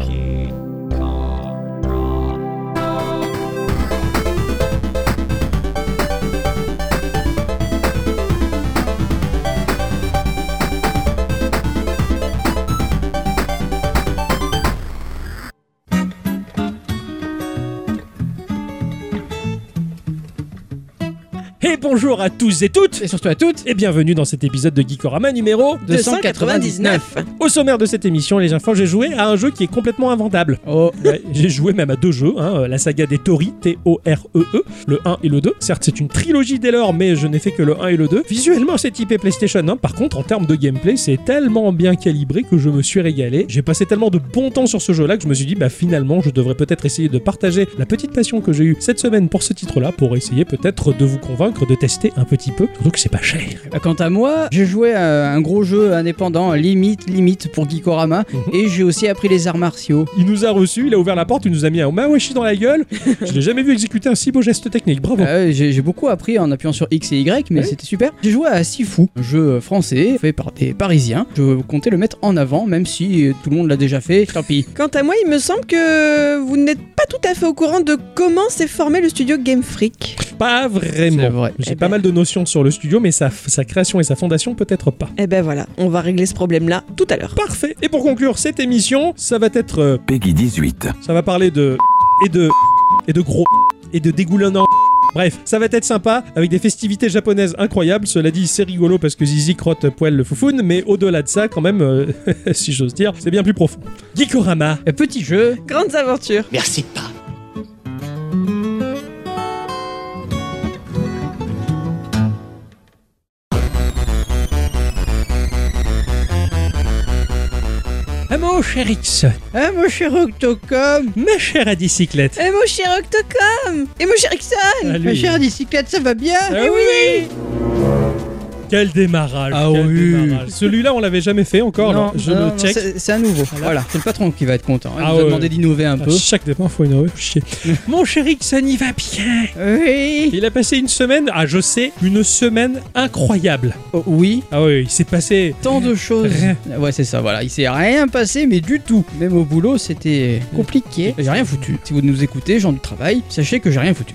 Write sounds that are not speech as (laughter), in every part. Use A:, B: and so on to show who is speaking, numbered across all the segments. A: Euh,
B: Et bonjour à tous et toutes
A: Et surtout à toutes,
B: et bienvenue dans cet épisode de Geekorama numéro
A: 299.
B: Au sommaire de cette émission, les enfants, j'ai joué à un jeu qui est complètement invendable.
A: Oh,
B: Ouais, j'ai joué même à deux jeux, hein, euh, la saga des Tori, T-O-R-E-E, le 1 et le 2. Certes, c'est une trilogie dès lors, mais je n'ai fait que le 1 et le 2. Visuellement, c'est typé PlayStation 1. Par contre, en termes de gameplay, c'est tellement bien calibré que je me suis régalé. J'ai passé tellement de bon temps sur ce jeu-là que je me suis dit, bah finalement, je devrais peut-être essayer de partager la petite passion que j'ai eue cette semaine pour ce titre-là, pour essayer peut-être de vous convaincre de tester un petit peu. Surtout que c'est pas cher.
A: Bah, Quant à moi, j'ai joué à un gros jeu indépendant, limite, limite, pour Geekorama,
B: Mhm.
A: et j'ai aussi appris les arts martiaux.
B: Il nous a reçus, il a ouvert la porte, il nous a mis un Mawashi dans la gueule. Je l'ai jamais vu exécuter un si beau geste technique, bravo.
A: Euh, j'ai j'ai beaucoup appris en appuyant sur X et Y, mais
B: Ouais.
A: c'était super. J'ai joué à Sifu, un jeu euh, français fait par des Parisiens. Je comptais le mettre en avant, même si euh, tout le monde l'a déjà fait, tant pis.
C: Quant à moi, il me semble que vous n'êtes pas tout à fait au courant de comment s'est formé le studio Game Freak.
B: Pas
A: C'est
B: vraiment.
A: vrai.
B: J'ai
C: Eh
B: pas
C: ben.
B: mal de notions sur le studio, mais sa, sa création et sa fondation, peut-être pas.
C: Eh ben voilà, on va régler ce problème-là tout à l'heure.
B: Parfait. Et pour conclure cette émission, ça va être, euh,
D: Peggy 18.
B: ça va parler de et de et de gros et de dégoulinant. Bref, ça va être sympa avec des festivités japonaises incroyables. Cela dit, c'est rigolo parce que Zizi crotte poil le foufoune, mais au-delà de ça, quand même, euh, (laughs) si j'ose dire, c'est bien plus profond. Gikorama.
A: Euh, Petit jeu,
C: Grandes aventures.
E: Merci pas.
B: Ah mon cher X,
A: ah mon cher Octocom,
B: ma chère à bicyclette.
C: Et mon cher Octocom Et mon cher Ixon
B: Ah, lui.
A: ma chère bicyclette, Eh ça va bien
B: Ah oui, Quel démarrage.
A: Ah
B: quel
A: oui.
B: démarrage. Celui-là, on l'avait jamais fait encore.
A: Non,
B: alors je
A: non,
B: le
A: non,
B: check.
A: c'est- C'est à nouveau. Voilà, c'est le patron qui va être content. hein. Il
B: Ah
A: nous a
B: ouais.
A: demandé d'innover un
B: À
A: peu.
B: chaque départ, faut une heure. (laughs) Chier. Mon cher Ixon, il va bien.
A: Oui.
B: Il a passé une semaine, ah je sais, une semaine incroyable.
A: Oh, oui.
B: Ah oui, il s'est passé.
A: Tant de choses.
B: Rien.
A: Ouais, c'est ça, voilà. Il s'est rien passé, mais du tout. Même au boulot, c'était compliqué. J'ai rien foutu. Si vous nous écoutez, gens du travail, sachez que j'ai rien foutu.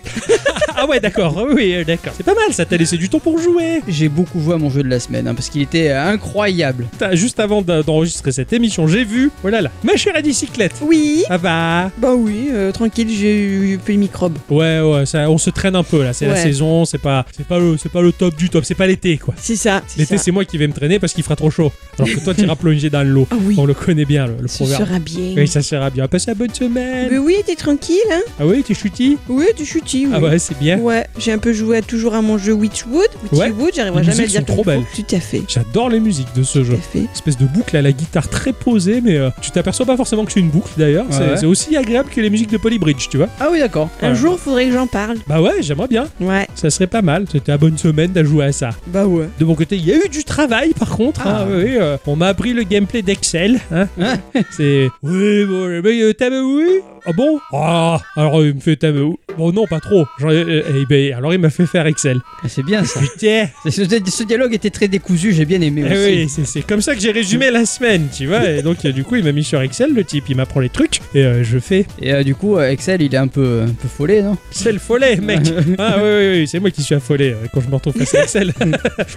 B: Ah ouais, d'accord, (laughs) oui, oui, euh, d'accord. C'est pas mal, ça t'a laissé du temps pour jouer.
A: J'ai beaucoup joué à mon jeu de la semaine, hein, parce qu'il était euh, incroyable.
B: Putain, juste avant d'en- d'enregistrer cette émission, j'ai vu, oh là là, ma chère à bicyclette.
C: Oui
B: Ah bah.
C: Bah oui, euh, tranquille, j'ai eu peu les microbes.
B: Ouais, ouais, ça, on se traîne un peu là. C'est la
C: Ouais.
B: saison, c'est pas, c'est pas le, c'est pas le top du top, c'est pas l'été quoi.
C: C'est ça, c'est
B: L'été,
C: ça.
B: c'est moi qui vais me traîner parce qu'il fera trop chaud. Alors que
C: (laughs)
B: toi, t'iras plonger dans l'eau.
C: Ah oui,
B: On le connaît bien, le, le
C: ce
B: proverbe.
C: sera bien.
B: Oui, ça sera bien. Passez la bonne
C: Mais
B: semaine.
C: oui, t'es tranquille, hein
B: Ah oui, t'es chutis
C: Oui, tu chutis, oui.
B: Ah ouais, c'est bien.
C: Ouais, j'ai un peu joué à toujours à mon jeu Witchwood.
B: Ouais.
C: Witchwood, j'arriverai
B: Les
C: jamais à le
B: musiques
C: dire comme
B: sont trop
C: il faut.
B: belles.
C: Tout à fait.
B: J'adore les musiques de ce
C: Tout
B: jeu.
C: à fait.
B: espèce de boucle à la guitare très posée, mais euh, tu t'aperçois pas forcément que c'est une boucle d'ailleurs.
A: Ouais,
B: c'est
A: ouais.
B: c'est aussi agréable que les musiques de Polybridge, tu vois.
A: Ah oui, d'accord.
C: Un
B: Ouais.
C: jour, faudrait que j'en parle.
B: Bah ouais, j'aimerais bien.
C: Ouais.
B: Ça serait pas mal. C'était la bonne semaine d'à jouer à ça.
C: Bah ouais.
B: De mon côté, il y a eu du travail par contre. hein,
A: Ah.
B: oui, euh, on m'a appris le gameplay d'Excel. hein.
A: Hein
B: (laughs) c'est. Oui, bon, euh, mais euh, t'aimes, oui Ah bon Ah Alors il me fait t'aimes, oui Bon, non, pas trop. Genre, euh, euh, eh ben, alors il m'a fait faire Excel.
A: Ah, C'est bien ça.
B: Putain
A: Ce, ce- ce dialogue était très décousu, j'ai bien aimé
B: Eh
A: aussi.
B: oui, c'est- c'est comme ça que j'ai résumé la semaine, tu vois. Et donc, euh, du coup, il m'a mis sur Excel, le type, il m'apprend les trucs, et euh, je fais
A: Et euh, du coup, euh, Excel, il est un peu, un peu follet, non
B: C'est le follet, (laughs) mec. Ah oui, oui, oui, c'est moi qui suis affolé euh, quand je me retrouve face à (laughs) Excel.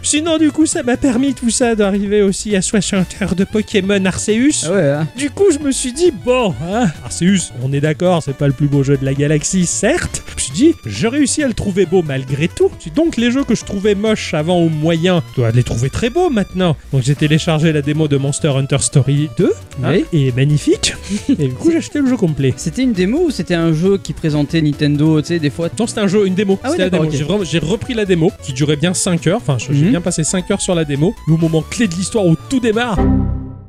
B: Sinon, du coup, ça m'a permis tout ça d'arriver aussi à 60 heures de Pokémon Arceus.
A: Ah ouais, hein.
B: Du coup, je me suis dit, bon, hein, Arceus, on est d'accord, c'est pas le plus beau jeu de la galaxie, certes. Je me suis dit, j'ai réussi à le trouver beau malgré tout. Je me suis dit, donc, les jeux que je trouvais moches avant ou moyens, je dois les trouver très beaux maintenant. Donc, j'ai téléchargé la démo de Monster Hunter Story 2, hein,
A: Oui.
B: et
A: (laughs)
B: magnifique. Et du coup, j'ai acheté le jeu complet.
A: C'était une démo ou c'était un jeu qui présentait Nintendo, tu sais, des fois
B: Non, c'était un jeu, une démo.
A: Ah ouais,
B: C'était la
A: d'accord,
B: démo.
A: ok.
B: J'ai vraiment- J'ai repris la démo qui durait bien 5 heures. Enfin, je- j'ai
A: Mhm.
B: bien passé 5 heures sur la démo. Et au moment clé de l'histoire où tout démarre,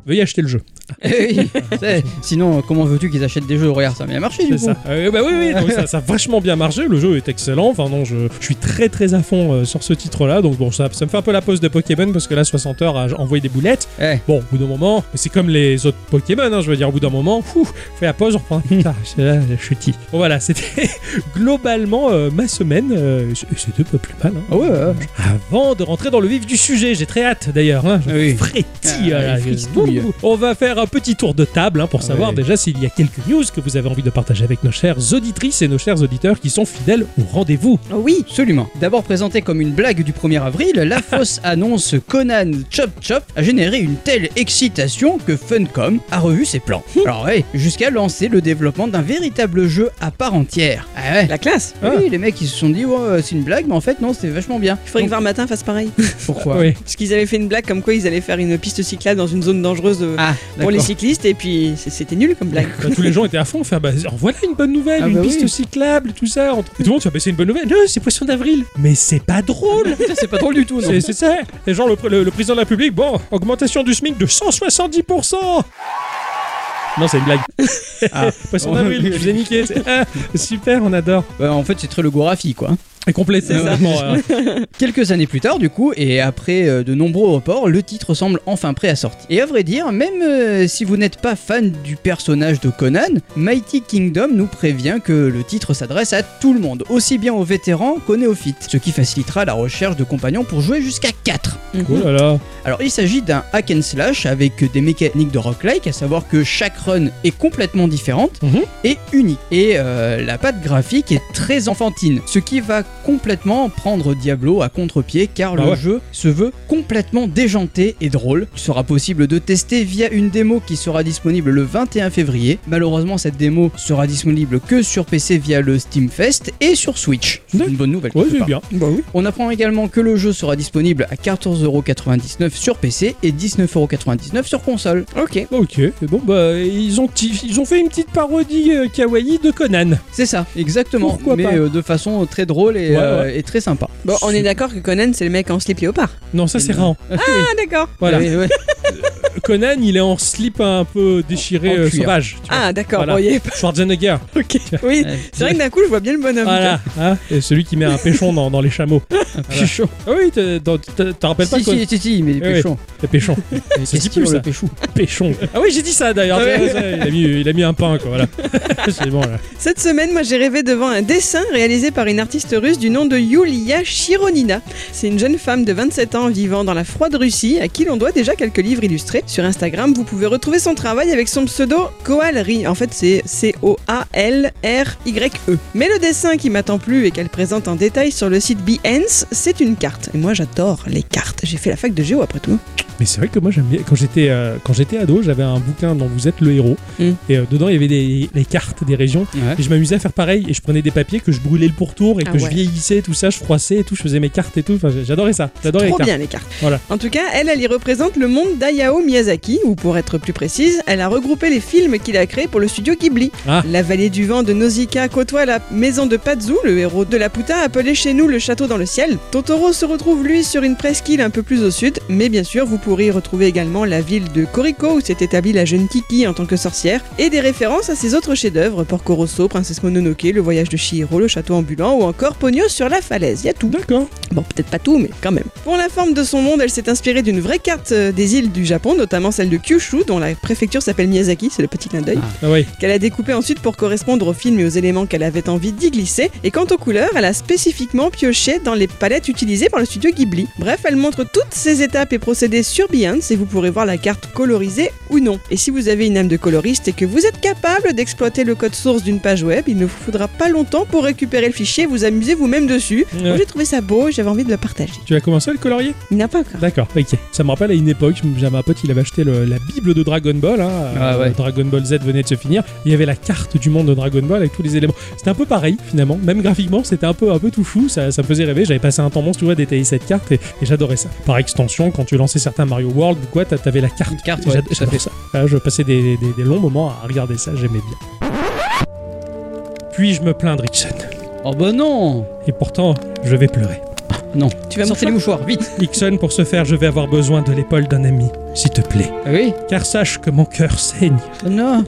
B: veuillez acheter le jeu.
A: (laughs) Eh oui. Tu sais, Sinon, comment veux-tu qu'ils achètent des jeux Regarde, ça a bien marché du
B: C'est
A: coup.
B: ça. Euh, bah oui, oui, donc ça, ça a vachement bien marché. Le jeu est excellent. Enfin, non, je, je suis très très à fond euh, sur ce titre-là. Donc bon, ça, ça me fait un peu la pause de Pokémon parce que là, 60 heures à j- envoyer des boulettes.
A: Eh.
B: Bon, au bout d'un moment, mais c'est comme les autres Pokémon, hein, je veux dire, au bout d'un moment, fou, fais la pause, on
A: (laughs)
B: reprend. Putain, c'est là, je suis petit. Bon, voilà, c'était (laughs) globalement euh, ma semaine. Euh, c- c'était pas plus mal. hein.
A: Ah ouais, ouais, ouais.
B: Avant de rentrer dans le vif du sujet, j'ai très hâte d'ailleurs. hein. Je
A: Eh Oui.
B: frétille.
A: Ah,
B: là,
A: il
B: je-
A: fristouille.
B: euh, On va faire faire un petit tour de table hein, pour
A: Ah
B: savoir
A: oui.
B: déjà s'il y a quelques news que vous avez envie de partager avec nos chères auditrices et nos chers auditeurs qui sont fidèles au rendez-vous.
C: Oh oui
A: Absolument. D'abord présentée comme une blague du 1er avril, (laughs) la fausse annonce Conan Chop Chop a généré une telle excitation que Funcom a revu ses plans. Alors ouais, jusqu'à lancer le développement d'un véritable jeu à part entière. Ah ouais.
C: La classe
A: Oui, les mecs ils se sont dit ouais, euh, c'est une blague, mais en fait non, c'était vachement bien.
C: Il faudrait que
A: Donc,
C: Var Matin fasse pareil.
A: (laughs)
C: (laughs)
A: pourquoi
B: Oui.
C: Parce qu'ils avaient fait une blague comme quoi ils allaient faire une piste cyclable dans une zone dangereuse de-
A: Ah,
C: pour
A: d'accord. (laughs)
C: les cyclistes et puis c'est- c'était nul comme blague.
B: Bah, tous les gens étaient à fond, on fait bah, alors voilà une bonne nouvelle,
A: Ah
B: une
A: bah
B: piste
A: oui.
B: cyclable, tout ça. on- Et tout le monde fait bah, c'est une bonne nouvelle, Non, c'est Poisson d'avril. Mais c'est (laughs) pas drôle.
A: Putain, c'est pas drôle du tout. non.
B: C'est c'est ça. Et genre le, pr- le- le président de la République, bon, augmentation du SMIC de 170%. Non, c'est une blague.
A: Ah.
B: Poisson d'avril, je vous ai niqué. C'est- ah, super, on adore. Ah
A: Bah, en fait, c'est très logographie quoi.
B: Et complété,
A: C'est ça. Quelques années plus tard, du coup, et après euh, de nombreux reports, le titre semble enfin prêt à sortir. Et à vrai dire, même euh, si vous n'êtes pas fan du personnage de Conan, Mighty Kingdom nous prévient que le titre s'adresse à tout le monde, aussi bien aux vétérans qu'aux néophytes, ce qui facilitera la recherche de compagnons pour jouer jusqu'à 4.
C: Mhm.
B: Oh là là.
A: Alors, il s'agit d'un hack and slash avec des mécaniques de rock-like, à savoir que chaque run est complètement différente
B: Mhm.
A: et unique. Et euh, la patte graphique est très enfantine, ce qui va complètement prendre Diablo à contre-pied car
B: Bah
A: le
B: ouais.
A: jeu se veut complètement déjanté et drôle. Il sera possible de tester via une démo qui sera disponible le 21 février. Malheureusement, cette démo sera disponible que sur PC via le Steam Fest et sur Switch. C'est
B: D'accord.
A: une bonne nouvelle.
B: Ouais,
A: quelque
B: c'est
A: part.
B: bien. Bah
A: On apprend également que le jeu sera disponible à 14,99€ sur PC et 19,99€ sur console.
C: Ok.
B: Ok. Et Bon, bah, ils ont, ti- ils ont fait une petite parodie euh, kawaii de Conan.
A: C'est ça, exactement.
B: Pourquoi
A: mais
B: pas.
A: euh, de façon très drôle et,
B: Ouais,
A: euh, et très sympa.
C: Bon, on est d'accord que Conan c'est le mec en slip léopard.
B: Non, ça, c'est
A: Non.
B: rare.
C: Ah d'accord.
B: Voilà.
A: Ouais, (laughs) ouais.
B: Conan, il est en slip un peu déchiré,
A: En- en
B: euh,
A: cuir.
B: sauvage. tu vois.
C: Ah d'accord.
B: Voilà.
C: Bon, y avait pas-
B: Schwarzenegger.
C: Ok. Oui.
A: Ouais.
C: C'est vrai que d'un coup je vois bien le bonhomme.
B: Voilà, hein, et celui qui met un péchon dans, dans les
A: (laughs)
B: chameaux.
A: Voilà. Pécho.
B: Ah oui, t'as- t'as- t'as- t'en rappelles pas
A: Si,
B: quoi
A: si, si, si, mais les
B: Ouais,
A: péchons.
B: Le
A: (laughs)
B: péchon. se dit
A: Qu'est-ce
B: plus,
A: qu'il
B: ça.
A: le péchou
B: Péchon. Ah oui, j'ai dit ça d'ailleurs.
A: Ouais.
B: C'est vrai, Il, a mis, il a mis un pain, quoi.
A: (laughs)
B: Voilà. C'est bon, là.
C: Cette semaine, moi j'ai rêvé devant un dessin réalisé par une artiste russe du nom de Yulia Chironina. C'est une jeune femme de 27 ans vivant dans la froide Russie à qui l'on doit déjà quelques livres illustrés. Sur Instagram, vous pouvez retrouver son travail avec son pseudo Koalry. En fait, c'est C-O-A-L-R-Y-E. E. Mais le dessin qui m'a tant plu et qu'elle présente en détail sur le site Behance, c'est une carte. Et moi j'adore les cartes. J'ai fait la fac de géo après tout.
B: Mais c'est vrai que moi, j'aime bien. Quand j'étais, euh, quand j'étais ado, j'avais un bouquin dont vous êtes le héros.
A: Hmm.
C: Mm.
B: Et euh, dedans, il y avait des, les cartes des régions. Et je m'amusais à faire pareil. Et je prenais des papiers que je brûlais le pourtour et que
C: Ah
B: je
C: ouais.
B: vieillissais, tout ça. Je froissais et tout. Je faisais mes cartes et tout. Enfin, j'adorais ça. J'adorais les
C: Trop
B: cartes.
C: bien les cartes.
B: Voilà.
C: En tout cas, elle, elle y représente le monde d'Ayao Miyazaki, ou pour être plus précise, elle a regroupé les films qu'il a créés pour le studio Ghibli.
B: Ah.
C: La vallée du vent de Nausicaa côtoie la maison de Pazu, le héros de la Puta, appelé chez nous le château dans le ciel. Totoro se retrouve lui sur une presqu'île un peu plus au sud, mais bien sûr, vous pourrez y retrouver également la ville de Corico où s'est établie la jeune Kiki en tant que sorcière, et des références à ses autres chefs-d'œuvre, Porco Rosso, Princesse Mononoke, le voyage de Chihiro, le château ambulant ou encore Pogno sur la falaise. Y a tout.
B: D'accord.
C: Bon, peut-être pas tout, mais quand même. Pour la forme de son monde, elle s'est inspirée d'une vraie carte euh, des îles du Japon, notamment celle de Kyushu, dont la préfecture s'appelle Miyazaki, c'est le petit clin d'œil,
B: Ah ouais.
C: qu'elle a découpée ensuite pour correspondre au film et aux éléments qu'elle avait envie d'y glisser. Et quant aux couleurs, elle a spécifiquement pioché dans les palettes utilisées par le studio Ghibli. Bref, elle montre toutes ses étapes et procédés sur Behance et vous pourrez voir la carte colorisée ou non. Et si vous avez une âme de coloriste et que vous êtes capable d'exploiter le code source d'une page web, il ne vous faudra pas longtemps pour récupérer le fichier et vous amuser vous-même dessus.
B: Ouais.
C: Moi, J'ai trouvé ça beau, j'avais envie de le partager.
B: Tu as commencé à le colorier
C: Il n'a pas encore.
B: D'accord, ok. Ça me rappelle à une époque, j'avais un pote, il avait acheté le- la Bible de Dragon Ball. hein,
A: Ah
B: euh,
A: ouais.
B: Dragon Ball Z venait de se finir. Il y avait la carte du monde de Dragon Ball avec tous les éléments. C'était un peu pareil finalement, même graphiquement, c'était un peu un peu tout fou. Ça, ça me faisait rêver. J'avais passé un temps monstre tu vois, à détailler cette carte et, et j'adorais ça. Par extension, quand tu lançais certains Mario World ou quoi, t'a- t'avais la carte.
A: Une carte,
B: J'ad-
A: ouais, tout à
B: j'adore
A: fait.
B: ça. Voilà, je passais des, des- des longs moments à regarder ça. J'aimais bien. Puis-je me plaindre, Ixon
A: Oh bah non
B: Et pourtant, je vais pleurer.
A: Non.
C: Tu vas me
A: Sortez les mouchoirs, vite
B: Ixon, pour ce faire, je vais avoir besoin de l'épaule d'un ami, s'il te plaît.
A: Ah Oui
B: car sache que mon cœur saigne.
A: Ah Non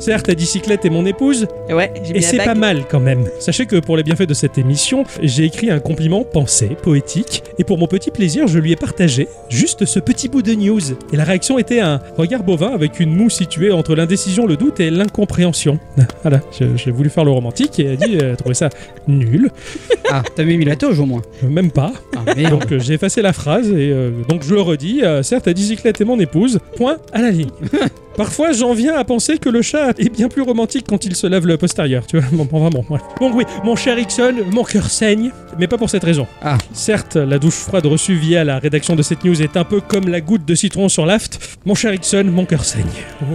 B: Certes, la bicyclette est mon épouse,
C: Ouais, j'ai
B: et
C: mis la
B: c'est
C: bague.
B: pas mal quand même. Sachez que pour les bienfaits de cette émission, j'ai écrit un compliment pensé, poétique, et pour mon petit plaisir, je lui ai partagé juste ce petit bout de news. Et la réaction était un regard bovin avec une moue située entre l'indécision, le doute et l'incompréhension. Voilà, je- j'ai voulu faire le romantique et elle a dit, euh, trouver ça nul,
A: Ah, t'avais mis la toge au moins.
B: même pas.
A: Ah merde
B: Donc euh, j'ai effacé la phrase et euh, donc je le redis. euh, certes, la bicyclette est mon mon épouse. Point à la ligne. Parfois, j'en viens à penser que le chat est bien plus romantique quand il se lave le postérieur, tu vois. Bon, bon, vraiment, ouais. Donc oui, mon cher Ixon, mon cœur saigne, mais pas pour cette raison.
A: Ah.
B: Certes, la douche froide reçue via la rédaction de cette news est un peu comme la goutte de citron sur l'aft. Mon cher Ixon, mon cœur saigne.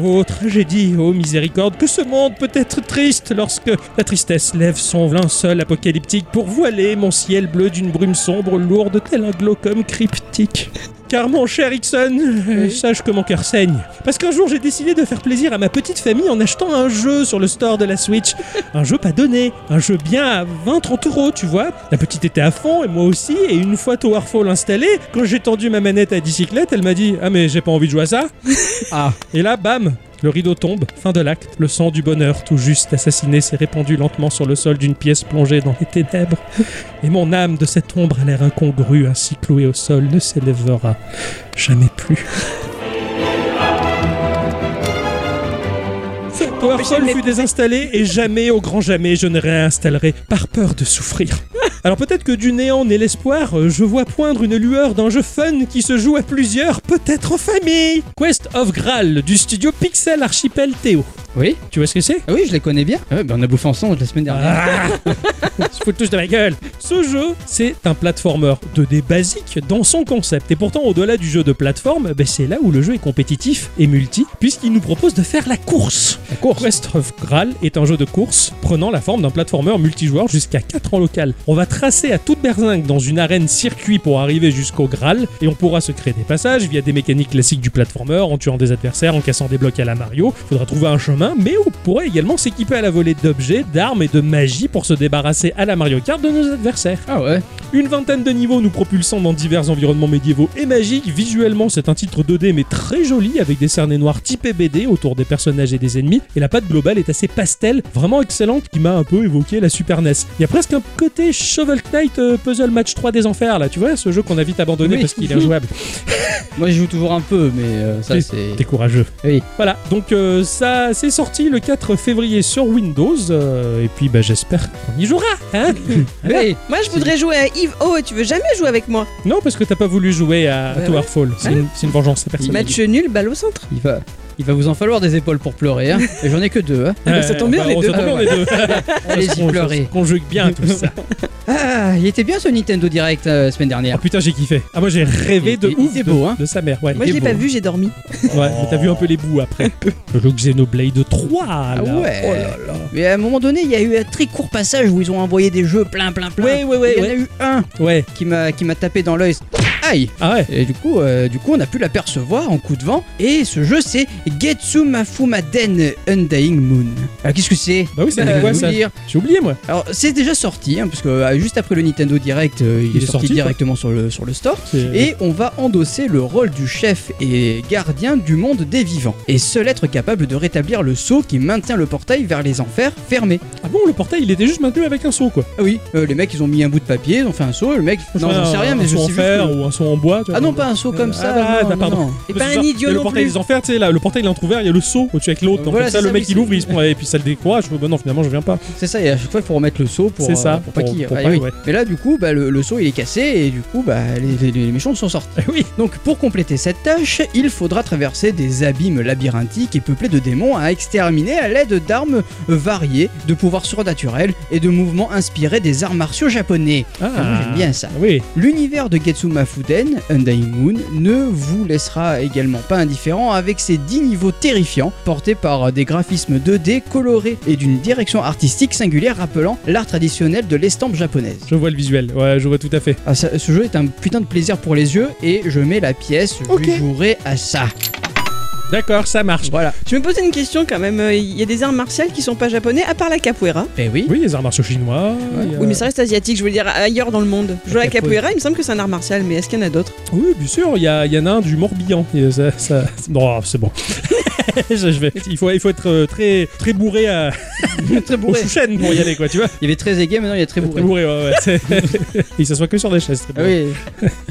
B: Oh, tragédie, oh miséricorde, que ce monde peut être triste lorsque la tristesse lève son linceul apocalyptique pour voiler mon ciel bleu d'une brume sombre, lourde, tel un glaucome cryptique. Car mon cher Ixon, euh,
C: Oui.
B: sache que mon cœur saigne. Parce qu'un jour, j'ai décidé de faire plaisir à ma petite famille en achetant un jeu sur le store de la Switch. un jeu pas donné, un jeu bien à 20-30 euros, tu vois. La petite était à fond, et moi aussi, et une fois Towerfall installé, quand j'ai tendu ma manette à bicyclette, elle m'a dit « Ah mais j'ai pas envie de jouer à ça !»
A: Ah.
B: Et là, bam le rideau tombe, fin de l'acte, le sang du bonheur tout juste assassiné s'est répandu lentement sur le sol d'une pièce plongée dans les ténèbres, et mon âme de cette ombre à l'air incongru ainsi clouée au sol ne s'élèvera jamais plus. Powerfall fut désinstallé et jamais, au grand jamais, je ne réinstallerai par peur de souffrir. Alors peut-être que du néant naît l'espoir, euh, je vois poindre une lueur d'un jeu fun qui se joue à plusieurs, peut-être en famille. Quest of Graal du studio Pixel Archipel Théo.
A: (laughs) Oui
B: Tu vois ce que c'est
A: Ah oui, je les connais bien. Ah ouais, ben on a bouffé ensemble la semaine dernière.
B: ah (laughs) Ils se foutent tous de ma gueule. Ce jeu, c'est un platformer 2D basique dans son concept. Et pourtant, au-delà du jeu de plateforme, ben, c'est là où le jeu est compétitif et multi, puisqu'il nous propose de faire la course.
A: La course.
B: Quest of Graal est un jeu de course prenant la forme d'un platformer multijoueur jusqu'à 4 en local. On va tracer à toute berzingue dans une arène circuit pour arriver jusqu'au Graal et on pourra se créer des passages via des mécaniques classiques du platformer en tuant des adversaires, en cassant des blocs à la Mario. Faudra trouver un chemin, mais on pourra également s'équiper à la volée d'objets, d'armes et de magie pour se débarrasser à la Mario Kart de nos adversaires.
A: Ah ouais.
B: Une vingtaine de niveaux nous propulsant dans divers environnements médiévaux et magiques. Visuellement, c'est un titre 2D mais très joli avec des cernes noirs typés BD autour des personnages et des ennemis. Et la patte globale est assez pastel, vraiment excellente, qui m'a un peu évoqué la Super NES. Il y a presque un côté Shovel Knight euh, Puzzle Match 3 des Enfers là, tu vois, ce jeu qu'on a vite abandonné
A: Oui.
B: parce qu'il est
A: (laughs)
B: injouable.
A: Moi, je joue toujours un peu, mais euh, ça, c'est.
B: T'es courageux.
A: Oui.
B: Voilà, donc euh, ça c'est sorti le 4 février sur Windows. euh, et puis bah, j'espère qu'on y jouera.
A: (laughs)
B: Hein
A: Oui.
C: Moi, je voudrais jouer à Yves. Oh, tu veux jamais jouer avec moi
B: non, parce que t'as pas voulu jouer à, à
C: Ouais,
A: Bah,
C: ouais.
B: Towerfall. C'est une, c'est une vengeance, c'est personnel.
C: Match nul, balle au centre.
A: Il va, il va vous en falloir des épaules pour pleurer. (laughs) Hein. Et j'en ai que deux. Hein.
B: Euh,
C: Ça tombe bien, les
B: on-
C: deux.
B: Ça tombe bien, les deux. On se-
A: Allez-y,
B: on se
A: Ah, bah, pleurer.
B: Conjugue bien tout ça.
A: Ah, il était bien ce Nintendo Direct euh, la semaine
B: Oh
A: dernière.
B: putain, j'ai kiffé. Ah, moi j'ai rêvé
A: Il-
B: de
A: il
B: ouf
A: était
B: de-
A: beau, hein.
B: de sa mère. Ouais,
C: Moi,
A: Il
C: je
A: est
C: l'ai pas
A: beau.
C: vu, j'ai dormi.
B: ouais mais t'as vu un peu les bouts après. Le jeu Xenoblade 3.
A: Ah
B: Là.
A: ouais.
B: Oh là là.
A: Mais à un moment donné, il y a eu un très court passage où ils ont envoyé des jeux plein, plein, plein.
B: Ouais, ouais, ouais,
A: Il y en
B: ouais.
A: a eu un
B: Ouais.
A: qui m'a qui m'a tapé dans l'œil. Aïe
B: Ah ouais.
A: Et du coup, euh, du coup, on a pu l'apercevoir en coup de vent. Et ce jeu, c'est Getsu Mafumaden Undying Moon. Alors, qu'est-ce que c'est
B: Bah oui, c'était
A: Euh,
B: quoi
A: vous
B: ça
A: dire.
B: J'ai oublié moi.
A: Alors, c'est déjà sorti, hein, parce que euh, juste après le Nintendo Direct, euh, il, est, sorti,
B: quoi.
A: directement sur le, sur le store.
B: C'est-
A: Et on va endosser le rôle du chef et gardien du monde des vivants. Et seul être capable de rétablir le sceau qui maintient le portail vers les enfers fermé.
B: Ah bon, le portail il était juste maintenu avec un seau quoi.
A: Ah oui, euh, les mecs ils ont mis un bout de papier, ils ont fait un seau, le mec. Non, j'en sais rien, mais
B: un
A: je
B: seau en
A: sais juste
B: fer
A: que-
B: ou un seau en bois. tu vois.
A: Ah non, pas un seau comme
B: Ah,
A: ça.
B: bah,
A: non,
B: bah,
A: non,
B: pardon.
A: non.
C: Et pas
B: Parce que
C: un
B: genre, il y a
C: idiot
B: le
C: non
B: portail
C: plus.
B: des enfers, tu sais, là, le portail il est entrouvert, il y a le seau au-dessus avec l'autre. Donc
A: Voilà,
B: comme ça,
A: c'est
B: le
A: ça,
B: mec
A: oui,
B: il
A: c'est-
B: ouvre, il se prend, et puis ça le décourage. Bah non, finalement, je viens pas.
A: C'est ça, et à chaque fois il faut remettre le seau pour,
B: C'est ça,
A: euh, pour pas
B: pour-
A: qu'il
B: pour
A: ah
B: pas,
A: oui.
B: ouais.
A: Mais là, du coup, bah, le, le seau il est cassé et du coup, bah, les, les- les méchants sont sortis.
B: Eh oui.
A: Donc, pour compléter cette tâche, il faudra traverser des abîmes labyrinthiques et peuplés de démons à exterminer à l'aide d'armes variées, de pouvoirs surnaturels et de mouvements inspirés des arts martiaux japonais. Ah, moi, j'aime bien ça.
B: Oui.
A: L'univers de Getsuma Fuden, Undying Moon, ne vous laissera également pas indifférent avec ses 10 niveaux terrifiants, portés par des graphismes 2D colorés et d'une direction artistique singulière rappelant l'art traditionnel de l'estampe japonaise.
B: Je vois le visuel. Ouais, je vois tout à fait.
A: Ah, ça- ce jeu est un putain de plaisir pour les yeux et je mets la pièce, je
C: Ok.
A: jouerai à ça.
B: D'accord, ça marche.
A: Voilà.
C: Je me posais une question quand même. euh, Il y a des arts martiales qui sont pas japonais, à part la capoeira.
A: Ben oui.
B: Oui, les arts martiaux chinois. il y a-
C: Oui, mais ça reste asiatique, je veux dire ailleurs dans le monde. Je vois la capoeira, il me semble que c'est un art martial, mais est-ce qu'il y en a d'autres
B: Oui, bien sûr, il y, a- il y en a un du Morbihan. Et ça, ça- Non, c'est bon. (laughs) je je vais. Il faut, il faut être euh, très, très bourré à
A: (laughs) très
B: aux
A: bourré.
B: chouchen pour y aller, quoi, tu vois.
A: Il y avait très aigué, maintenant il y a très bourré.
B: Très bourré, ouais, ouais. (laughs) c'est- il s'assoit que sur des chaises. très
A: Ah
B: bourré.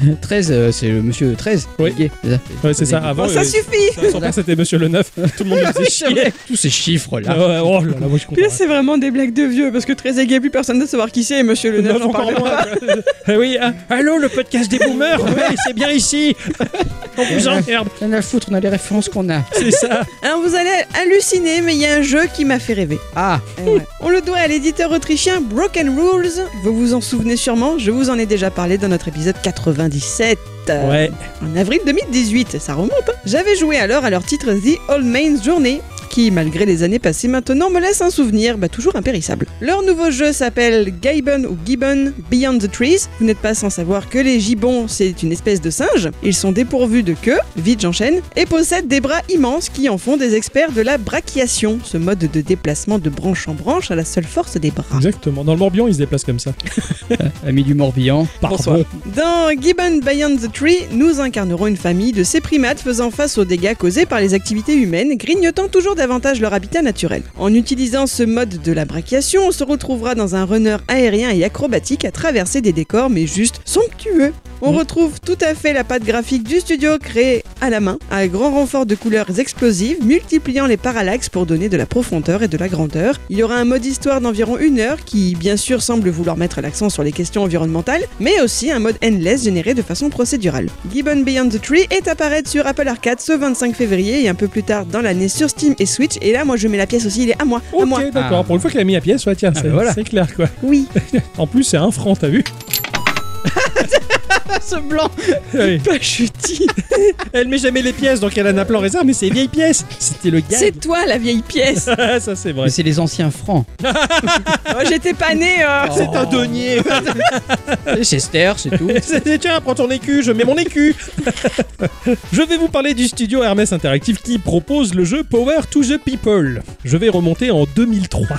A: oui, (laughs) 13, euh, c'est le monsieur 13.
B: Oui.
A: Aigué, c'est (laughs) ça.
B: Ouais, c'est ça. Avant,
C: Bon, Oh, ça
B: euh,
C: suffit
B: ça, son père, c'était Monsieur le Neuf. Tout le monde le
A: Ah oui,
B: faisait
A: c'est
B: chier.
A: vrai. Tous ces chiffres là.
B: Ah ouais, oh là là, moi je
C: Puis
B: comprends.
C: là, c'est vraiment des blagues de vieux, parce que très aigué, plus personne ne sait savoir qui c'est, et monsieur le
B: Le
C: neuf,
B: neuf
C: j'en parle
B: encore
C: même pas.
B: moins. (laughs) Eh oui, ah, allô, le podcast des
C: (laughs)
B: boomers. Ouais, c'est bien ici. On vous emmerde.
A: Rien à foutre, on a les références qu'on a.
B: C'est ça.
C: Alors Hein, vous allez halluciner, mais il y a un jeu qui m'a fait rêver.
A: Ah,
C: Eh ouais. On le doit à l'éditeur autrichien Broken Rules. Vous vous en souvenez sûrement, je vous en ai déjà parlé dans notre épisode 97. euh,
B: Ouais.
C: En avril 2018, ça remonte. hein. J'avais joué alors à leur titre The All Main's Journey qui, malgré les années passées maintenant, me laisse un souvenir, bah, toujours impérissable. Leur nouveau jeu s'appelle Gibbon ou Gibbon Beyond the Trees. Vous n'êtes pas sans savoir que les gibbons, c'est une espèce de singe. Ils sont dépourvus de queue, vite j'enchaîne, et possèdent des bras immenses qui en font des experts de la brachiation, ce mode de déplacement de branche en branche à la seule force des
B: Ah.
C: bras.
B: Exactement. Dans le Morbihan, ils se déplacent comme ça.
A: ami du Morbihan.
B: Pardon.
C: Dans Gibbon Beyond the Tree, nous incarnerons une famille de ces primates faisant face aux dégâts causés par les activités humaines, grignotant toujours davantage leur habitat naturel. En utilisant ce mode de la brachiation, on se retrouvera dans un runner aérien et acrobatique à traverser des décors mais juste somptueux. On
B: Mm.
C: retrouve tout à fait la patte graphique du studio créée à la main, à grand renfort de couleurs explosives, multipliant les parallaxes pour donner de la profondeur et de la grandeur. Il y aura un mode histoire d'environ une heure qui, bien sûr, semble vouloir mettre l'accent sur les questions environnementales, mais aussi un mode endless généré de façon procédurale. Gibbon Beyond the Tree est à paraître sur Apple Arcade ce 25 février et un peu plus tard dans l'année sur Steam et Switch. Et là, moi, je mets la pièce aussi, il est à moi. À moi.
B: Ok, d'accord.
A: Ah.
B: Pour une fois qu'il a mis la pièce, ouais, tiens,
A: Ah,
B: c'est
A: bah voilà.
B: c'est clair, quoi.
C: (laughs) Oui.
B: En plus, c'est un franc, t'as (laughs) vu
A: Ah,
C: (laughs)
A: ce blanc
B: Oui.
C: Pas chutis.
B: Elle met jamais les pièces, donc elle en a plein en réserve, mais c'est vieille pièce. C'était le gag.
C: C'est toi la vieille pièce.
B: Ah, (laughs) ça, c'est vrai.
A: Mais c'est les anciens francs.
C: Oh, J'étais pas née. euh.
A: Oh.
B: C'est un denier.
A: (laughs) C'est Chester, c'est tout.
B: (laughs) C'est- c'est- Tiens, prends ton écu, je mets mon écu. (laughs) je vais vous parler du studio Hermès Interactive qui propose le jeu Power to the People. Je vais remonter en 2003.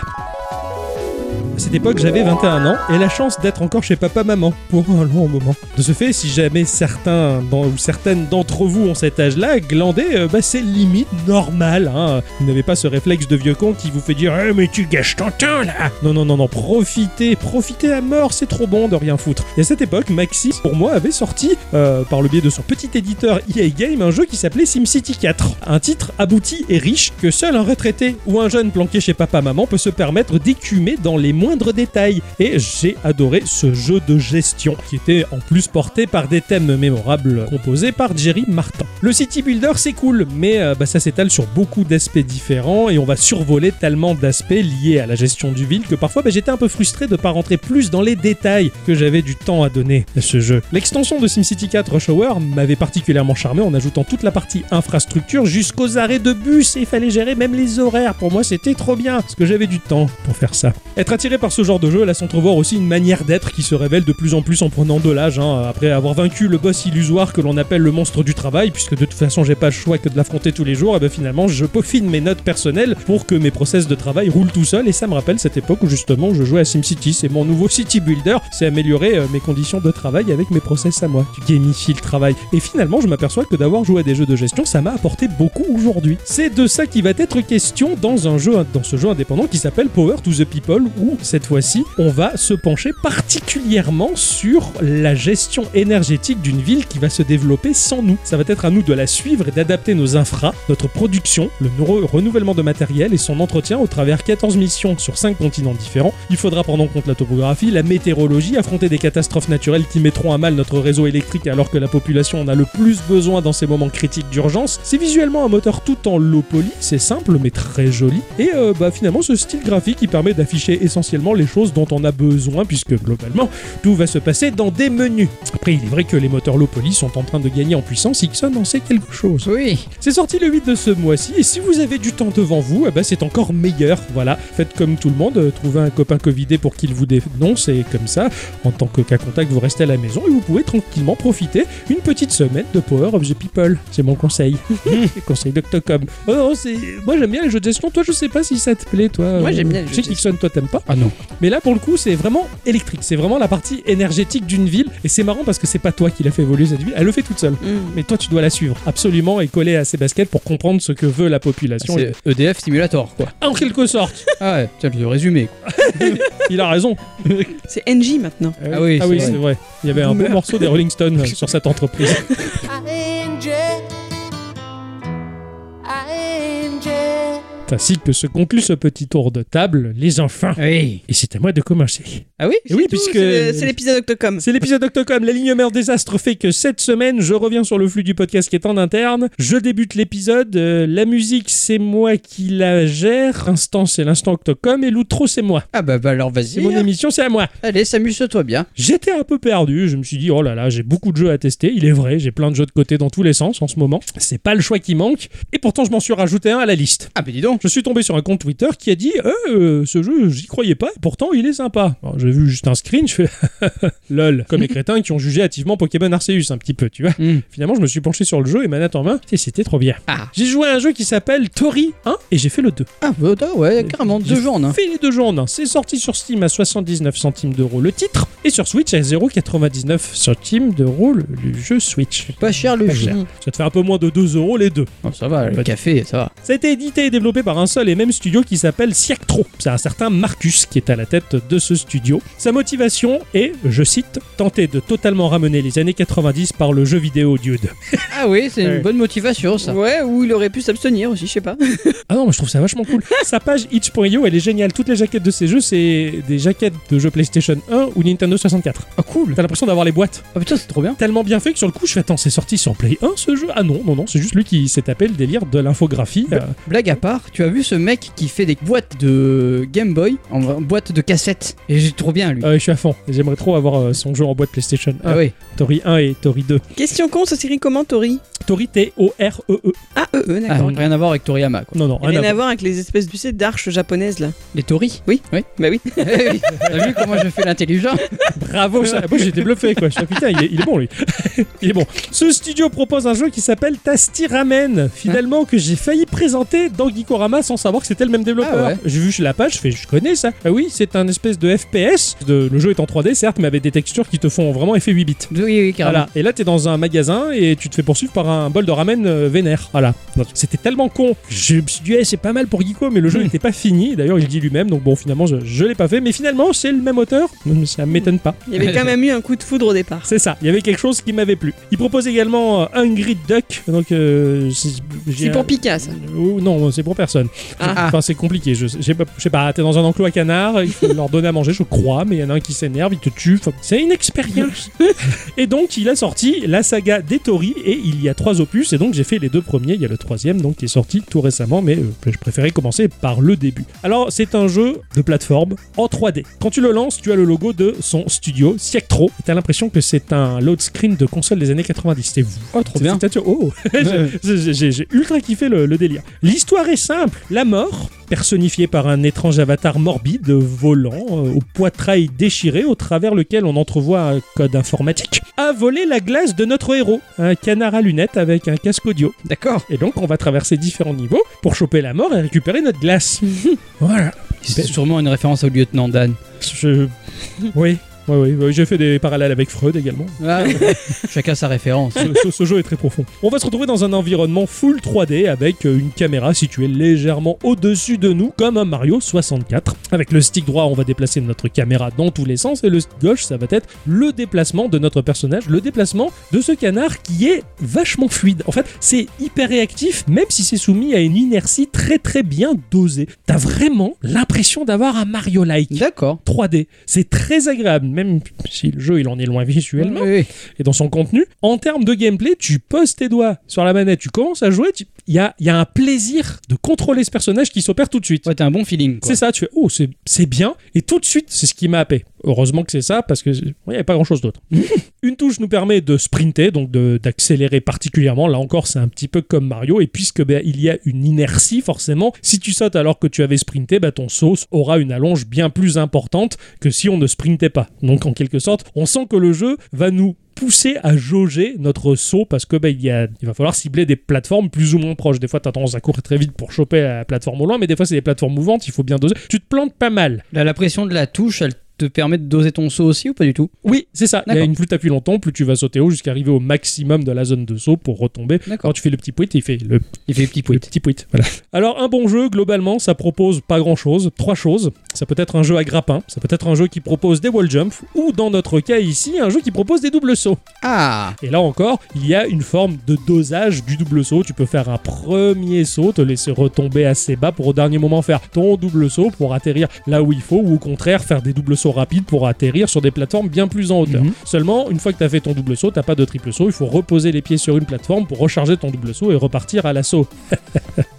B: À cette époque, j'avais 21 ans et la chance d'être encore chez papa-maman pour un long moment. De ce fait, si jamais certains d'en- ou certaines d'entre vous ont cet âge-là, glander, euh, bah, c'est limite normal. hein. Vous n'avez pas ce réflexe de vieux con qui vous fait dire Eh, mais tu gâches ton temps là !» Non, non, non, non, profitez, profitez à mort, c'est trop bon de rien foutre. Et à cette époque, Maxis, pour moi, avait sorti, euh, par le biais de son petit éditeur EA Game, un jeu qui s'appelait SimCity 4. Un titre abouti et riche que seul un retraité ou un jeune planqué chez papa-maman peut se permettre d'écumer dans les moindres détails. Et j'ai adoré ce jeu de gestion, qui était en plus porté par des thèmes mémorables composés par Jerry Martin. Le City Builder, c'est cool, mais euh, bah, ça s'étale sur beaucoup d'aspects différents et on va survoler tellement d'aspects liés à la gestion du ville que parfois bah, j'étais un peu frustré de ne pas rentrer plus dans les détails que j'avais du temps à donner à ce jeu. L'extension de SimCity 4 Rush Hour m'avait particulièrement charmé en ajoutant toute la partie infrastructure jusqu'aux arrêts de bus et il fallait gérer même les horaires. Pour moi, c'était trop bien parce que j'avais du temps pour faire ça. Être attiré par ce genre de jeu laisse entrevoir aussi une manière d'être qui se révèle de plus en plus en prenant de l'âge. hein. Après avoir vaincu le boss illusoire que l'on appelle le monstre du travail, puisque de toute façon j'ai pas le choix que de l'affronter tous les jours, et ben finalement je peaufine mes notes personnelles pour que mes process de travail roulent tout seul. Et ça me rappelle cette époque où justement je jouais à SimCity. C'est mon nouveau City Builder, c'est améliorer euh, mes conditions de travail avec mes process à moi. Tu gamifies le travail. Et finalement je m'aperçois que d'avoir joué à des jeux de gestion, ça m'a apporté beaucoup aujourd'hui. C'est de ça qui va être question dans un jeu, dans ce jeu indépendant qui s'appelle Power to the People, où cette fois-ci, on va se pencher particulièrement sur la gestion énergétique d'une ville qui va se développer sans nous. Ça va être à nous de la suivre et d'adapter nos infras, notre production, le neuro- renouvellement de matériel et son entretien au travers 14 missions sur 5 continents différents. Il faudra prendre en compte la topographie, la météorologie, affronter des catastrophes naturelles qui mettront à mal notre réseau électrique alors que la population en a le plus besoin dans ces moments critiques d'urgence. C'est visuellement un moteur tout en low poly, c'est simple mais très joli. Et euh, bah, finalement, ce style graphique il permet d'afficher essentiellement les choses dont on a besoin puisque globalement, tout va se passer dans des menus. Après, il est vrai que les moteurs low poly sont en train de gagner en puissance, Ixon en sait quelque chose.
A: Oui.
B: C'est sorti le 8 de ce mois-ci, et si vous avez du temps devant vous, eh ben c'est encore meilleur. Voilà, faites comme tout le monde, euh, trouvez un copain Covidé pour qu'il vous dénonce, et comme ça, en tant que cas contact, vous restez à la maison et vous pouvez tranquillement profiter une petite semaine de Power of the People. C'est mon
C: (laughs)
B: conseil. (laughs) conseil oh, d'Octocom. Oh, non, c'est... Moi j'aime bien les jeux de gestion, toi je sais pas si ça te plaît, toi.
C: Moi,
B: euh,
C: j'aime bien les
B: Je
C: jeux
B: sais
C: de
B: qu'Ixon, toi t'aimes pas. Ah
A: non.
B: Mais là, pour le coup, c'est vraiment électrique. C'est vraiment la partie énergétique d'une ville. Et c'est marrant parce que c'est pas toi qui l'a fait évoluer cette ville. Elle le fait toute seule.
C: Mm.
B: Mais toi, tu dois la suivre absolument et coller à ses baskets pour comprendre ce que veut la population.
A: C'est EDF E Simulator, quoi.
B: En quelque sorte,
A: Ah ouais, tiens, le résumé. quoi.
B: il a raison.
C: C'est NJ maintenant.
A: Ah oui,
B: ah
A: c'est
B: oui,
A: vrai.
B: c'est vrai. Il y avait un beau morceau des Rolling Stones euh, sur cette entreprise. C'est ainsi que se conclut ce petit tour de table, les enfants.
A: Oui.
B: Et c'est à moi de commencer.
A: Ah oui
B: Et
C: C'est
B: oui,
C: tout,
B: puisque-
C: c'est le- c'est l'épisode Octocom.
B: C'est l'épisode d'Octocom. L'alignement désastre fait que cette semaine, je reviens sur le flux du podcast qui est en interne. Je débute l'épisode. euh, la musique, c'est moi qui la gère. L'instant, c'est l'instant Octocom. Et l'outro, c'est moi.
A: Ah bah, bah alors vas-y.
B: C'est mon émission, c'est à moi.
A: Allez, s'amuse-toi bien.
B: J'étais un peu perdu, je me suis dit oh là là, j'ai beaucoup de jeux à tester, il est vrai, j'ai plein de jeux de côté dans tous les sens en ce moment, c'est pas le choix qui manque, et pourtant je m'en suis rajouté un à la liste.
A: Ah bah dis donc.
B: Je suis tombé sur un compte Twitter qui a dit Eh, euh, ce jeu, j'y croyais pas, et pourtant il est sympa. Alors, J'ai vu juste un screen, je fais (laughs) lol, comme les crétins qui ont jugé hâtivement Pokémon Arceus un petit peu, tu vois.
A: Hmm.
B: Finalement, je me suis penché sur le jeu et manette en main, et c'était trop bien.
A: Ah.
B: J'ai joué à un jeu qui s'appelle Tori 1 et j'ai fait le 2.
A: Ah bah attends, ouais, carrément, deux
B: J'ai
A: gens, hein.
B: Fait les deux jeux en un. C'est sorti sur Steam à 79 centimes d'euros le titre et sur Switch à 0,99 centimes d'euros le, le jeu Switch.
A: Pas cher le
B: Pas
A: jeu.
B: cher. Ça te fait un peu moins de 2 euros les deux.
A: Oh, ça va,
B: Pas
A: le
B: de-
A: café, ça va.
B: Ça a été édité et développé par un seul et même studio qui s'appelle Siactro. C'est un certain Marcus qui est à la tête de ce studio. Sa motivation est, je cite, tenter de totalement ramener les années 90 par le jeu vidéo dude.
A: Ah oui, c'est
B: Ouais.
A: une bonne motivation, ça.
C: Ouais, ou il aurait pu s'abstenir aussi, je sais pas. (laughs)
B: Ah non, mais je trouve ça vachement
A: (laughs)
B: cool. Sa page itch.io, elle est géniale. Toutes les jaquettes de ces jeux, c'est des jaquettes de jeux PlayStation 1 ou Nintendo 64.
A: Ah cool.
B: T'as l'impression d'avoir les boîtes.
A: Ah putain, c'est trop bien.
B: Tellement bien fait que sur le coup, je fais attends, c'est sorti sur Play 1 ce jeu Ah non, non, non, c'est juste lui qui s'est tapé le délire de l'infographie. euh.
A: Blague à part, tu as vu ce mec qui fait des boîtes de Game Boy en en boîte de cassette Et j'ai trop bien lui.
B: Ah ouais, je suis à fond. J'aimerais trop avoir euh, son jeu en boîte PlayStation 1.
A: Ah oui.
B: Tori 1 et Tori 2.
C: Question con, ça s'écrit comment, Tori
B: Tori T-O-R-E-E.
C: Ah, euh, euh,
A: Ah,
C: d'accord.
A: rien à voir avec Toriyama quoi.
B: E Non, non, Ah,
C: Rien
B: rien à
C: à
B: voir.
C: voir avec les espèces tu sais, d'arches japonaises là.
A: Les Tori
C: Oui.
A: Oui.
C: Bah oui.
A: Eh oui. T'as vu comment je fais l'intelligent
B: Bravo, ça. Moi, j'étais bluffé, quoi. Je suis putain, il est, il est bon, lui. (laughs) il est bon. Ce studio propose un jeu qui s'appelle Tasti Ramen. Finalement, que j'ai failli présenter dans Geekorama sans savoir que c'était le même développeur.
A: Ah ouais.
B: J'ai vu sur la page, je fais, je connais ça. Ah oui, c'est un espèce de FPS. De, le jeu est en 3D, certes, mais avec des textures qui te font vraiment effet 8 bits.
A: Oui, oui, carrément.
B: Voilà. Et là, t'es dans un magasin et tu te fais poursuivre par un bol de ramen euh, vénère. Voilà. Donc, C'était tellement con. Je me suis dit, eh, c'est pas mal pour Geeko, mais le
A: Hmm.
B: jeu n'était pas fini. D'ailleurs, il dit lui-même. Donc bon, finalement, je, je l'ai pas fait. Mais finalement, c'est le même auteur. Ça m'étonne pas.
C: Il y
B: (laughs)
C: avait quand même eu un coup de foudre au départ.
B: C'est ça. Il y avait quelque chose qui m'avait plu. Il propose également euh, Hungry Duck. Donc, euh, c'est j'ai
C: C'est
B: un-
C: pour Pika ça.
B: Euh, Ou- non, c'est pour personne.
C: Ah.
B: Enfin, c'est compliqué. Je je sais pas, je sais pas. T'es dans un enclos à canards, il faut leur donner à manger, je crois, mais il y en a un qui s'énerve, il te tue. Enfin, c'est une expérience. et donc, il a sorti la saga des Tori et il y a trois opus. Et donc, j'ai fait les deux premiers. Il y a le troisième, donc qui est sorti tout récemment, mais euh, je préférais commencer par le début. Alors, c'est un jeu de plateforme en 3D. Quand tu le lances, tu as le logo de son studio, Siectro. et T'as l'impression que c'est un load screen de console des années 90. C'est vous.
A: Oh, trop
B: C'est-
A: bien.
B: c'est- Oh, (laughs) j'ai- j'ai j'ai ultra kiffé le, le délire. L'histoire est simple. La mort, personnifiée par un étrange avatar morbide, volant, euh, au poitrail déchiré, au travers lequel on entrevoit un code informatique, a volé la glace de notre héros, un canard à lunettes avec un casque audio.
A: D'accord.
B: Et donc, on va traverser différents niveaux pour choper la mort et récupérer notre glace. voilà.
A: C'est sûrement une référence au lieutenant Dan.
B: Je- Oui. Oui, oui, oui, j'ai fait des parallèles avec Freud également.
A: Ah, ouais. (laughs) Chacun sa référence.
B: ce, ce- ce jeu est très profond. On va se retrouver dans un environnement full 3D avec euh, une caméra située légèrement au-dessus de nous, comme un Mario 64. Avec le stick droit, on va déplacer notre caméra dans tous les sens, et le stick gauche, ça va être le déplacement de notre personnage, le déplacement de ce canard qui est vachement fluide. En fait, c'est hyper réactif, même si c'est soumis à une inertie très très bien dosée. T'as vraiment l'impression d'avoir un Mario-like.
A: D'accord.
B: 3D, c'est très agréable, même si le jeu il en est loin visuellement
A: Oui, oui.
B: et dans son contenu. En termes de gameplay, tu poses tes doigts sur la manette, tu commences à jouer, tu- il y a, il y a un plaisir de contrôler ce personnage qui s'opère tout de suite.
A: Ouais, t'as un bon feeling. quoi.
B: C'est ça, tu fais, oh, c'est- c'est bien. Et tout de suite, c'est ce qui m'a happé. Heureusement que c'est ça, parce que il n'y avait pas grand-chose d'autre. Une touche nous permet de sprinter, donc de- d'accélérer particulièrement. Là encore, c'est un petit peu comme Mario. Et puisque ben, il y a une inertie, forcément, si tu sautes alors que tu avais sprinté, ben, ton saut aura une allonge bien plus importante que si on ne sprintait pas. Donc en quelque sorte, on sent que le jeu va nous pousser à jauger notre saut parce que ben, il, y a- il va falloir cibler des plateformes plus ou moins proches. Des fois, tu as tendance à courir très vite pour choper la plateforme au loin, mais des fois, c'est des plateformes mouvantes, il faut bien doser. Tu te plantes pas mal.
A: La, la pression de la touche, elle te permet de doser ton saut aussi ou pas du tout
B: Oui, c'est ça. Il y a
A: D'accord.
B: une plus t'appuies longtemps, plus tu vas sauter haut jusqu'à arriver au maximum de la zone de saut pour retomber. Quand
A: D'accord.
B: tu fais le petit pouit, il fait le
A: Il fait petit
B: le
A: pouit.
B: petit pouit. Voilà. Alors, un bon jeu, globalement, ça propose pas grand chose. Trois choses. Ça peut être un jeu à grappin, ça peut être un jeu qui propose des wall jumps, ou dans notre cas ici, un jeu qui propose des doubles sauts.
A: Ah
B: Et là encore, il y a une forme de dosage du double saut. Tu peux faire un premier saut, te laisser retomber assez bas pour au dernier moment faire ton double saut pour atterrir là où il faut, ou au contraire faire des doubles sauts rapides pour atterrir sur des plateformes bien plus en hauteur.
A: Mhm.
B: Seulement, une fois que tu as fait ton double saut, t'as pas de triple saut, il faut reposer les pieds sur une plateforme pour recharger ton double saut et repartir à l'assaut.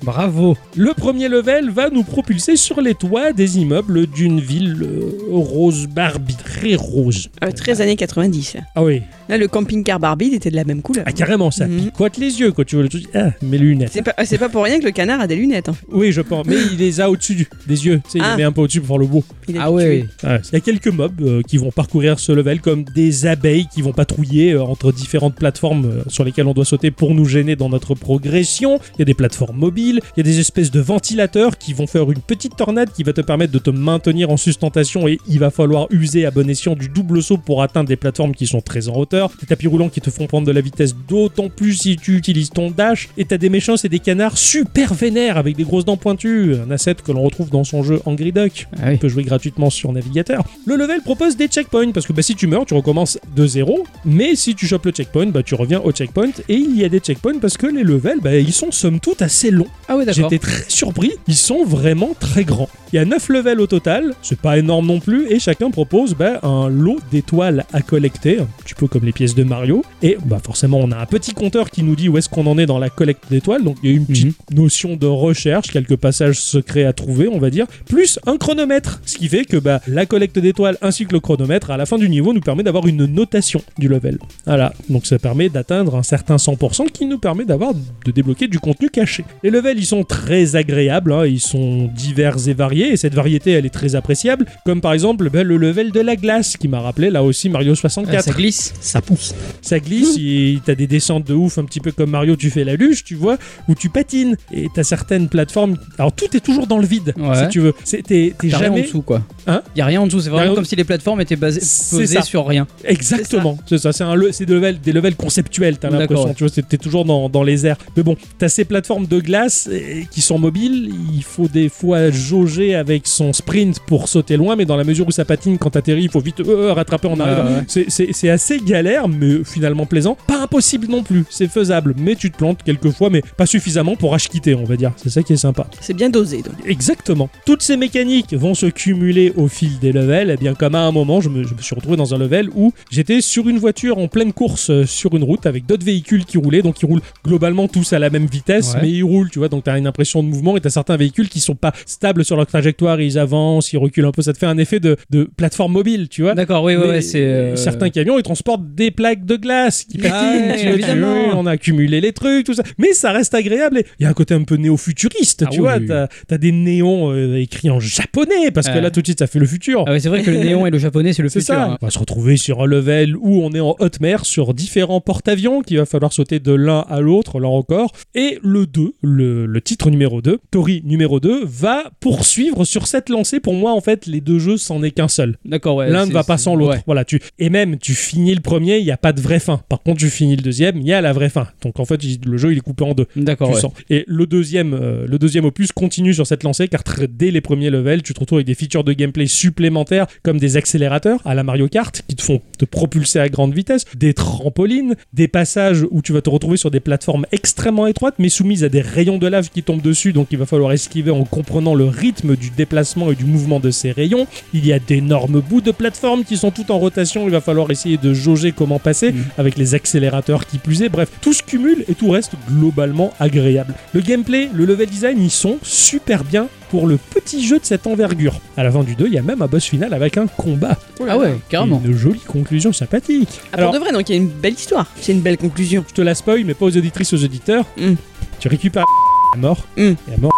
A: Bravo
B: Le premier level va nous propulser sur les toits des immeubles d'une ville euh, rose Barbie, très rose.
C: Euh, 13 années 90. là.
B: Ah oui,
C: Là, le camping-car Barbie, il était de la même couleur.
B: ah, carrément, ça
C: Mhm.
B: picote les yeux quand tu vois le truc. Ah, mes lunettes.
C: C'est pas, c'est pas pour rien que le canard a des lunettes. en fait.
B: Oui, je pense. Mais il les a au-dessus du- des yeux. Tu sais, il les
C: Ah.
B: met un peu au-dessus pour faire le beau.
C: Il est
A: Ah ouais,
C: habitué.
A: ouais.
B: Ouais. Il y a quelques mobs euh, qui vont parcourir ce level comme des abeilles qui vont patrouiller euh, entre différentes plateformes euh, sur lesquelles on doit sauter pour nous gêner dans notre progression. Il y a des plateformes mobiles, il y a des espèces de ventilateurs qui vont faire une petite tornade qui va te permettre de te maintenir en sustentation et il va falloir user à bon escient du double saut pour atteindre des plateformes qui sont très en hauteur. Des tapis roulants qui te font prendre de la vitesse d'autant plus si tu utilises ton dash. Et t'as des méchants, c'est des canards super vénères avec des grosses dents pointues. Un asset que l'on retrouve dans son jeu Angry Duck
A: Ah oui.
B: peut jouer gratuitement sur navigateur. Le level propose des checkpoints parce que bah, si tu meurs, tu recommences de zéro. Mais si tu chopes le checkpoint, bah, tu reviens au checkpoint. Et il y a des checkpoints parce que les levels, bah, ils sont somme toute assez longs.
A: Ah ouais, d'accord.
B: J'étais très surpris. Ils sont vraiment très grands. Il y a 9 levels au total. C'est pas énorme non plus. Et chacun propose bah, un lot d'étoiles à collecter, un petit peu comme les pièces de Mario. Et bah, forcément, on a un petit compteur qui nous dit où est-ce qu'on en est dans la collecte d'étoiles. Donc il y a une petite notion de recherche, quelques passages secrets à trouver, on va dire, plus un chronomètre. Ce qui fait que bah, la collecte d'étoiles ainsi que le chronomètre, à la fin du niveau, nous permet d'avoir une notation du level. Voilà, donc ça permet d'atteindre un certain 100% qui nous permet d'avoir de débloquer du contenu caché. Les levels, ils sont très agréables, hein, ils sont divers et variés, et cette variété, elle est très appréciable, comme par exemple bah, le level de la glace, qui m'a rappelé là aussi Mario
A: Ah,
B: 64
A: ça glisse.
B: ça pousse. Ça
A: (laughs)
B: glisse, et t'as des descentes de ouf, un petit peu comme Mario, tu fais la luge, tu vois, ou tu patines. Et t'as certaines plateformes. Alors tout est toujours dans le vide,
A: Ouais.
B: si tu veux. C'est- T'es t'es
A: T'as rien en
B: jamais.
A: dessous quoi.
B: Hein
A: y a rien en dessous,
B: Y
A: c'est
B: a rien
A: vraiment
B: en-
A: comme si les plateformes étaient basées
B: C'est
A: posées
B: ça.
A: sur rien.
B: Exactement, c'est ça. C'est un le- c'est des levels, des levels conceptuels, t'as
A: D'accord,
B: l'impression.
A: ouais.
B: Tu vois, c'est- t'es toujours dans, dans les airs. Mais bon, t'as ces plateformes de glace euh, qui sont mobiles. Il faut des fois jauger avec son sprint pour sauter loin, mais dans la mesure où ça patine, quand t'atterris, il faut vite euh, rattraper en arrière.
A: Ah Ouais, ouais.
B: C'est- C'est c'est assez galère, mais finalement plaisant. Pas impossible non plus, c'est faisable. Mais tu te plantes quelquefois, mais pas suffisamment pour quitter on va dire. C'est ça qui est sympa.
C: C'est bien dosé. Donc.
B: Exactement. Toutes ces mécaniques vont se cumuler au fil des levels. Et bien, comme à un moment, je me, je me suis retrouvé dans un level où j'étais sur une voiture en pleine course euh, sur une route avec d'autres véhicules qui roulaient. Donc, ils roulent globalement tous à la même vitesse,
A: Ouais.
B: mais ils roulent, tu vois. Donc, t'as une impression de mouvement et t'as certains véhicules qui sont pas stables sur leur trajectoire. Ils avancent, ils reculent un peu. Ça te fait un effet de, de plateforme mobile, tu vois.
A: D'accord, oui, ouais,
B: Mais
A: ouais, c'est. euh,
B: Certains camions, ils transportent des plaques de glace qui
A: Ah,
B: patinent.
A: ouais,
B: tu vois, tu
A: évidemment.
B: vois, on a accumulé les trucs, tout ça. Mais ça reste agréable. et Il y a un côté un peu néo-futuriste,
A: Ah
B: tu
A: oui,
B: vois.
A: oui,
B: T'as t'as des néons euh, écrits en japonais parce que
A: Ouais.
B: là, tout de suite, ça fait le futur.
A: Ah ouais, c'est vrai que le néon et le japonais, c'est le
B: C'est
A: futur.
B: ça.
A: hein.
B: On va se retrouver sur un level où on est en haute mer sur différents porte-avions qu'il va falloir sauter de l'un à l'autre, là encore. Et le 2, le, le titre numéro 2, Tori numéro 2, va poursuivre sur cette lancée. Pour moi, en fait, les deux jeux, c'en est qu'un seul.
A: D'accord, ouais.
B: L'un ne
A: c'est-
B: va pas
A: c'est-
B: sans l'autre.
A: ouais.
B: Voilà, tu et même tu finis le premier, il n'y a pas de vraie fin. Par contre, tu finis le deuxième, il y a la vraie fin. Donc en fait, il- le jeu il est coupé en deux.
A: D'accord,
B: tu
A: ouais.
B: sens. Et le deuxième, euh, le deuxième opus continue sur cette lancée car très- dès les premiers levels, tu te retrouves avec des features de gameplay supplémentaires comme des accélérateurs à la Mario Kart qui te font te propulser à grande vitesse, des trampolines, des passages où tu vas te retrouver sur des plateformes extrêmement étroites mais soumises à des rayons de lave qui tombe dessus, donc il va falloir esquiver en comprenant le rythme du déplacement et du mouvement de ces rayons. Il y a d'énormes bouts de plateforme qui sont toutes en rotation, il va falloir essayer de jauger comment passer,
A: Mhm.
B: avec les accélérateurs qui plus est. Bref, tout se cumule et tout reste globalement agréable. Le gameplay, le level design, ils sont super bien pour le petit jeu de cette envergure. À la fin du 2, il y a même un boss final avec un combat.
A: Ah ouais, carrément.
B: Une jolie conclusion sympathique.
C: Ah,
B: Alors-
C: pour de vrai, donc il y a une belle histoire. C'est une belle conclusion.
B: Je te la spoil, mais pas aux auditrices, aux auditeurs.
C: Mm.
B: Tu récupères à mort.
C: Mm.
B: Et à mort.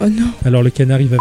C: Oh non,
B: Alors le canari va.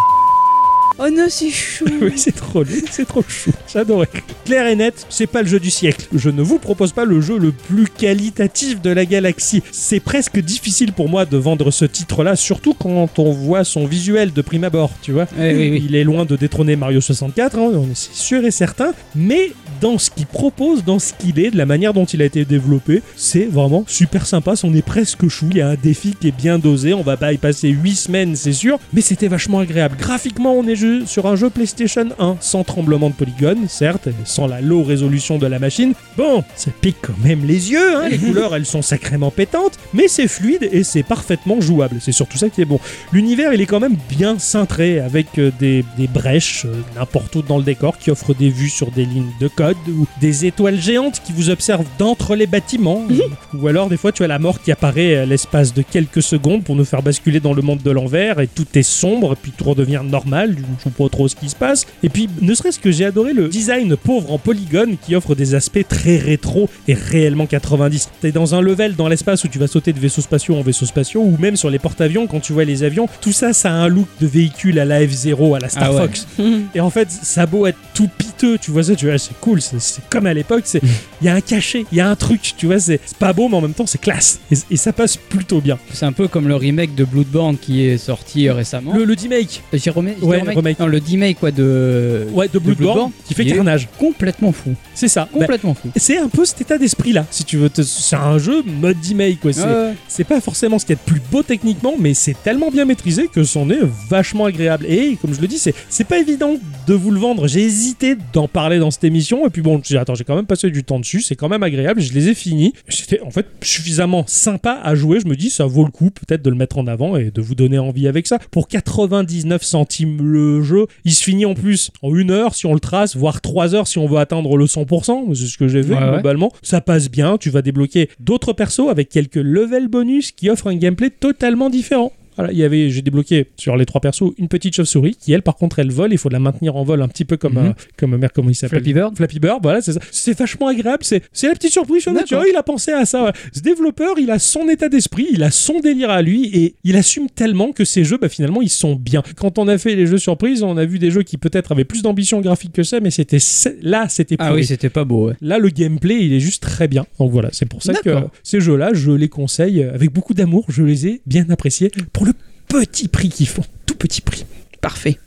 C: oh non, c'est chou.
B: (laughs) oui, c'est trop, c'est trop chou. J'adorais. Clair et net, c'est pas le jeu du siècle. Je ne vous propose pas le jeu le plus qualitatif de la galaxie. C'est presque difficile pour moi de vendre ce titre-là, surtout quand on voit son visuel de prime abord, tu vois.
A: Ouais, Eh oui, oui.
B: Il est loin de détrôner Mario 64, hein, on est sûr et certain, mais dans ce qu'il propose, dans ce qu'il est, de la manière dont il a été développé, c'est vraiment super sympa. On est presque chou, il y a un défi qui est bien dosé, on va pas y passer 8 semaines, c'est sûr, mais c'était vachement agréable. Graphiquement, on est jeu- sur un jeu PlayStation 1, sans tremblement de polygone, certes, et sans la low résolution de la machine. Bon, ça pique quand même les yeux,
A: (laughs)
B: hein, les couleurs elles sont sacrément pétantes, mais c'est fluide et c'est parfaitement jouable. C'est surtout ça qui est bon. L'univers, il est quand même bien cintré avec euh, des, des brèches euh, n'importe où dans le décor qui offrent des vues sur des lignes de code ou des étoiles géantes qui vous observent d'entre les bâtiments. euh, ou alors, des fois, tu as la mort qui apparaît à l'espace de quelques secondes pour nous faire basculer dans le monde de l'envers et tout est sombre, puis tout redevient normal. Je comprends pas trop ce qui se passe. Et puis, ne serait-ce que j'ai adoré le design pauvre en polygone qui offre des aspects très rétro et réellement 90. T'es dans un level dans l'espace où tu vas sauter de vaisseaux spatiaux en vaisseaux spatiaux ou même sur les porte-avions quand tu vois les avions. Tout ça, ça a un look de véhicule à la F0, à la Star
A: Ah ouais.
B: Fox. Et en fait, ça a beau être tout piteux, tu vois ça, tu vois, c'est cool, c'est- c'est comme à l'époque, c'est il y a un cachet, il y a un truc, tu vois, c'est c'est pas beau, mais en même temps, c'est classe. Et, et ça passe plutôt bien.
A: C'est un peu comme le remake de Bloodborne qui est sorti euh, récemment.
B: Le,
A: Euh,
B: le remake,
A: J'ai remake,
B: Ouais,
A: remake-
B: remake.
A: Non, le remake quoi de
B: ouais, de Bloodborne,
A: Bloodborne,
B: qui fait
A: il est-
B: carnage.
A: complètement fou,
B: C'est ça. Bah,
A: complètement fou.
B: c'est un peu cet état d'esprit là, si tu veux. te- C'est un jeu mode remake, quoi. C'est-
A: Ouais, ouais.
B: C'est pas forcément ce qu'il y a de plus beau techniquement, mais c'est tellement bien maîtrisé que c'en est vachement agréable. Et comme je le dis, c'est c'est pas évident de vous le vendre. J'ai hésité d'en parler dans cette émission, et puis bon, j'ai attends, j'ai quand même passé du temps dessus, c'est quand même agréable, je les ai finis. C'était en fait suffisamment sympa à jouer, je me dis, ça vaut le coup peut-être de le mettre en avant et de vous donner envie avec ça. Pour 99 centimes le jeu, il se finit en plus en une heure si on le trace, voire trois heures si on veut atteindre le 100%, c'est ce que j'ai vu
A: Ouais, ouais.
B: globalement. Ça passe bien, tu vas débloquer d'autres persos avec quelques levels bonus qui offrent un gameplay totalement différent. Voilà, il y avait, j'ai débloqué sur les trois persos une petite chauve-souris qui, elle, par contre, elle vole. Il faut la maintenir en vol un petit peu comme,
A: Mhm.
B: un- comme un merde, comment il s'appelle
A: Flappy Bird.
B: Flappy Bird, voilà, c'est ça. C'est vachement agréable, c'est c'est la petite surprise. tu vois, tu
A: D'accord.
B: vois, il a pensé à ça. ouais. Ce développeur, il a son état d'esprit, il a son délire à lui et il assume tellement que ces jeux, bah, finalement, ils sont bien. Quand on a fait les jeux surprises, on a vu des jeux qui peut-être avaient plus d'ambition graphique que ça, mais c'était là, c'était
A: Ah
B: pourri.
A: oui, c'était pas beau. Ouais.
B: Là, le gameplay, il est juste très bien. Donc voilà, c'est pour ça que
A: D'accord.
B: ces jeux-là, je les conseille avec beaucoup d'amour. Je les ai bien appréciés pour le petit prix qu'ils font. Tout petit prix.
C: Parfait.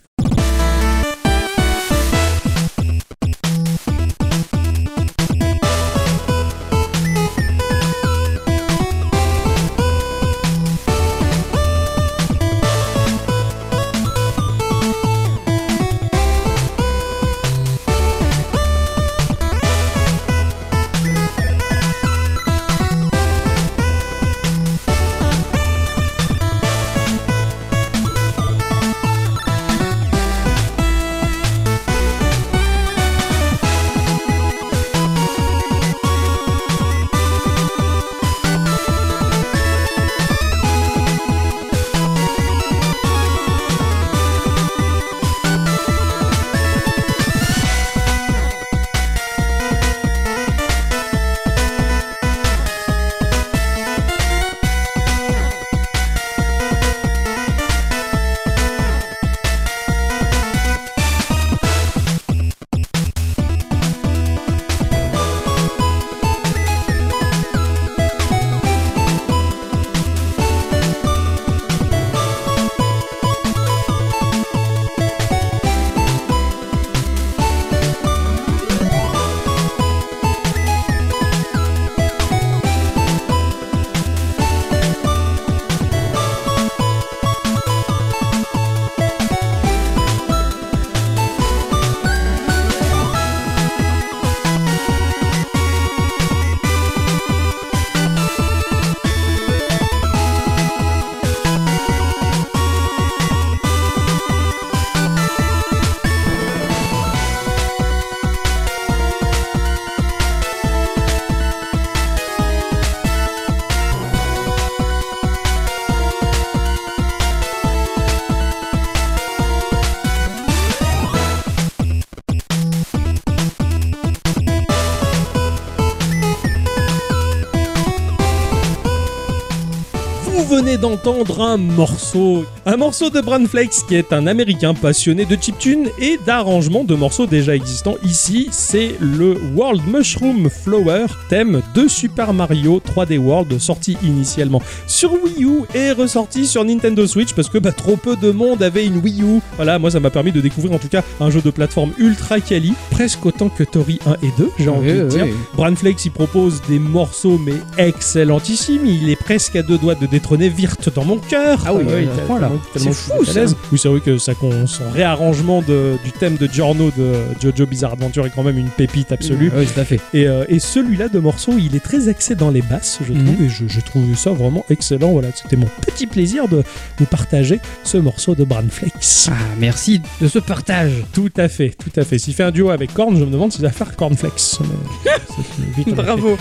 B: venez d'entendre un morceau. Un morceau de Bran Flakes qui est un américain passionné de chiptune et d'arrangement de morceaux déjà existants. Ici, c'est le World Mushroom Flower, thème de Super Mario 3D World, sorti initialement sur Wii U et ressorti sur Nintendo Switch parce que bah, trop peu de monde avait une Wii U. Voilà, moi ça m'a permis de découvrir en tout cas un jeu de plateforme ultra quali, presque autant que Tori 1 et 2, j'ai envie
A: Oui,
B: de dire.
A: oui.
B: Branflex il propose des morceaux mais excellentissimes. Il est presque à deux doigts de détrôner Virte dans mon cœur.
A: Ah oui,
B: Euh,
A: oui,
B: tellement-
A: voilà.
B: tellement je
A: C'est
B: suis
A: fou,
B: à l'aise. Oui, c'est vrai que ça, con- son réarrangement de- du thème de Giorno de Jojo Bizarre Adventure est quand même une pépite absolue.
A: Oui, tout à fait.
B: Et, euh, et celui-là de morceau, il est très axé dans les basses, je
A: Mhm.
B: trouve, et je, je trouve ça vraiment excellent. Voilà, c'était mon petit plaisir de vous partager ce morceau de Branflex.
A: Ah, merci de ce partage.
B: Tout à fait, tout à fait. S'il fait un duo avec Korn, je me demande s'il va faire
A: (laughs)
B: Cornflex. Mais c'est vite en effet.
C: Bravo.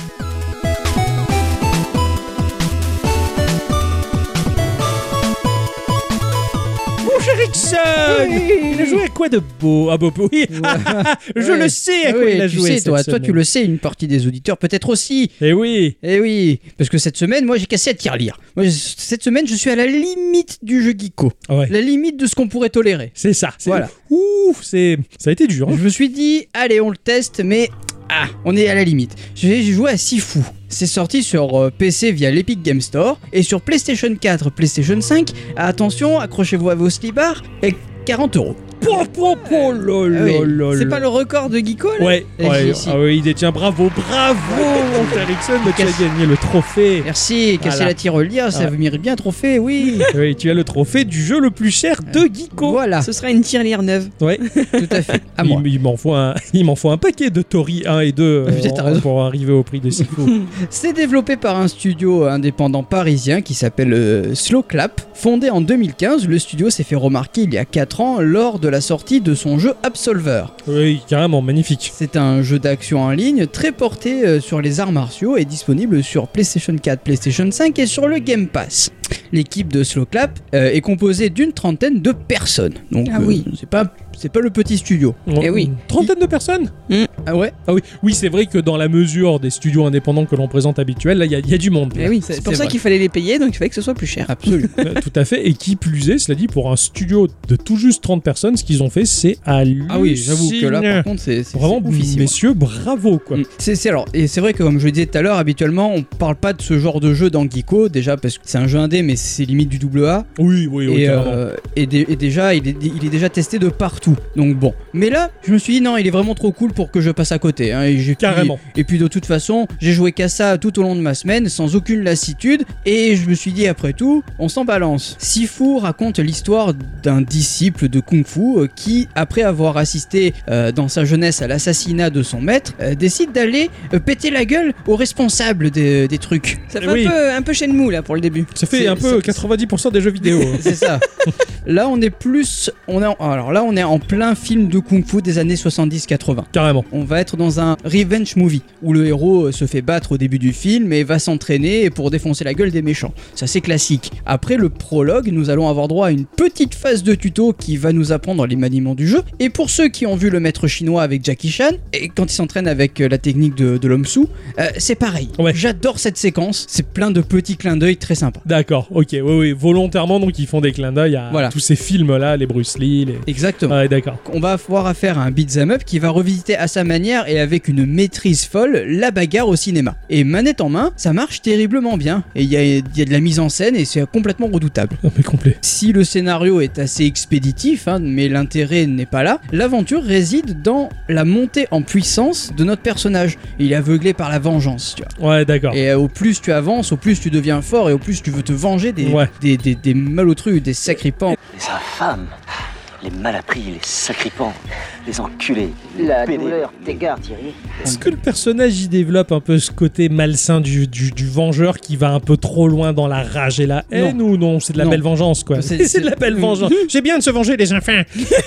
B: Mon cher Ixon Il a joué à quoi de beau Ah bah oui, (laughs) je le sais à quoi
A: Ah oui,
B: il a
A: tu
B: joué
A: sais, toi, toi, tu le sais, une partie des auditeurs peut-être aussi.
B: Et oui
A: Eh oui, parce que cette semaine, moi, j'ai cassé à tirelire. Moi, je- cette semaine, je suis à la limite du jeu geeko,
B: Ah ouais.
A: la limite de ce qu'on pourrait tolérer.
B: C'est ça. c'est-
A: Voilà.
B: Ouf, c'est... Ça a été dur. (laughs) hein.
A: Je me suis dit, allez, on le teste, mais ah, on est à la limite. J'ai j'ai joué à Sifu. C'est sorti sur euh, PC via l'Epic Game Store et sur PlayStation 4, PlayStation 5. Attention, accrochez-vous à vos slibards et 40 euros.
B: Pou, pou, pou, lo,
A: Ah oui.
B: lo, lo,
C: C'est
B: lo.
C: pas le record de Geeko là
B: oh, Ouais,
A: Et
B: ouais,
A: si, si.
B: ah oui, il détient bravo, bravo, mon cher Ixon, tu as
A: Casse-
B: gagné le trophée.
A: Merci, casser
B: Voilà.
A: la tirelire, ça
B: Ah.
A: vous mérite bien un
B: (laughs)
A: trophée, oui.
B: Oui, tu as le trophée du jeu le plus cher de Geeko.
A: Voilà,
C: Ce sera une tirelire neuve.
B: Ouais,
A: tout à fait. À
B: il,
A: moi.
B: il m'en faut un, (laughs) il m'en faut un paquet de Tori 1 et 2 (laughs) euh,
A: Putain, t'as raison.
B: pour arriver au prix de Sifu. (laughs)
A: C'est développé par un studio indépendant parisien qui s'appelle euh, Slow Clap. Fondé en 2015, le studio s'est fait remarquer il y a 4 ans lors de la sortie de son jeu Absolver.
B: oui, carrément magnifique.
A: C'est un jeu d'action en ligne très porté euh, sur les arts martiaux et disponible sur PlayStation 4, PlayStation 5 et sur le Game Pass. L'équipe de Slow Clap euh, est composée d'une trentaine de personnes. Donc euh,
C: Ah oui.
A: c'est pas c'est pas le petit studio.
C: Eh oui.
B: Trentaine de personnes
A: Ah ouais
B: Ah oui, oui c'est vrai que dans la mesure des studios indépendants que l'on présente habituels, là, il y, a- il y a du monde.
C: Eh oui, c'est
A: C'est-
C: pour
A: c'est
C: ça
A: vrai.
C: qu'il fallait les payer, donc il fallait que ce soit plus cher.
A: Absolument.
B: Euh, Tout à fait. Et qui plus est, cela dit, pour un studio de tout juste 30 personnes, ce qu'ils ont fait, c'est hallucinant.
A: ah oui, j'avoue que là par contre c'est c'est-
B: Vraiment,
A: c'est oufissime.
B: messieurs, bravo, quoi.
A: Mm. C'est c'est- alors et c'est vrai que comme je le disais tout à l'heure, habituellement on parle pas de ce genre de jeu dans Geeko déjà parce que c'est un jeu indé mais c'est limite du double A.
B: Oui, oui, oui,
A: Et,
B: carrément.
A: euh, et dé- et déjà, il est, il est déjà testé de partout. Donc bon. Mais là, je me suis dit, non, il est vraiment trop cool pour que je passe à côté. hein. Et j'ai-
B: Carrément.
A: Et puis de toute façon, j'ai joué qu'à ça tout au long de ma semaine, sans aucune lassitude. Et je me suis dit, après tout, on s'en balance. Sifu raconte l'histoire d'un disciple de Kung Fu euh, qui, après avoir assisté euh, dans sa jeunesse à l'assassinat de son maître, euh, décide d'aller euh, péter la gueule aux responsables des, des trucs.
C: Ça
B: Eh
C: fait
B: oui.
C: un peu, un peu Shenmue là pour le début.
B: Ça fait
A: c'est-
B: un peu
A: c'est-
B: 90% des jeux vidéo.
A: (laughs)
B: hein.
A: C'est ça. là, on est plus. On est en- alors là, on est en plein film de Kung Fu des années 70-80.
B: Carrément.
A: On va être dans un revenge movie où le héros euh, se fait battre au début du film et va s'entraîner pour défoncer la gueule des méchants. Ça c'est classique. Après le prologue, nous allons avoir droit à une petite phase de tuto qui va nous apprendre les maniements du jeu. Et pour ceux qui ont vu le maître chinois avec Jackie Chan et quand il s'entraîne avec euh, la technique de, de l'homme sou, euh, c'est pareil.
B: Ouais.
A: J'adore cette séquence. C'est plein de petits clins d'œil très sympas.
B: D'accord, ok, oui, oui, volontairement, donc ils font des clins d'œil à
A: Voilà.
B: tous ces films-là, les Bruce Lee, les...
A: Exactement.
B: Ah, ouais, d'accord.
A: On va avoir affaire à un beat'em up qui va revisiter à sa manière et avec une maîtrise folle la bagarre au cinéma. Et manette en main, ça marche terriblement bien. Et il y a, il y a de la mise en scène et c'est complètement redoutable.
B: Non, mais complet.
A: Si le scénario est assez expéditif, hein, mais l'intérêt n'est pas là, l'aventure réside dans la montée en puissance de notre personnage. Il est aveuglé par la vengeance, tu vois.
B: Ouais, d'accord.
A: Et euh, au plus tu avances, au plus tu deviens fort et au plus tu veux te venger des,
B: Ouais.
A: des, des, des malotrus, des sacripants.
D: Les infâmes, les malappris, les sacripants, les enculés. les
E: La
D: pédés,
E: douleur
D: les-
E: t'égare, Thierry.
B: Est-ce que le personnage y développe un peu ce côté malsain du, du, du vengeur qui va un peu trop loin dans la rage et la haine ou non C'est de la
A: Non.
B: belle vengeance quoi. (laughs)
A: C'est- Mm.
B: C'est de la
A: c'est-
B: belle vengeance. J'ai bien de se venger des enfants.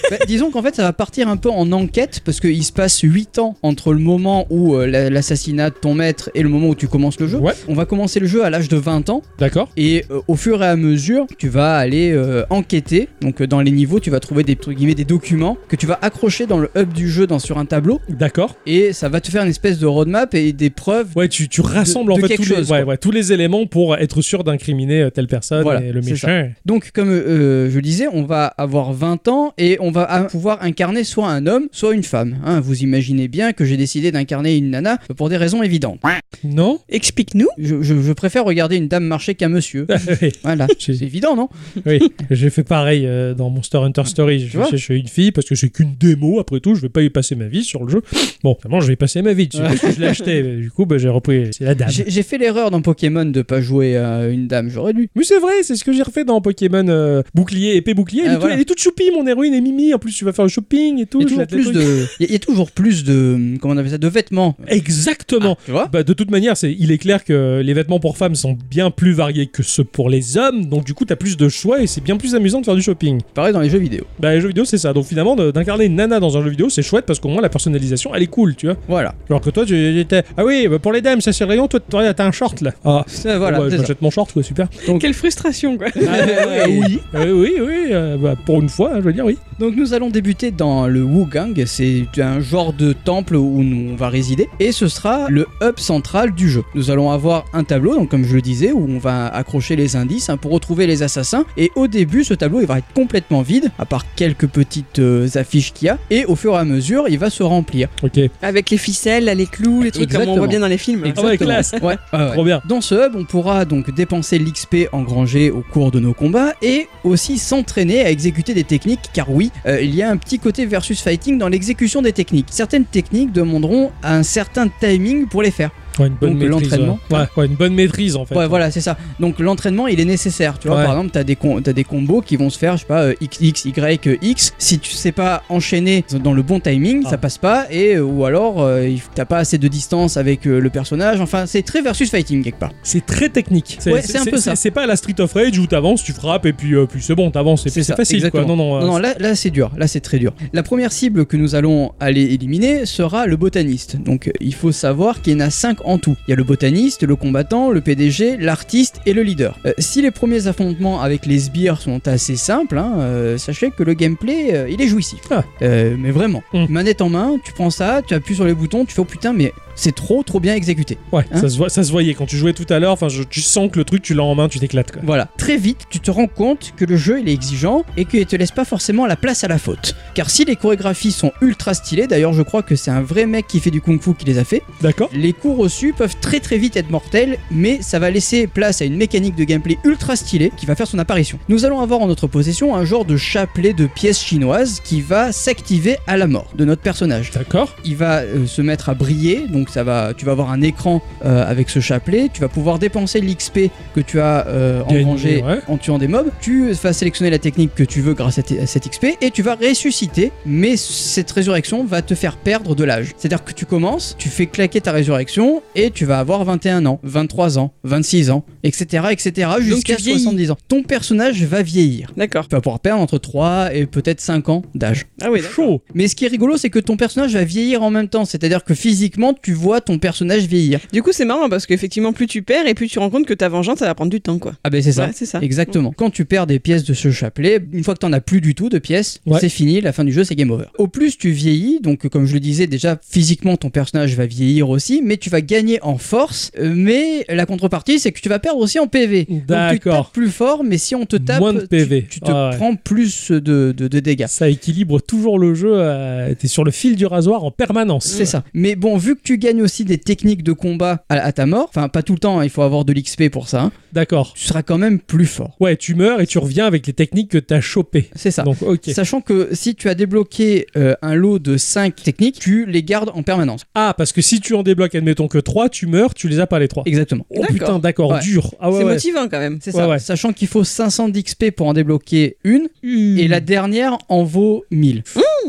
A: Bah, disons qu'en fait, ça va partir un peu en enquête parce qu'il se passe 8 ans entre le moment où euh, la- l'assassinat de ton maître et le moment où tu commences le jeu.
B: Ouais,
A: On va commencer le jeu à l'âge de 20 ans
B: d'accord.
A: et euh, au fur et à mesure, tu vas aller euh, enquêter. Donc euh, dans les niveaux, tu vas trouver des, entre guillemets, des documents que tu vas accrocher dans le hub du jeu dans, sur un tableau
B: D'accord.
A: et ça va te faire une espèce de roadmap et des preuves.
B: Ouais, tu, tu rassembles en
A: De- de
B: fait
A: quelque
B: tous,
A: chose,
B: les, ouais,
A: quoi.
B: ouais, tous les éléments pour être sûr d'incriminer euh, telle personne
A: Voilà,
B: et le
A: c'est
B: méchant.
A: Donc, comme euh, je le disais, on va avoir 20 ans et on va a- pouvoir incarner soit un homme, soit une femme. hein. vous imaginez bien que j'ai décidé d'incarner une nana pour des raisons évidentes.
B: (laughs) Non
C: Explique-nous.
A: Je, je- je préfère regarder une dame marcher
B: (laughs)
A: qu'un monsieur.
B: Oui,
A: Voilà, c'est évident, non
B: oui. j'ai fait pareil euh, dans Monster Hunter Story. Je
A: vois
B: suis chez une fille parce que c'est qu'une démo. Après tout, je vais pas y passer ma vie sur le jeu. Bon, vraiment, je vais y passer ma vie. dessus, parce que je l'ai acheté. mais Du coup, bah, j'ai repris. C'est la dame.
A: J'ai j'ai fait l'erreur dans Pokémon de pas jouer à une dame, j'aurais dû.
B: Mais c'est vrai, c'est ce que j'ai refait dans Pokémon euh, Bouclier, épée bouclier. Elle,
A: Ah,
B: est tout-
A: voilà.
B: elle est toute choupie, mon héroïne et Mimi. En plus, tu vas faire le shopping et tout.
A: Il y a
B: je la-
A: toujours plus de, il y a- il y a toujours plus de, comment on appelle ça, de vêtements.
B: Exactement.
A: Ah, tu vois
B: Bah, de toute manière, c'est, il est clair que les vêtements pour femmes sont bien plus variés que ceux pour les hommes, donc du coup, t'as plus de choix et c'est bien plus amusant de faire du shopping.
A: Pareil dans les jeux vidéo.
B: Bah, les jeux vidéo, c'est ça. Donc finalement, de- d'incarner une nana dans un jeu vidéo, c'est chouette parce qu'au moins, la personnalisation, elle est cool, tu vois.
A: Voilà.
B: Alors que toi, tu- j'étais. Ah oui, bah, pour les dames, ça c'est le rayon, toi, toi, t'as un short là. Ah.
A: Ça, voilà.
B: Ouais,
A: c'est
B: bah, jette mon short, quoi, super.
A: (laughs)
C: Quelle frustration, quoi.
A: ça.
B: Ah, (laughs)
A: Et-
B: oui, Euh, oui, oui, euh, bah, pour une fois, hein, je veux dire, oui.
A: Donc nous allons débuter dans le Wugang, c'est un genre de temple où nous- on va résider, et ce sera le hub central du jeu. Nous allons avoir un tableau, donc comme je le disais, où on va accrocher les indices hein, pour retrouver les assassins, et au début ce tableau il va être complètement vide, à part quelques petites euh, affiches qu'il y a, et au fur et à mesure il va se remplir.
B: Ok,
C: Avec les ficelles, là, les clous, les trucs comme on
A: Exactement.
C: voit bien dans les films.
B: Exactement. Ah ouais, classe.
A: Ouais, ouais, ouais.
B: trop bien.
A: Dans ce hub, on pourra donc dépenser l'XP engrangé au cours de nos combats et aussi s'entraîner à exécuter des techniques, car oui, euh, il y a un petit côté versus fighting dans l'exécution des techniques. Certaines techniques demanderont un certain timing pour les faire.
B: Ouais, une bonne
A: Donc,
B: maîtrise.
A: l'entraînement.
B: ouais. Ouais, ouais, une bonne maîtrise en fait.
A: Ouais, voilà, c'est ça. Donc l'entraînement, il est nécessaire. Tu vois,
B: Ouais.
A: par exemple, t'as des, com- t'as des combos qui vont se faire, je sais pas, euh, X, X, Y, euh, X. Si tu sais pas enchaîner dans le bon timing,
B: Ah.
A: ça passe pas, et euh, ou alors euh, il- t'as pas assez de distance avec euh, le personnage. Enfin, c'est très versus fighting quelque part.
B: C'est très technique.
A: Ouais, c'est un peu ça.
B: C'est, c'est pas la Street of Rage où t'avances, tu frappes et puis, euh, puis c'est bon, t'avances et puis c'est
A: ça,
B: facile
A: exactement.
B: quoi. Non, non, euh,
A: Non, non, là, là, c'est dur, là c'est très dur. La première cible que nous allons aller éliminer sera le botaniste. Donc euh, il faut savoir qu'il y en a 5 en tout. Il y a le botaniste, le combattant, le PDG, l'artiste et le leader. Euh, si les premiers affrontements avec les sbires sont assez simples, hein, euh, sachez que le gameplay euh, il est jouissif.
B: Ah.
A: Euh, mais vraiment,
B: Mm.
A: manette en main, tu prends ça, tu appuies sur les boutons, tu fais oh putain, mais c'est trop trop bien exécuté.
B: Ouais,
A: Hein
B: ça, se voit, ça se voyait quand tu jouais tout à l'heure. Enfin, je- tu sens que le truc, tu l'as en main, tu t'éclates. Quoi.
A: Voilà, très vite, tu te rends compte que le jeu il est exigeant et qu'il te laisse pas forcément la place à la faute. Car si les chorégraphies sont ultra stylées, d'ailleurs je crois que c'est un vrai mec qui fait du kung fu qui les a fait,
B: D'accord
A: les coups reçus peuvent très très vite être mortels, mais ça va laisser place à une mécanique de gameplay ultra stylée qui va faire son apparition. Nous allons avoir en notre possession un genre de chapelet de pièces chinoises qui va s'activer à la mort de notre personnage
B: D'accord.
A: il va euh, se mettre à briller, donc ça va, tu vas avoir un écran euh, avec ce chapelet, tu vas pouvoir dépenser l'XP que tu as euh,
B: Gagné,
A: engrangé
B: ouais.
A: en tuant des mobs, tu vas sélectionner la technique que tu veux grâce à, t- à cet XP et tu vas ressusciter, mais cette résurrection va te faire perdre de l'âge. C'est-à-dire que tu commences, tu fais claquer ta résurrection et tu vas avoir 21 ans, 23 ans, 26 ans, etc. etc. jusqu'à
C: tu vieillis.
A: 70 ans. Ton personnage va vieillir.
C: D'accord.
A: Tu vas pouvoir perdre entre 3 et peut-être 5 ans d'âge.
C: Ah oui, d'accord.
B: Chaud.
A: Mais ce qui est rigolo, c'est que ton personnage va vieillir en même temps. C'est-à-dire que physiquement, tu vois ton personnage vieillir.
C: Du coup, c'est marrant parce qu'effectivement, plus tu perds et plus tu rends compte que ta vengeance, ça va prendre du temps, quoi.
A: Ah ben c'est ça.
C: Ouais, c'est ça. Mm.
A: Exactement. Quand tu perds des pièces de ce chapelet, une fois que t'en as plus du tout de pièces,
B: Ouais.
A: c'est fini, la fin du jeu c'est game over. Au plus tu vieillis, donc euh, comme je le disais déjà, physiquement ton personnage va vieillir aussi, mais tu vas gagner en force, euh, mais la contrepartie c'est que tu vas perdre aussi en PV. Donc, tu
B: D'accord.
A: tapes plus fort, mais si on te tape,
B: Moins de
A: tu-
B: PV.
A: Tu, te
B: Ah ouais.
A: prends plus de, de- de dégâts.
B: Ça équilibre toujours le jeu. euh, t'es sur le fil du rasoir en permanence.
A: C'est ça. Mais bon, vu que tu gagnes aussi des techniques de combat à, à ta mort, enfin pas tout le temps, hein, il faut avoir de l'XP pour ça, hein,
B: D'accord.
A: tu seras quand même plus fort.
B: Ouais, tu meurs et tu reviens avec les techniques que t'as chopées.
A: C'est ça.
B: Donc, ok.
A: Sachant que si tu as débloqué euh, un lot de 5 techniques, tu les gardes en permanence.
B: Ah, parce que si tu en débloques, admettons que 3, tu meurs, tu les as pas les 3.
A: Exactement.
B: Oh
C: D'accord.
B: putain, d'accord,
A: Ouais.
B: dur. Ah ouais,
C: c'est
B: ouais.
C: motivant quand même.
A: C'est ça.
B: Ouais, ouais.
A: Sachant qu'il faut 500 d'XP pour en débloquer une, et
B: Hmm.
A: la dernière en vaut 1000.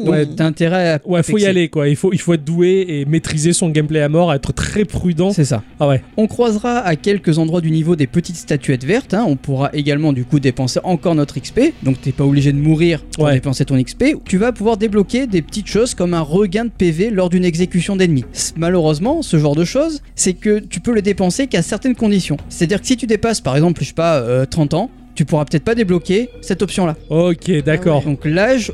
A: Donc
B: Ouais.
A: t'as intérêt à.
B: Ouais, faut y
A: fixer.
B: aller quoi. Il faut, il faut être doué et maîtriser son gameplay à mort, être très prudent.
A: C'est ça.
B: Ah ouais,
A: On croisera à quelques endroits du niveau des petites statuettes vertes. hein. On pourra également du coup dépenser encore notre XP. Donc t'es pas obligé de mourir pour
B: Ouais.
A: dépenser ton XP. Tu vas pouvoir débloquer des petites choses comme un regain de PV lors d'une exécution d'ennemis. S- Malheureusement, ce genre de choses, c'est que tu peux le dépenser qu'à certaines conditions. C'est-à-dire que si tu dépasses par exemple, je sais pas, euh, 30 ans, tu tu pourras peut-être pas débloquer cette option-là.
B: Ok, d'accord.
A: Donc l'âge,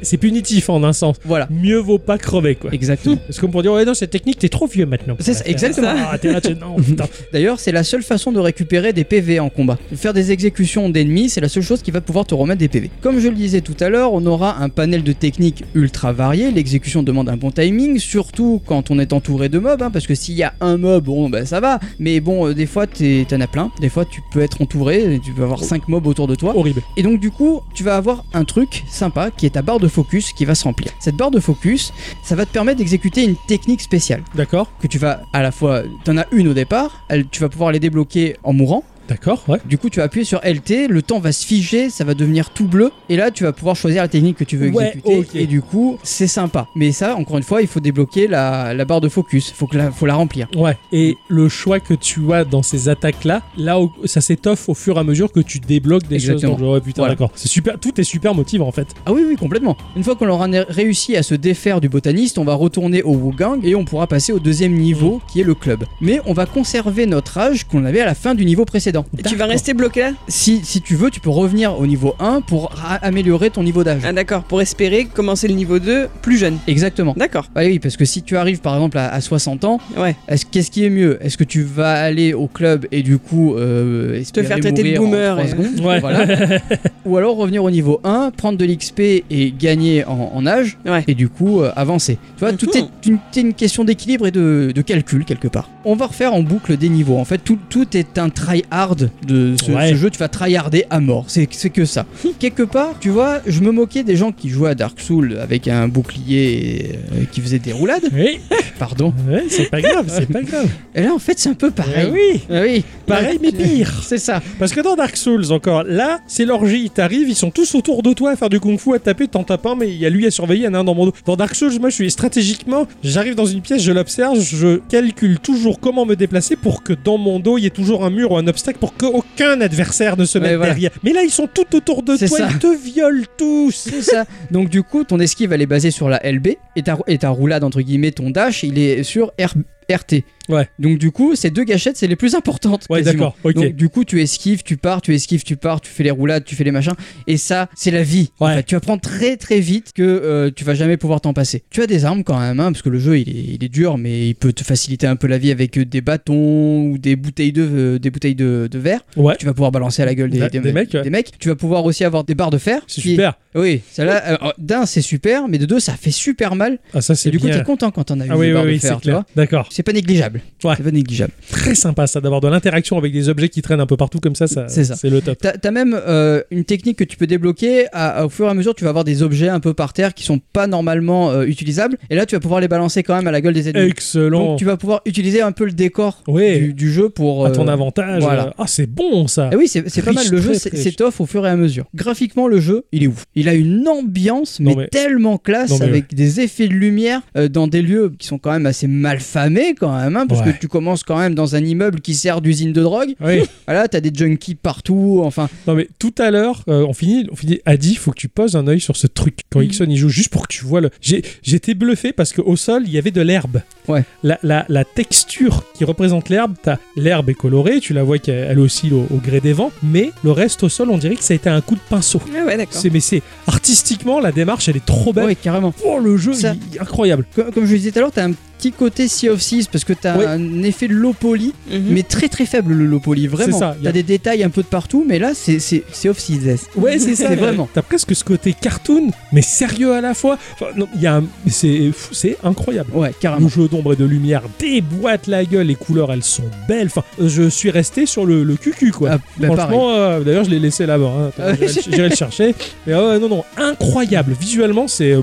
B: C'est punitif en un sens.
A: voilà.
B: Mieux vaut pas crever, quoi.
A: Exactement.
B: Parce qu'on pourrait dire, ouais, non, cette technique, t'es trop vieux maintenant. pour
A: C'est
B: la
A: ça,
B: faire.
A: exactement.
B: Ah, t'es là, t'es-
A: (laughs)
B: non, putain.
A: D'ailleurs, c'est la seule façon de récupérer des PV en combat. Faire des exécutions d'ennemis, c'est la seule chose qui va pouvoir te remettre des PV. Comme je le disais tout à l'heure, on aura un panel de techniques ultra varié. L'exécution demande un bon timing, surtout quand on est entouré de mobs, hein, parce que s'il y a un mob, bon, bah ça va. Mais bon, euh, des fois, t'es- t'en as plein. Des fois, tu peux être entouré, tu peux avoir 5 mobs autour de toi.
B: Horrible.
A: Et donc du coup, tu vas avoir un truc sympa qui est ta barre de focus qui va se remplir. Cette barre de focus, ça va te permettre d'exécuter une technique spéciale
B: D'accord
A: que tu vas à la fois, t'en as une au départ, elle- tu vas pouvoir les débloquer en mourant.
B: D'accord, ouais.
A: Du coup, tu vas appuyer sur LT, le temps va se figer, ça va devenir tout bleu, et là, tu vas pouvoir choisir la technique que tu veux
B: Ouais,
A: exécuter.
B: ok.
A: Et du coup, c'est sympa. Mais ça, encore une fois, il faut débloquer la, la barre de focus, faut que la, faut la remplir.
B: Ouais, et le choix que tu as dans ces attaques-là, là, au- ça s'étoffe au fur et à mesure que tu débloques des
A: Exactement.
B: choses. dans le jeu. Ouais, putain,
A: Voilà.
B: d'accord. C'est super, tout est super motivant en fait.
A: Ah oui, oui, complètement. Une fois qu'on aura né- réussi à se défaire du botaniste, on va retourner au Wugang et on pourra passer au deuxième
C: Mm.
A: niveau qui est le club. Mais on va conserver notre âge qu'on avait à la fin du niveau précédent.
C: Et tu vas rester bloqué là
A: Si, si tu veux, tu peux revenir au niveau 1 pour ra- améliorer ton niveau d'âge.
C: Ah d'accord, pour espérer commencer le niveau 2 plus jeune.
A: Exactement.
C: D'accord,
A: Ah oui, parce que si tu arrives par exemple à, à 60 ans,
C: ouais.
A: est-ce- qu'est-ce qui est mieux Est-ce que tu vas aller au club et du coup euh, espérer
C: faire traiter de
A: mourir en
C: boomer
A: trois
C: et-
A: secondes
B: Ouais.
A: Voilà. Ou alors revenir au niveau 1, prendre de l'XP et gagner en, en âge
C: Ouais.
A: et du coup euh, avancer. Tu vois, tout
C: Mhm.
A: est une, c'est une question d'équilibre et de, de calcul quelque part. On va refaire en boucle des niveaux. En fait, tout, tout est un try-hard de ce,
B: Ouais.
A: ce jeu. Tu vas try-harder à mort. C'est c'est que ça. quelque part, tu vois, je me moquais des gens qui jouaient à Dark Souls avec un bouclier et, euh, qui faisait des roulades.
B: Oui,
A: Pardon.
B: ouais, c'est pas grave, c'est pas grave.
A: Et là, en fait, c'est un peu pareil.
B: Eh oui,
A: (laughs) Ah oui.
B: pareil mais pire.
A: C'est ça.
B: Parce que dans Dark Souls encore, là, c'est l'orgie. T'arrives, ils sont tous autour de toi à faire du kung-fu, à taper, t'en tapes un, mais il y a lui à surveiller, il y en a un dans mon dos. Dans Dark Souls, moi, je suis stratégiquement. J'arrive dans une pièce, je l'observe, je calcule toujours comment me déplacer pour que dans mon dos, il y ait toujours un mur ou un obstacle pour qu'aucun adversaire ne se
A: Ouais,
B: mette
A: voilà.
B: derrière. Mais là, ils sont tout autour de
A: C'est
B: toi,
A: ça.
B: ils te violent tous.
A: C'est ça. Donc du coup, ton esquive elle est basée sur la LB et ta, et ta roulade entre guillemets, ton dash, il est sur R- RT.
B: Ouais.
A: Donc du coup, ces deux gâchettes, c'est les plus importantes.
B: Ouais,
A: quasiment.
B: d'accord, ok.
A: Donc du coup, tu esquives, tu pars, tu esquives, tu pars, tu fais les roulades, tu fais les machins. Et ça, c'est la vie.
B: Ouais.
A: En fait, tu apprends très très vite que euh, tu vas jamais pouvoir t'en passer. Tu as des armes quand même, hein, parce que le jeu il est, il est dur, mais il peut te faciliter un peu la vie avec euh, des bâtons ou des bouteilles de, euh, des bouteilles de, de verre.
B: Ouais.
A: Tu vas pouvoir balancer à la gueule des,
B: Des- des mecs, ouais.
A: des mecs. Tu vas pouvoir aussi avoir des barres de fer.
B: C'est
A: qui-
B: super.
A: oui, celle-là, alors, oh, d'un, c'est super, mais de deux, ça fait super mal.
B: Ah, ça,
A: Et
B: c'est
A: du coup,
B: bien.
A: t'es content quand t'en as eu
B: ah oui,
A: des
B: oui,
A: barres de
B: oui,
A: fer,
B: c'est
A: tu
B: clair.
A: vois.
B: D'accord.
A: C'est pas négligeable.
B: Ouais.
A: C'est pas négligeable.
B: Très sympa, ça, d'avoir de l'interaction avec des objets qui traînent un peu partout comme ça. ça
A: C'est ça.
B: C'est le top.
A: T'as t'as même euh, une technique que tu peux débloquer. à- à- au fur et à mesure, tu vas avoir des objets un peu par terre qui sont pas normalement euh, utilisables. Et là, tu vas pouvoir les balancer quand même à la gueule des ennemis.
B: Excellent.
A: Donc, tu vas pouvoir utiliser un peu le décor
B: Oui.
A: du, du jeu pour.
B: à ton
A: euh,
B: avantage.
A: voilà.
B: euh, Ah, c'est bon ça.
A: Eh oui, c'est c'est pas
B: Riche,
A: mal. Le jeu
B: très,
A: c'est-
B: très riche.
A: s'étoffe au fur et à mesure. Graphiquement, le jeu, il est ouf. Il a une ambiance,
B: Non,
A: mais,
B: mais-
A: tellement classe,
B: Non, mais
A: avec des effets de lumière euh, dans des lieux qui sont quand même assez mal famés, quand même, hein, parce
B: Ouais.
A: que tu commences quand même dans un immeuble qui sert d'usine de drogue.
B: Oui.
A: Voilà, t'as des junkies partout, enfin.
B: Non mais tout à l'heure, euh, on finit, on finit. Adi, faut que tu poses un œil sur ce truc
A: Mm.
B: quand Ixon y joue, juste pour que tu vois le. J'ai- J'étais bluffé parce qu'au sol il y avait de l'herbe.
A: Ouais.
B: La, la, la texture qui représente l'herbe, t'as l'herbe est colorée, tu la vois qu'elle elle oscille au, au gré des vents, mais le reste au sol, on dirait que ça a été un coup de pinceau.
C: Ah ouais, d'accord.
B: C'est mais c'est artistiquement la démarche, elle est trop belle.
A: Ouais, carrément.
B: Oh le jeu,
A: Ça-
B: il- il est incroyable.
A: Comme, comme je le disais tout à l'heure, t'as un petit côté Sea of Thieves parce que t'as
B: Ouais.
A: un effet de l'eau polie,
C: Mhm.
A: mais très très faible le low poly, vraiment.
B: Mm. ça, y a-
A: T'as des détails un peu de partout, mais là c'est c'est- Sea of Thieves.
B: Ouais, c'est ça.
A: C'est vraiment.
B: T'as presque ce côté cartoon, mais sérieux à la fois. Enfin, non, il y a, un- c'est fou, c'est incroyable.
A: Ouais, carrément.
B: Le jeu d'ombre et de lumière déboîte la gueule, les couleurs elles sont belles. Enfin, je suis resté sur le, le cucu quoi.
A: Ah, bah, pareil.
B: Franchement, euh, d'ailleurs, je l'ai laissé là-bas. hein. Attends,
A: Ah oui. (laughs)
B: J'irai le- J'irai le chercher. Mais ah ouais, non, non, incroyable. Visuellement, c'est. euh,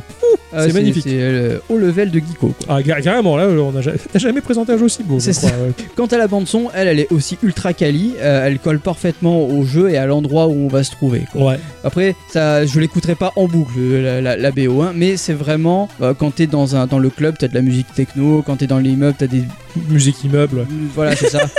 A: Ah,
B: C'est magnifique.
A: C'est euh, haut level de Geeko. quoi.
B: ah, gar- carrément, là, on a ja- (laughs) t'as jamais présenté un jeu aussi beau. je
A: C'est
B: crois, ouais.
A: Quant à la bande son, elle, elle est aussi ultra quali. euh, elle colle parfaitement au jeu et à l'endroit où on va se trouver. quoi.
B: Ouais.
A: Après, ça, je l'écouterai pas en boucle euh, la, la- la BO, hein, mais c'est vraiment euh, quand t'es dans un dans le club, t'as de la musique techno. Quand t'es dans l'immeuble, t'as des euh,
B: Musique immeuble.
A: voilà,
B: (laughs)
A: c'est ça.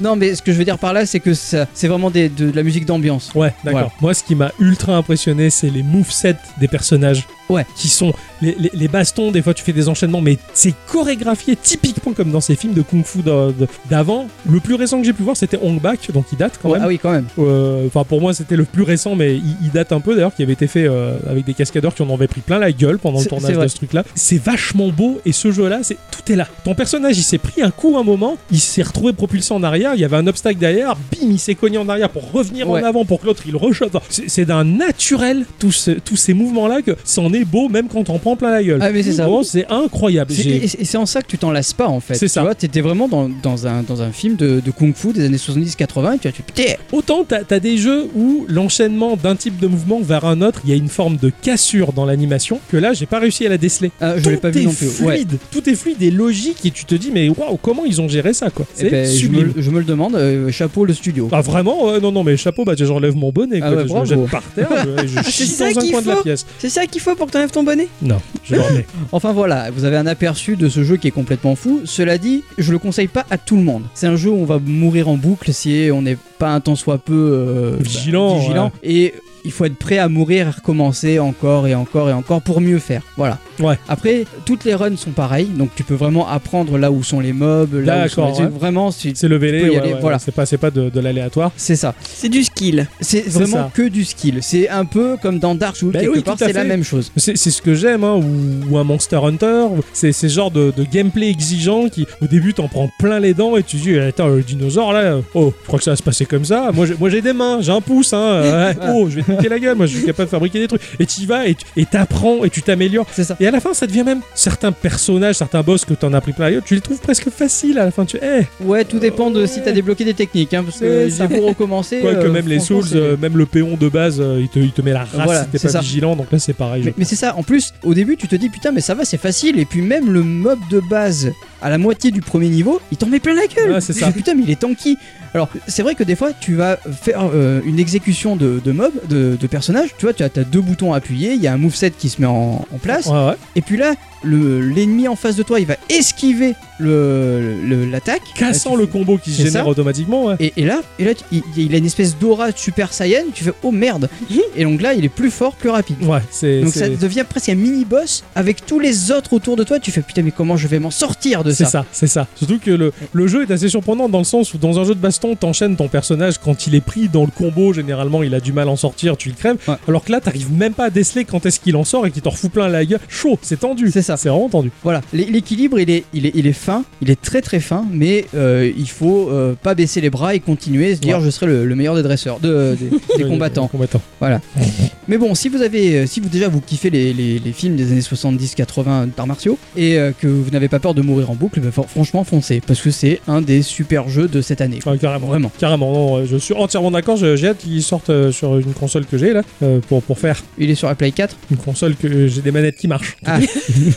A: non, mais ce que je veux dire par là, c'est que ça- c'est vraiment des- de, de la musique d'ambiance.
B: Ouais, d'accord.
A: Voilà.
B: Moi, ce qui m'a ultra impressionné, c'est les movesets des personnages.
A: Ouais.
B: qui sont les, les- les bastons. Des fois, tu fais des enchaînements, mais c'est chorégraphié typiquement comme dans ces films de kung-fu d'a- d'avant. Le plus récent que j'ai pu voir, c'était Hong Bak, donc il date quand
A: Ouais,
B: même.
A: Ah oui, quand même.
B: Euh, Enfin, pour moi, c'était le plus récent, mais il, il date un peu d'ailleurs, qui avait été fait euh, avec des cascadeurs qui en avaient pris plein la gueule pendant le
A: C'est-
B: tournage
A: c'est
B: de
A: vrai.
B: ce truc-là. C'est vachement beau et ce jeu-là, c'est tout est là. Ton personnage, il s'est pris un coup un moment, il s'est retrouvé propulsé en arrière, il y avait un obstacle derrière, bim, il s'est cogné en arrière pour revenir
A: Ouais.
B: en avant pour que l'autre il rechauffe. C'est c'est d'un naturel tous ce- tous ces mouvements-là que c'en est beau même quand on prend plein la gueule.
A: Ah, mais c'est ça.
B: Bon, c'est incroyable.
A: C'est-
B: J'ai-
A: Et et c'est en ça que tu t'en lasses pas en fait.
B: C'est ça.
A: Tu vois, t'étais vraiment dans, dans un, dans un film de, de kung-fu des années 70-80 et tu vois, tu putain,
B: Autant t'as as des jeux où l'enchaînement d'un type de mouvement vers un autre, il y a une forme de cassure dans l'animation que là j'ai pas réussi à la déceler.
A: ah, je l'ai
B: Tout
A: pas vu
B: est
A: non plus. Ouais.
B: Fluide. Tout est fluide et logique et tu te dis mais waouh comment ils ont géré ça quoi.
A: Eh
B: C'est
A: ben, je,
B: sublime.
A: me, je me le demande, euh, chapeau le studio.
B: Ah vraiment ouais, non non mais chapeau bah j'enlève mon bonnet
A: Ah
B: quoi. je
A: ouais,
B: me
A: bravo.
B: jette par terre je,
A: (laughs)
B: je
C: c'est
B: chie
C: ça
B: dans un
C: qu'il
B: coin de la
C: faut
B: pièce.
C: C'est ça qu'il faut pour que t'enlèves ton bonnet
B: Non je le
A: (laughs)
B: remets.
A: Enfin voilà, vous avez un aperçu de ce jeu qui est complètement fou. Cela dit, je le conseille pas à tout le monde. C'est un jeu où on va mourir en boucle si on n'est pas un temps soit peu euh, bah,
B: Vigilant,
A: vigilant. Et il faut être prêt à mourir, à recommencer encore et encore et encore pour mieux faire. Voilà.
B: Ouais.
A: Après, toutes les runs sont pareilles, donc tu peux vraiment apprendre là où sont les mobs, là où sont
B: D'accord,
A: les...
B: ouais.
A: Vraiment, c'est
B: C'est le
A: Tu
B: VL
A: peux y aller, voilà.
B: c'est pas c'est pas de, de l'aléatoire.
A: c'est ça.
C: C'est du skill.
A: C'est
B: C'est
A: vraiment
B: ça.
A: que du skill. C'est un peu comme dans Dark Souls,
B: Ben
A: quelque
B: oui,
A: part,
B: tout à
A: c'est la
B: fait.
A: même chose.
B: C'est c'est ce que j'aime, hein, ou, ou un Monster Hunter, ou- c'est ce genre de, de gameplay exigeant qui, au début, t'en prends plein les dents et tu dis, eh, attends, le dinosaure là, euh, oh, je crois que ça va se passer comme ça. Moi, j'ai- moi, j'ai des mains, j'ai un pouce, hein, euh,
A: (laughs)
B: ouais, oh, je vais te niquer la gueule, moi, je suis capable de fabriquer des trucs. Et tu y vas et tu- et t'apprends et tu t'améliores.
A: C'est ça.
B: Et à la fin, ça devient même certains personnages, certains boss que t'en as pris plein la gueule, tu les trouves presque faciles à la fin. Tu eh,
A: Ouais, tout dépend de si t'as débloqué des techniques, hein, parce que
B: C'est ça.
A: j'ai beau recommencer.
B: quoi que
A: euh,
B: même les
A: franchement,
B: Souls,
A: c'est-
B: euh, même le péon de base, euh, il, te, il te met la race
A: Voilà,
B: si t'es
A: c'est
B: pas
A: ça.
B: vigilant, donc là, c'est pareil. je
A: Mais, mais c'est ça, en plus, au début, tu te dis putain, mais ça va, c'est facile. Et puis, même le mob de base, à la moitié du premier niveau, il t'en met plein la gueule.
B: Ouais, c'est
A: Tu
B: ça.
A: fais, putain, mais il est tanky. Alors, c'est vrai que des fois, tu vas faire euh, une exécution de, de mob, de, de personnage. Tu vois, tu as, t'as deux boutons à appuyer, il y a un moveset qui se met en, en place.
B: Ouais, ouais.
A: Et puis là, le- l'ennemi en face de toi, il va esquiver le- le- l'attaque.
B: Cassant
A: Là, tu
B: le
A: fais-
B: combo qui se
A: C'est
B: génère
A: ça.
B: automatiquement, ouais.
A: Et, et là, et là tu- il, il a une espèce d'aura de Super Saiyan, tu fais oh merde. et donc là, il est plus fort, plus rapide.
B: Ouais, c'est.
A: Donc
B: c'est-
A: ça devient presque un mini-boss avec tous les autres autour de toi. Tu fais putain, mais comment je vais m'en sortir de
B: C'est
A: ça,
B: ça, c'est ça. Surtout que le, le jeu est assez surprenant dans le sens où dans un jeu de baston, t'enchaînes ton personnage quand il est pris dans le combo, généralement il a du mal à en sortir, tu le crèves.
A: Ouais.
B: Alors que là, t'arrives même pas à déceler quand est-ce qu'il en sort et qu'il t'en refout plein la gueule. Chaud, c'est tendu.
A: C'est ça.
B: C'est vraiment tendu.
A: Voilà, L'é- l'équilibre il est, il, est, il est fin, il est très très fin, mais euh, il faut euh, pas baisser les bras et continuer, se dire
B: Ouais.
A: je serai le, le meilleur des dresseurs, de,
B: (laughs)
A: des- des combattants.
B: combattants.
A: Mais bon, si vous avez, euh, si vous déjà vous kiffez les, les- les films des années 70-80 d'arts martiaux et euh, que vous n'avez pas peur de mourir en boucle, bah, for- franchement foncez parce que c'est un des super jeux de cette année.
B: Ouais, carrément.
A: Vraiment.
B: Carrément, non, euh, je suis entièrement d'accord. je- J'ai hâte qu'ils sortent euh, sur une console que j'ai là euh, pour, pour faire
A: Il est sur la Play 4.
B: une console que j'ai des manettes qui marchent.
A: (laughs) Ah.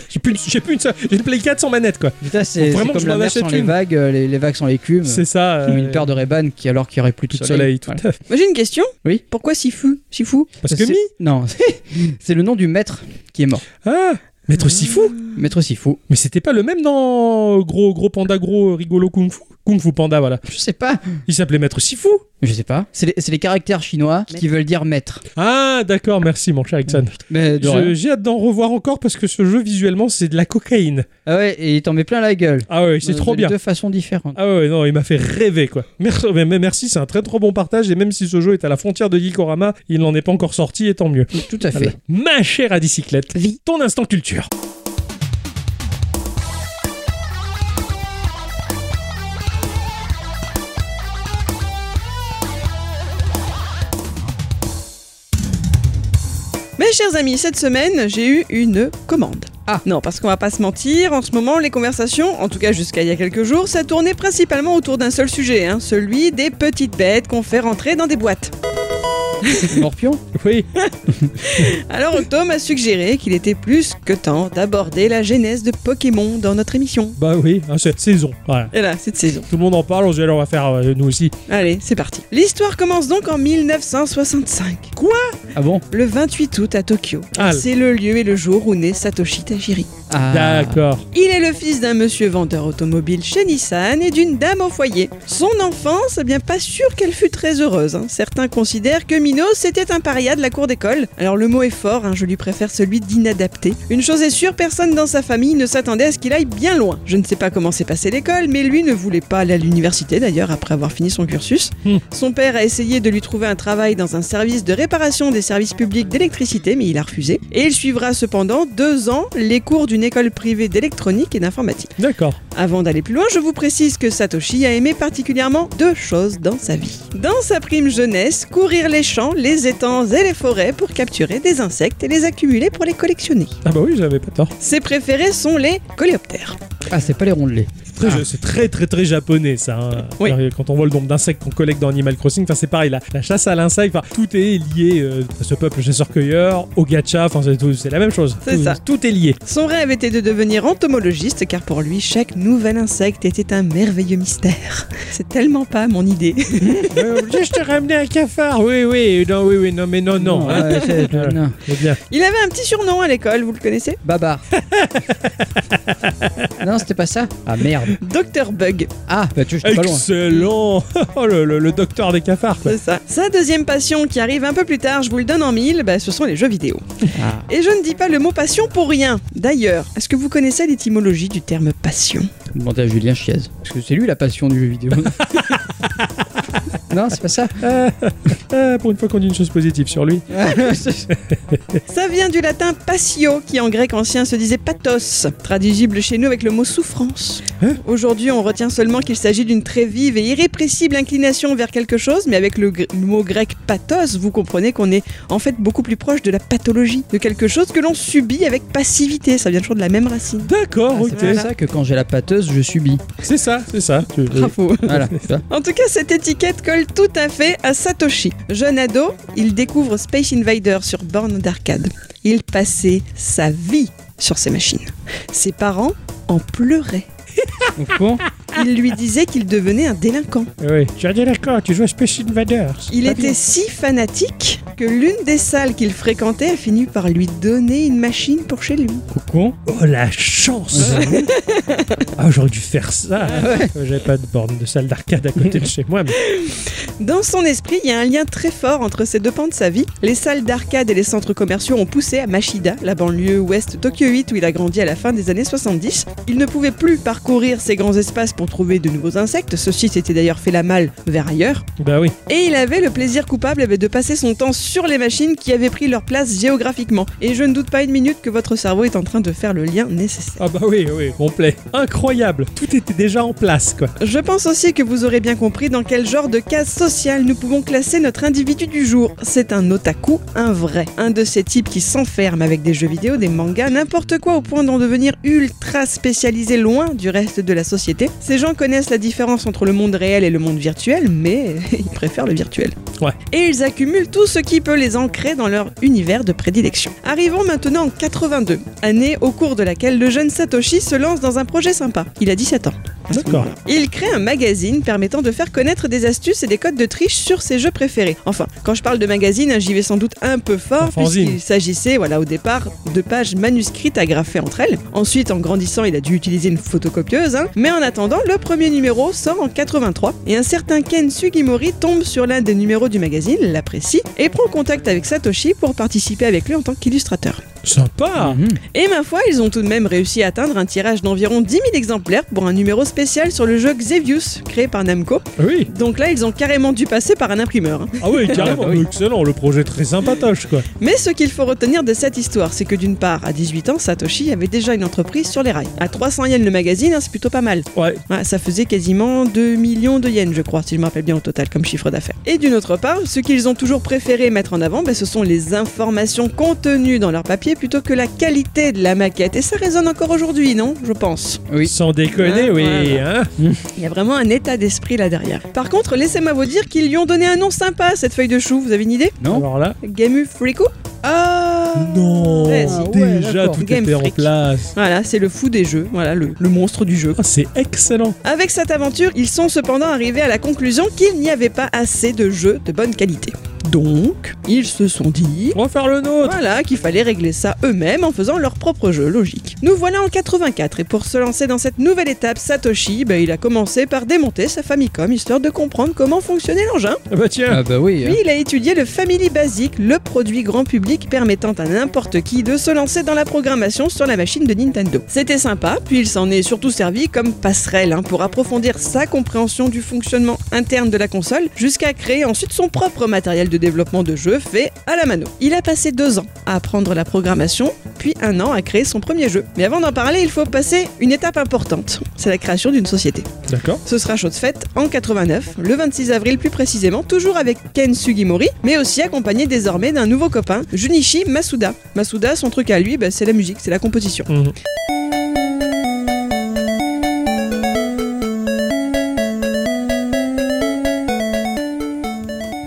B: j'ai plus, une- j'ai plus une, seule- j'ai une Play 4 sans manette quoi.
A: Putain, c'est
B: Faut
A: c'est
B: vraiment que
A: comme
B: je
A: la
B: m'en
A: mer
B: achète
A: sans les
B: une.
A: vagues, euh, les, les vagues sans les cubes.
B: C'est ça.
A: Ou
B: euh,
A: une paire de Ray-Ban qui alors qu'il y aurait plus
B: Plus de soleil, tout
A: Voilà.
B: à fait.
C: Moi j'ai une question.
A: Oui.
C: Pourquoi si fou Si fou
B: Parce que
A: C'est-
B: Mi.
A: Non, c'est (laughs) le nom du maître qui est mort.
B: Ah Maître Sifu
A: Maître Sifu.
B: Mais c'était pas le même dans Gros Gros Panda Gros Rigolo Kung Fu Kung Fu Panda, voilà.
A: Je sais pas.
B: Il s'appelait Maître Sifu
A: Je sais pas. C'est les, c'est les caractères chinois qui veulent dire maître.
B: Ah, d'accord, merci mon cher Ixon.
A: Mais de
B: Je-
A: rien.
B: J'ai hâte d'en revoir encore parce que ce jeu, visuellement, c'est de la cocaïne.
A: Ah ouais, et il t'en met plein la gueule. Euh,
B: Ah ouais, c'est
A: De-
B: trop
A: de
B: bien.
A: deux façons différentes.
B: Ah ouais, non, il m'a fait rêver, quoi. Merci, mais- mais merci c'est un très trop bon partage. Et même si ce jeu est à la frontière de Geekorama, il n'en est pas encore sorti, et tant mieux.
A: Tout à fait.
B: Voilà. Ma chère à bicyclette, ton instant culture.
C: Mes chers amis, cette semaine, j'ai eu une commande.
A: Ah.
C: Non, parce qu'on va pas se mentir, en ce moment, les conversations, en tout cas jusqu'à il y a quelques jours, ça tournait principalement autour d'un seul sujet, hein, celui des petites bêtes qu'on fait rentrer dans des boîtes.
B: bah. (laughs)
A: Morpion
B: Oui,
C: Alors Octo m'a suggéré qu'il était plus que temps d'aborder la genèse de Pokémon dans notre émission.
B: bah oui, hein, cette saison. Voilà.
C: Et là, cette saison.
B: Tout le monde en parle, on se dit, alors, on va faire euh, nous aussi.
C: Allez, c'est parti. L'histoire commence donc en 1965. Quoi
A: Ah bon
C: Le 28 août à Tokyo.
B: Ah,
C: C'est le lieu et le jour où naît Satoshi Tajiri.
A: Ah.
B: D'accord.
C: Il est le fils d'un monsieur vendeur automobile chez Nissan et d'une dame au foyer. Son enfance, eh bien pas sûr qu'elle fut très heureuse. hein. Certains considèrent que Minos c'était un paria de la cour d'école. Alors le mot est fort, hein, je lui préfère celui d'inadapté. Une chose est sûre, personne dans sa famille ne s'attendait à ce qu'il aille bien loin. Je ne sais pas comment s'est passée l'école, mais lui ne voulait pas aller à l'université d'ailleurs après avoir fini son cursus.
B: Hmm.
C: Son père a essayé de lui trouver un travail dans un service de réparation des services publics d'électricité, mais il a refusé. Et il suivra cependant deux ans les cours d'une école privée d'électronique et d'informatique.
B: D'accord.
C: Avant d'aller plus loin, je vous précise que Satoshi a aimé particulièrement deux choses dans sa vie. Dans sa prime jeunesse, courir les champs, les étangs et les forêts pour capturer des insectes et les accumuler pour les collectionner.
B: Ah bah oui, j'avais pas tort.
C: Ses préférés sont les coléoptères.
A: Ah, c'est pas les rondelets.
B: Très- C'est très très très japonais ça. hein.
C: Oui.
B: Alors, Quand on voit le nombre d'insectes qu'on collecte dans Animal Crossing, enfin c'est pareil, la, la chasse à l'insecte, enfin, tout est lié euh, à ce peuple chasseur-cueilleur, au gacha, enfin c'est tout- c'est la même chose.
C: C'est
B: Tout-
C: ça.
B: Tout est lié.
C: Son rêve était de devenir entomologiste car pour lui, chaque nouvel insecte était un merveilleux mystère. C'est tellement pas mon idée.
B: Euh, je te ramenais un cafard, oui oui, non oui oui, non mais non non. hein.
A: Ah ouais,
B: (laughs)
A: c'est-
B: Euh,
A: non.
B: Faut bien.
C: Il avait un petit surnom à l'école, vous le connaissez
B: (laughs)
A: Babar. non, c'était pas ça. Ah merde.
C: Dr Bug.
A: Ah, bah tu vois, j'étais pas loin.
B: Excellent (laughs) Oh, le, le- le docteur des cafards
C: (laughs)
B: quoi.
C: C'est ça. Sa deuxième passion qui arrive un peu plus tard, je vous le donne en mille, bah, ce sont les jeux vidéo.
A: Ah.
C: Et je ne dis pas le mot passion pour rien. D'ailleurs, est-ce que vous connaissez l'étymologie du terme passion
A: Demandez à Julien Chiez. Parce que c'est lui la passion du jeu vidéo.
B: (laughs)
A: non, c'est pas ça. (laughs)
B: Ah, ah, pour une fois qu'on dit une chose positive sur lui.
C: Ça vient du latin patio, qui en grec ancien se disait pathos, traduisible chez nous avec le mot souffrance.
B: Hein
C: Aujourd'hui, on retient seulement qu'il s'agit d'une très vive et irrépressible inclination vers quelque chose, mais avec le, gr- le mot grec pathos, vous comprenez qu'on est en fait beaucoup plus proche de la pathologie, de quelque chose que l'on subit avec passivité. Ça vient toujours de la même racine.
B: D'accord,
A: Ah,
B: ok.
A: c'est pour ça que quand j'ai la pâteuse, je subis.
B: C'est ça, c'est ça. Tu-
C: Bravo.
B: (laughs)
A: Voilà. tu
B: Ah,
A: vois.
C: En tout cas, cette étiquette colle tout à fait à Satoshi. Jeune ado, il découvre Space Invader sur borne d'arcade. Il passait sa vie sur ces machines. Ses parents en pleuraient.
A: Au fond,
C: Ils lui disaient qu'il devenait un délinquant.
B: Oui. Tu as dit d'accord, tu joues à Space Invaders.
C: Il
B: Pas
C: était si fanatique que l'une des salles qu'il fréquentait a fini par lui donner une machine pour chez lui.
A: au con.
B: Oh la chance Ah j'aurais dû faire ça J'avais pas de borne de salle d'arcade à côté de chez moi, mais
C: Dans son esprit, il y a un lien très fort entre ces deux pans de sa vie. Les salles d'arcade et les centres commerciaux ont poussé à Mashida, la banlieue ouest de Tokyo 8 où il a grandi à la fin des années 70. Il ne pouvait plus parcourir ces grands espaces pour trouver de nouveaux insectes, ceux-ci s'étaient d'ailleurs fait la malle vers ailleurs.
B: bah oui.
C: Et il avait le plaisir coupable eh ben, de passer son temps sur les machines qui avaient pris leur place géographiquement. Et je ne doute pas une minute que votre cerveau est en train de faire le lien nécessaire.
B: Ah bah oui, oui, complet. Incroyable. Tout était déjà en place, quoi.
C: Je pense aussi que vous aurez bien compris dans quel genre de case sociale nous pouvons classer notre individu du jour. C'est un otaku, un vrai. Un de ces types qui s'enferme avec des jeux vidéo, des mangas, n'importe quoi au point d'en devenir ultra spécialisé loin du reste de la société. Ces gens connaissent la différence entre le monde réel et le monde virtuel, mais (laughs) ils préfèrent le virtuel.
B: Ouais.
C: Et ils accumulent tout ce qui peut les ancrer dans leur univers de prédilection. Arrivons maintenant en 82, année au cours de laquelle le jeune Satoshi se lance dans un projet sympa. Il a 17 ans. à ce
B: D'accord.
C: moment-là. Il crée un magazine permettant de faire connaître des astuces et des codes de triche sur ses jeux préférés. Enfin, quand je parle de magazine, hein, j'y vais sans doute un peu fort,
B: Un fanzine.
C: puisqu'il s'agissait, voilà, au départ, de pages manuscrites agrafées entre elles. Ensuite, en grandissant, il a dû utiliser une photocopieuse. hein. Mais en attendant, le premier numéro sort en 83 et un certain Ken Sugimori tombe sur l'un des numéros du magazine, l'apprécie et prend contact avec Satoshi pour participer avec lui en tant qu'illustrateur.
B: Sympa
A: Mhm.
C: Et ma foi, ils ont tout de même réussi à atteindre un tirage d'environ 10 000 exemplaires pour un numéro spécial sur le jeu Xevious, créé par Namco.
B: Oui
C: Donc là, ils ont carrément dû passer par un imprimeur. hein.
B: Ah oui, carrément. Excellent, le projet très sympatoche, quoi.
C: Mais ce qu'il faut retenir de cette histoire, c'est que d'une part, à 18 ans, Satoshi avait déjà une entreprise sur les rails. À 300 yens le magazine, hein, c'est plutôt pas mal.
B: Ouais.
C: Ouais, ça faisait quasiment 2 millions de yens, je crois, si je me rappelle bien au total comme chiffre d'affaires. Et d'une autre part, ce qu'ils ont toujours préféré mettre en avant, bah, ce sont les informations contenues dans leur papier plutôt que la qualité de la maquette. Et ça résonne encore aujourd'hui, non Je pense.
A: Oui.
B: Sans
C: Ouais,
B: déconner, oui. Hein
C: Il y a vraiment un état d'esprit là derrière. Par contre, laissez-moi vous dire qu'ils lui ont donné un nom sympa à cette feuille de chou. Vous avez une idée
A: Non
B: Alors là...
C: Gamu Friku Ah
B: Non
C: Ouais, si.
B: Déjà,
A: d'accord.
B: tout
C: Game
B: était en
C: Freak.
B: place.
C: Voilà, c'est le fou des jeux, voilà le, le monstre du jeu.
B: Ah, c'est excellent.
C: Avec cette aventure, ils sont cependant arrivés à la conclusion qu'il n'y avait pas assez de jeux de bonne qualité. Donc, ils se sont dit
B: On va faire le nôtre.
C: voilà qu'il fallait régler ça eux-mêmes en faisant leur propre jeu, logique. Nous voilà en 84 et pour se lancer dans cette nouvelle étape, Satoshi, bah, il a commencé par démonter sa Famicom histoire de comprendre comment fonctionnait l'engin.
B: Ah bah tiens,
A: Ah bah oui.
C: Puis il a étudié le Family Basic, le produit grand public permettant à n'importe qui de se lancer dans la programmation sur la machine de Nintendo. C'était sympa, puis il s'en est surtout servi comme passerelle hein, pour approfondir sa compréhension du fonctionnement interne de la console, jusqu'à créer ensuite son propre matériel de développement de jeu fait à la mano. Il a passé deux ans à apprendre la programmation, puis un an à créer son premier jeu. Mais avant d'en parler, il faut passer une étape importante, c'est la création d'une société.
B: d'accord.
C: Ce sera chose faite en 89, le 26 avril plus précisément, toujours avec Ken Sugimori, mais aussi accompagné désormais d'un nouveau copain, Junichi Masuda. Masuda, son truc à lui, bah, c'est la musique, c'est la composition.
B: Mhm.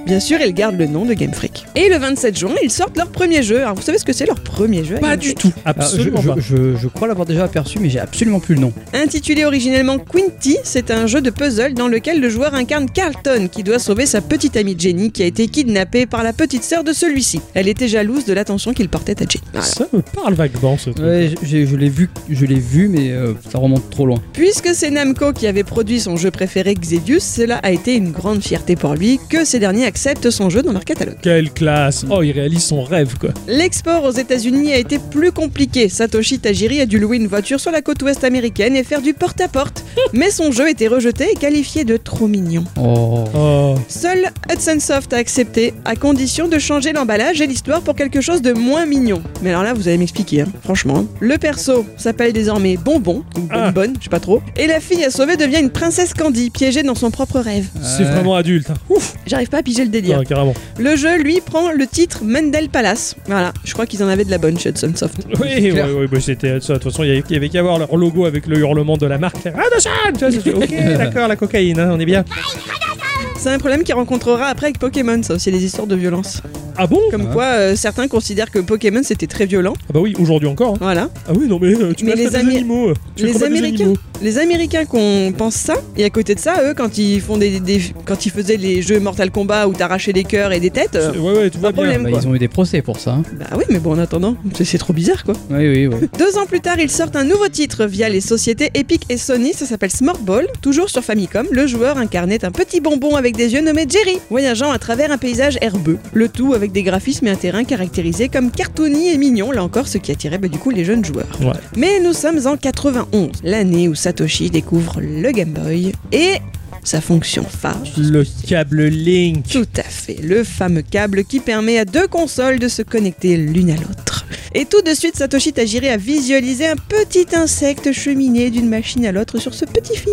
C: Bien sûr, ils gardent le nom de Game Freak. Et le 27 juin, ils sortent leur premier jeu. Alors, vous savez ce que c'est leur premier jeu à
B: Pas
C: Game
B: du
C: Freak
B: tout,
A: Alors, je,
B: absolument
A: Ah, je-
B: pas.
A: je- je crois l'avoir déjà aperçu, mais j'ai absolument plus le nom.
C: Intitulé originellement Quinty, c'est un jeu de puzzle dans lequel le joueur incarne Carlton qui doit sauver sa petite amie Jenny qui a été kidnappée par la petite sœur de celui-ci. Elle était jalouse de l'attention qu'il portait à Jenny. Voilà.
B: Ça me parle vaguement ce truc.
A: Ouais, je, je- je l'ai vu, je l'ai vu, mais euh, ça remonte trop loin.
C: Puisque c'est Namco qui avait produit son jeu préféré Xedius, cela a été une grande fierté pour lui que ces derniers acceptent son jeu dans leur catalogue.
B: Quelle classe Oh, il réalise son rêve, quoi.
C: L'export aux États-Unis a été plus compliqué. Satoshi Tajiri a dû louer une voiture sur la côte ouest américaine et faire du porte-à-porte. Mais son jeu était rejeté et qualifié de trop mignon.
A: Oh.
B: Oh,
C: Seul Hudson Soft a accepté, à condition de changer l'emballage et l'histoire pour quelque chose de moins mignon. Mais alors là, vous allez m'expliquer, hein, franchement. Le perso s'appelle désormais Bonbon, ou
B: Ah.
C: Bonbonne, je sais pas trop. Et la fille à sauver devient une princesse Candy, piégée dans son propre rêve.
B: c'est
A: Ouais.
B: vraiment adulte. hein. Ouf
C: J'arrive pas à piger le délire.
B: Ah, Carrément.
C: Le jeu, lui, prend le titre Mendel Palace. Voilà, je crois qu'ils en avaient de la bonne chez Hudson Soft.
B: Oui, oui,
A: clair.
B: oui, bah, c'était ça. De toute façon, il y avait- il y avait qu'à voir leur logo avec le hurlement de la marque. Ah, de ça Tu vois, c'était- (laughs) Ok, d'accord, la cocaïne, hein, on est bien.
C: C'est un problème qu'il rencontrera après avec Pokémon, ça aussi, les histoires de violence.
B: Ah bon
C: Comme
A: Ah.
C: quoi, euh, certains considèrent que Pokémon, c'était très violent.
B: Ah bah oui, aujourd'hui encore. hein.
C: Voilà.
B: Ah oui, non mais euh, tu
C: Mais
B: m'as
C: les
B: fait des
C: Amé-
B: animaux. Tu fais
C: les
B: combattre des
C: Américains.
B: animaux.
C: Les Américains qu'on pense ça, et à côté de ça, eux, quand ils font des, des- quand ils faisaient les jeux Mortal Kombat où t'arrachais des cœurs et des têtes, euh,
B: Ouais, ouais, tout va bien.
C: problème.
A: Bah,
C: quoi.
A: ils ont eu des procès pour ça. hein.
C: bah oui, mais bon, en attendant, c'est- c'est trop bizarre quoi.
A: Oui, oui, (laughs) oui.
C: Deux ans plus tard, ils sortent un nouveau titre via les sociétés Epic et Sony, ça s'appelle Smart Ball. Toujours sur Famicom, le joueur incarnait un petit bonbon avec des yeux nommé Jerry, voyageant à travers un paysage herbeux. Le tout avec des graphismes et un terrain caractérisé comme cartoony et mignon, là encore ce qui attirait bah, du coup les jeunes joueurs.
B: Ouais.
C: Mais nous sommes en 91, l'année où Satoshi découvre le Game Boy et sa fonction phare.
B: Le câble (laughs) Link.
C: Tout à fait, le fameux câble qui permet à deux consoles de se connecter l'une à l'autre. Et tout de suite, Satoshi Tajiri a visualisé un petit insecte cheminé d'une machine à l'autre sur ce petit fil.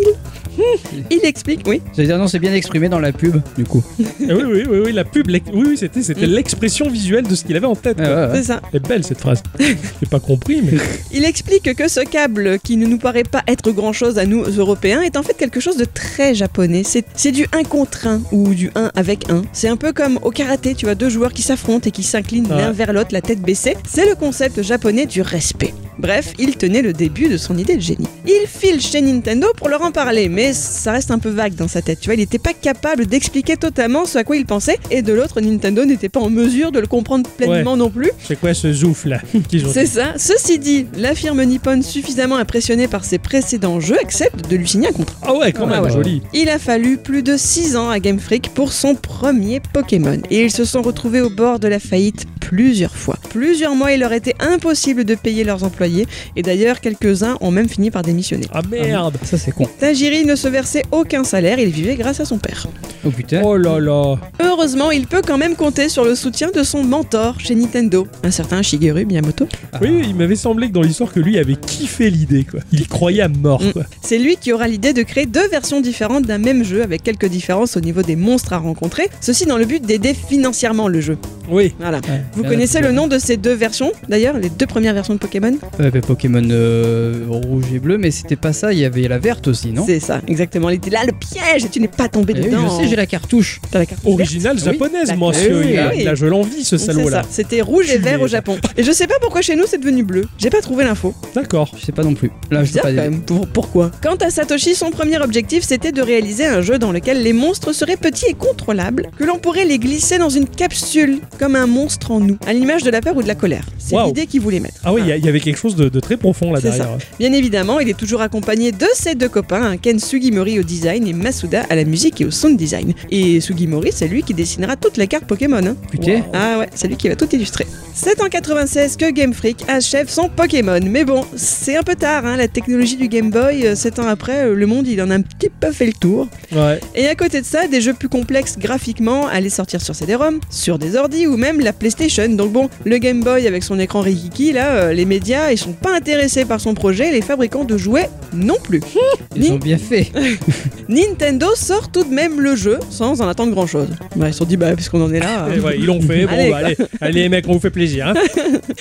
C: Hum, Il explique, oui.
A: C'est-à-dire, non, c'est bien exprimé dans la pub, du coup.
B: Ah oui, oui, oui, oui, la pub. l'ex- Oui, oui, c'était, c'était
C: Mm.
B: l'expression visuelle de ce qu'il avait en tête.
A: Ah Ouais, ouais, ouais.
C: C'est ça.
B: Elle est belle cette
C: (laughs)
B: phrase. J'ai pas compris, mais
C: Il explique que ce câble, qui ne nous paraît pas être grand-chose à nous Européens, est en fait quelque chose de très japonais. C'est c'est du 1 contre 1 ou du 1 avec 1. C'est un peu comme au karaté, tu vois, deux joueurs qui s'affrontent et qui s'inclinent
B: Ouais.
C: l'un vers l'autre, la tête baissée. C'est le concept japonais du respect. Bref, il tenait le début de son idée de génie. Il file chez Nintendo pour leur en parler, mais ça reste un peu vague dans sa tête, tu vois, il n'était pas capable d'expliquer totalement ce à quoi il pensait, et de l'autre, Nintendo n'était pas en mesure de le comprendre pleinement non plus.
B: c'est quoi ce zouf là qu'ils ont
C: C'est ça. Ceci dit, la firme nippone, suffisamment impressionnée par ses précédents jeux, accepte de lui signer un contrat.
B: Ah ouais, quand
C: Ah
B: même,
A: ouais.
B: joli.
C: Il a fallu plus de 6 ans à Game Freak pour son premier Pokémon. Et ils se sont retrouvés au bord de la faillite plusieurs fois. Plusieurs mois, il leur était impossible de payer leurs employés. Et d'ailleurs, quelques-uns ont même fini par démissionner.
B: Ah merde.
A: Ça, c'est con.
C: Tajiri ne se versait aucun salaire, il vivait grâce à son père.
A: Oh putain.
B: Oh là là.
C: Heureusement, il peut quand même compter sur le soutien de son mentor chez Nintendo, un certain Shigeru Miyamoto.
A: Ah.
B: Oui, il m'avait semblé que dans l'histoire que lui avait kiffé l'idée quoi. Il croyait à mort
C: Mm.
B: quoi.
C: C'est lui qui aura l'idée de créer deux versions différentes d'un même jeu avec quelques différences au niveau des monstres à rencontrer, ceci dans le but d'aider financièrement le jeu.
B: Oui.
C: Voilà.
A: Ouais,
C: Vous
A: bien
C: connaissez
A: d'accord.
C: le nom de ces deux versions D'ailleurs, les deux premières versions de Pokémon
A: Ouais, bah, Pokémon euh, rouge et bleu, mais c'était pas ça, il y avait la verte aussi, non
C: C'est ça, exactement. Elle était là, le piège, et tu n'es pas tombé
A: Eh oui,
C: dedans.
A: Je sais, j'ai la cartouche.
C: T'as la carte
B: Originale
A: Oui.
B: japonaise,
C: Bah,
B: monsieur.
A: oui,
B: il a-
C: oui.
B: il a- je l'envie ce
C: verte. Donc,
B: salaud
C: c'est
B: là.
C: ça. C'était rouge et
B: Culé.
C: vert au Japon. Et je sais pas pourquoi chez nous c'est devenu bleu. J'ai pas trouvé l'info.
B: D'accord.
A: Je sais pas non plus. Là, je sais
C: Bizarre
A: pas.
C: quand même. Pour- pourquoi Quant à Satoshi, son premier objectif c'était de réaliser un jeu dans lequel les monstres seraient petits et contrôlables, que l'on pourrait les glisser dans une capsule comme un monstre en nous, à l'image de la peur ou de la colère. C'est
B: Waouh.
C: l'idée qu'ils voulaient mettre.
B: Ah oui, il y a- il y, avait quelque chose de, de très profond là
C: C'est
B: derrière.
C: Bien évidemment, il est toujours accompagné de ses deux copains, hein, Ken Sugimori au design et Masuda à la musique et au sound design. Et Sugimori, c'est lui qui dessinera toutes les cartes Pokémon. hein.
A: Putain.
B: Waouh.
C: Ah ouais, c'est lui qui va tout illustrer. C'est en 96 que Game Freak achève son Pokémon. Mais bon, c'est un peu tard, hein, la technologie du Game Boy, euh, 7 ans après, euh, le monde il en a un petit peu fait le tour.
B: Ouais.
C: Et à côté de ça, des jeux plus complexes graphiquement allaient sortir sur CD-ROM, sur des ordi ou même la PlayStation. Donc bon, le Game Boy avec son écran Rikiki, là, euh, les médias, ils sont pas intéressés par son projet, les fabricants de jouets non plus.
A: Ils ont bien fait.
C: Nintendo sort tout de même le jeu sans en attendre grand chose. Bah, ils se sont dit, bah, puisqu'on en est là.
B: Et
C: euh,
B: ouais, ils l'ont fait. Bon,
C: Allez,
B: bah, allez, allez, les mecs, on vous fait plaisir. hein.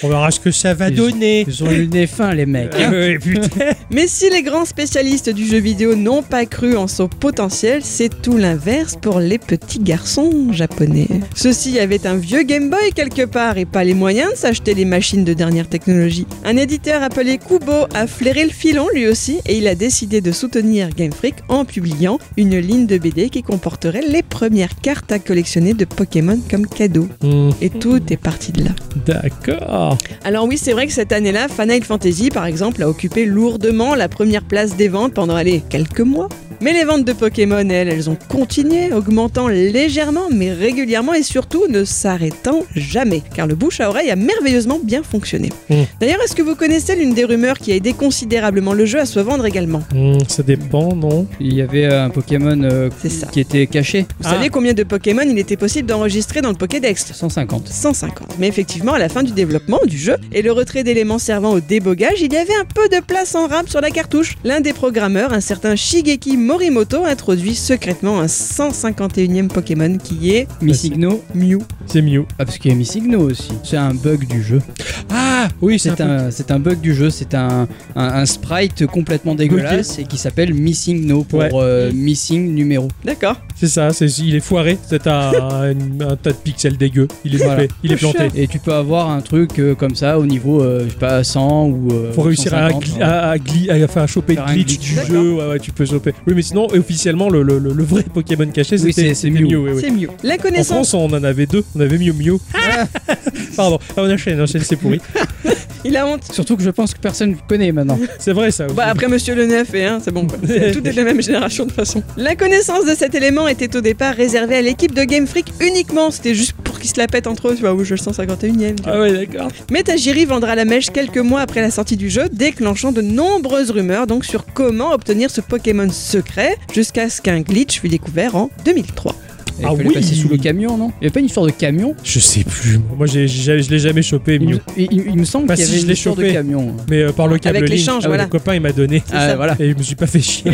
B: on verra ce que ça va
A: Ils-
B: donner.
A: Ils ont eu le nez fin, les mecs. hein.
B: Euh, putain.
C: Mais si les grands spécialistes du jeu vidéo n'ont pas cru en son potentiel, c'est tout l'inverse pour les petits garçons japonais. Ceux-ci avaient un vieux Game Boy quelque part et pas les moyens de s'acheter les machines de dernière technologie. Un éditeur appelé Kubo a flairé le filon lui aussi et il a décidé de soutenir Game Freak en publiant une ligne de BD qui comporterait les premières cartes à collectionner de Pokémon comme cadeau.
B: Hmm,
C: Et tout est parti de là.
B: D'accord.
C: Alors oui, c'est vrai que cette année-là, Final Fantasy, par exemple, a occupé lourdement la première place des ventes pendant, allez, quelques mois. Mais les ventes de Pokémon, elles, elles ont continué, augmentant légèrement, mais régulièrement et surtout ne s'arrêtant jamais, car le bouche à oreille a merveilleusement bien fonctionné.
B: Mmh.
C: D'ailleurs, est-ce que vous connaissez l'une des rumeurs qui a aidé considérablement le jeu à se vendre également
B: Hmm, ça dépend, non
A: Il y avait un Pokémon euh,
C: C'est ça.
A: qui était caché.
C: Vous
B: Ah.
C: savez combien de Pokémon il était possible d'enregistrer dans le Pokédex
A: 150.
C: 150. Mais effectivement, à la fin du développement du jeu et le retrait d'éléments servant au débogage, il y avait un peu de place en rab sur la cartouche. L'un des programmeurs, un certain Shigeki Morimoto, introduit secrètement un 151e Pokémon qui est
A: Missigno.
C: Mew.
B: C'est Mew.
A: Ah, parce qu'il y a Missigno aussi. C'est un bug du jeu.
B: Ah oui,
A: C'est un, c'est un bug du jeu. C'est un, un, un sprite complètement dégueulasse et qui s'appelle Missigno pour
B: Ouais.
A: euh, Missing numéro.
C: D'accord.
B: C'est ça, c'est, il est foiré. C'est un, une- un tas de pixels dégueu. Il est
A: Voilà.
B: loupé, il est planté.
A: Et tu peux avoir un truc euh, comme ça au niveau, euh, je sais pas, 100 ou. euh,
B: Faut réussir à,
A: 150,
B: gli-
A: hein.
B: à, à gli- à- enfin, à choper
A: Faire
B: le
A: un
B: glitch,
A: glitch.
B: du
C: D'accord.
B: jeu. Ouais, ouais, tu peux choper. Oui, mais sinon, officiellement, le, le- le- le vrai Pokémon caché, c'était,
A: Oui, c'est- c'est
B: c'était
A: Mew.
B: oui, oui.
C: C'est Mew. La
B: En
C: connaissance,
B: France, on en avait deux. On avait Mew (laughs) Mew. Pardon, Ah, on enchaîne, on enchaîne, c'est pourri.
C: il a honte.
A: Surtout que je pense que personne ne connaît maintenant.
B: C'est vrai ça.
C: Bah après Monsieur Le Neuf et hein, c'est
B: (laughs)
C: bon quoi. C'est- Tout est de la même génération de toute façon. La connaissance de cet élément était au départ réservée à l'équipe de Game Freak uniquement. C'était juste pour qu'ils se la pètent entre eux, tu vois, où je le 151e. tu vois.
B: Ah ouais, d'accord.
C: Metagiri vendra la mèche quelques mois après la sortie du jeu, déclenchant de nombreuses rumeurs donc sur comment obtenir ce Pokémon secret, jusqu'à ce qu'un glitch fût découvert en 2003.
A: (laughs) Il
B: Ah
A: fallait
B: oui.
A: passer sous le camion, non Il n'y avait pas une histoire de camion
B: Je sais plus. Moi, j'ai, j'ai- je l'ai jamais chopé
A: il,
B: Mew.
A: me- il- il- il me semble
B: Bah
A: qu'il y
B: si,
A: avait
B: je
A: une
B: l'ai
A: histoire de
B: chopé.
A: camion.
B: Mais euh, par le câble
C: Avec
B: ligne,
C: l'échange,
B: ah ouais,
C: voilà.
B: le copain il m'a donné.
A: Ah,
C: ça.
A: voilà.
B: Et je me suis pas
C: (laughs)
B: fait chier.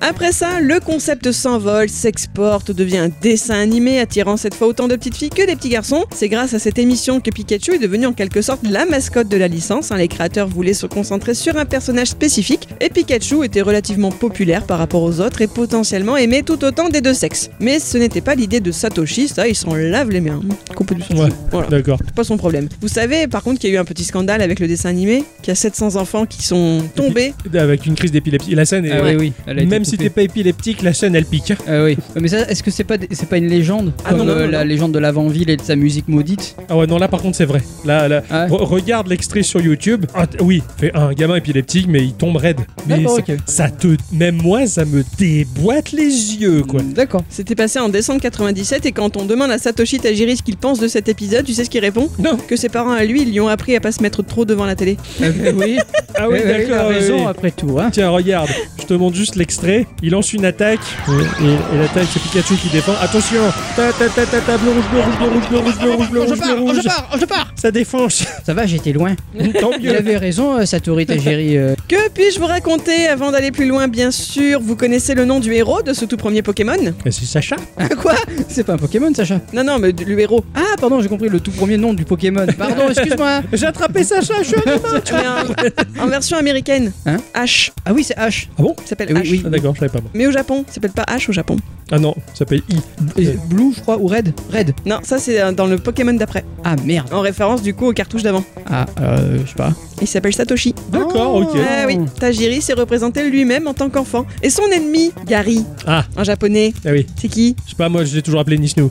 C: Après ça, le concept s'envole, s'exporte, devient un dessin animé attirant cette fois autant de petites filles que des petits garçons. C'est grâce à cette émission que Pikachu est devenu en quelque sorte la mascotte de la licence. hein. Les créateurs voulaient se concentrer sur un personnage spécifique et Pikachu était relativement populaire par rapport aux autres et potentiellement aimé tout autant des deux sexes. Mais ce n'était pas l'idée de Satoshi, ça, ils s'en lavent les mains. Qu'on peut du
B: Ouais.
C: Voilà.
B: D'accord.
C: C'est pas son problème. Vous savez, par contre, qu'il y a eu un petit scandale avec le dessin animé, qu'il y a 700 enfants qui sont tombés.
B: Avec une crise d'épilepsie. La scène est.
A: Ah oui, oui. elle a été
B: Même si
A: coupée.
B: t'es pas épileptique, la scène elle pique.
A: Ah oui. Mais ça, est-ce que c'est pas, des- c'est pas une légende
C: Ah
A: Comme
C: non, non,
A: euh,
C: non,
A: la
C: non.
A: légende de l'avant-ville et de sa musique maudite
B: Ah ouais, non, là par contre c'est vrai. Là, là,
A: Ah ouais.
B: re- regarde l'extrait sur YouTube. Ah, t- oui, fait un gamin épileptique, mais il tombe raide. Mais
A: D'accord,
B: ça,
A: ok.
B: ça te. Même moi, ça me déboîte les yeux, quoi.
A: D'accord.
C: C'était passé en décembre 97 et quand on demande à Satoshi Tajiri ce qu'il pense de cet épisode, tu sais ce qu'il répond
B: Non.
C: Que ses parents à lui, ils lui ont appris à pas se mettre trop devant la télé.
A: Ah oui,
B: Ah
A: ah oui,
B: oui,
A: il a
B: d'accord. oui,
A: raison
B: oui.
A: après tout. Hein.
B: Tiens, regarde, je te montre juste l'extrait. Il lance une attaque. Et, et- et l'attaque, c'est Pikachu qui défend. Attention Ta ta ta ta ta bleu, rouge, bleu, rouge, bleu, rouge, bleu, rouge, bleu, rouge, bleu, rouge, bleu, rouge.
A: pars, je pars
B: Ça défonce
A: (laughs) Ça va, j'étais loin.
B: Tant
A: Il
B: mieux
A: avait raison, euh, Satori Tajiri. (laughs) euh.
C: Que puis-je vous raconter avant d'aller plus loin Bien sûr, vous connaissez le nom du héros de ce tout premier Pokémon
B: Mais C'est Sacha
C: Quoi
A: C'est pas un Pokémon, Sacha
C: Non, non, mais le héros.
A: Ah, pardon, j'ai compris le tout premier nom du Pokémon. Pardon, (laughs) excuse-moi.
B: J'ai attrapé Sacha, je suis un humain
C: Mais
A: (laughs)
C: en, en version américaine,
A: Hein
C: H.
A: Ah oui, c'est H.
B: Ah bon
C: Il s'appelle
A: Eh oui,
C: H.
A: oui.
B: Ah d'accord, je savais pas moi.
C: Mais au Japon, ça s'appelle pas H au Japon.
B: Ah non, ça s'appelle I. Euh,
A: Et Blue, je crois, ou Red Red.
C: Non, ça c'est euh, dans le Pokémon d'après.
A: Ah merde.
C: En référence du coup aux cartouches d'avant.
A: Ah, euh, je sais pas.
C: Il s'appelle Satoshi.
B: D'accord,
A: Oh.
B: ok.
C: Ah oui, Tajiri s'est représenté lui-même en tant qu'enfant. Et son ennemi, Gary,
B: Ah.
C: en japonais,
B: Ah oui,
C: c'est qui
B: je sais pas, moi je l'ai toujours appelé Nishnu.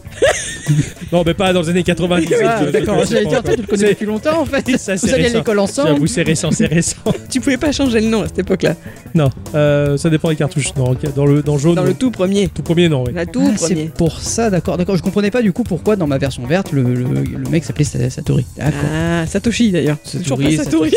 B: non, mais pas dans les années 90.
A: Ah,
B: Je-
A: d'accord,
B: je- je-
A: j'allais
B: je-
A: dire, toi, tu le connais
B: C'est-
A: depuis longtemps en fait.
B: (laughs) Ça, c'est
A: Vous allez à
B: récent.
A: l'école ensemble.
B: J'avoue, c'est récent, c'est récent.
C: Tu pouvais pas changer le nom à cette époque-là.
B: Non, euh, ça dépend des cartouches. Non, ok, dans le, dans le jaune,
C: Dans
B: Oh non.
C: le tout premier.
B: tout premier, non, oui.
C: La tout
A: Ah, c'est
C: premier.
A: pour ça, d'accord, d'accord. Je comprenais pas du coup pourquoi dans ma version verte le, le- le mec s'appelait Sa- Satori. D'accord.
C: Ah, Satoshi d'ailleurs. C'est toujours pas
A: Satori,
C: Satori.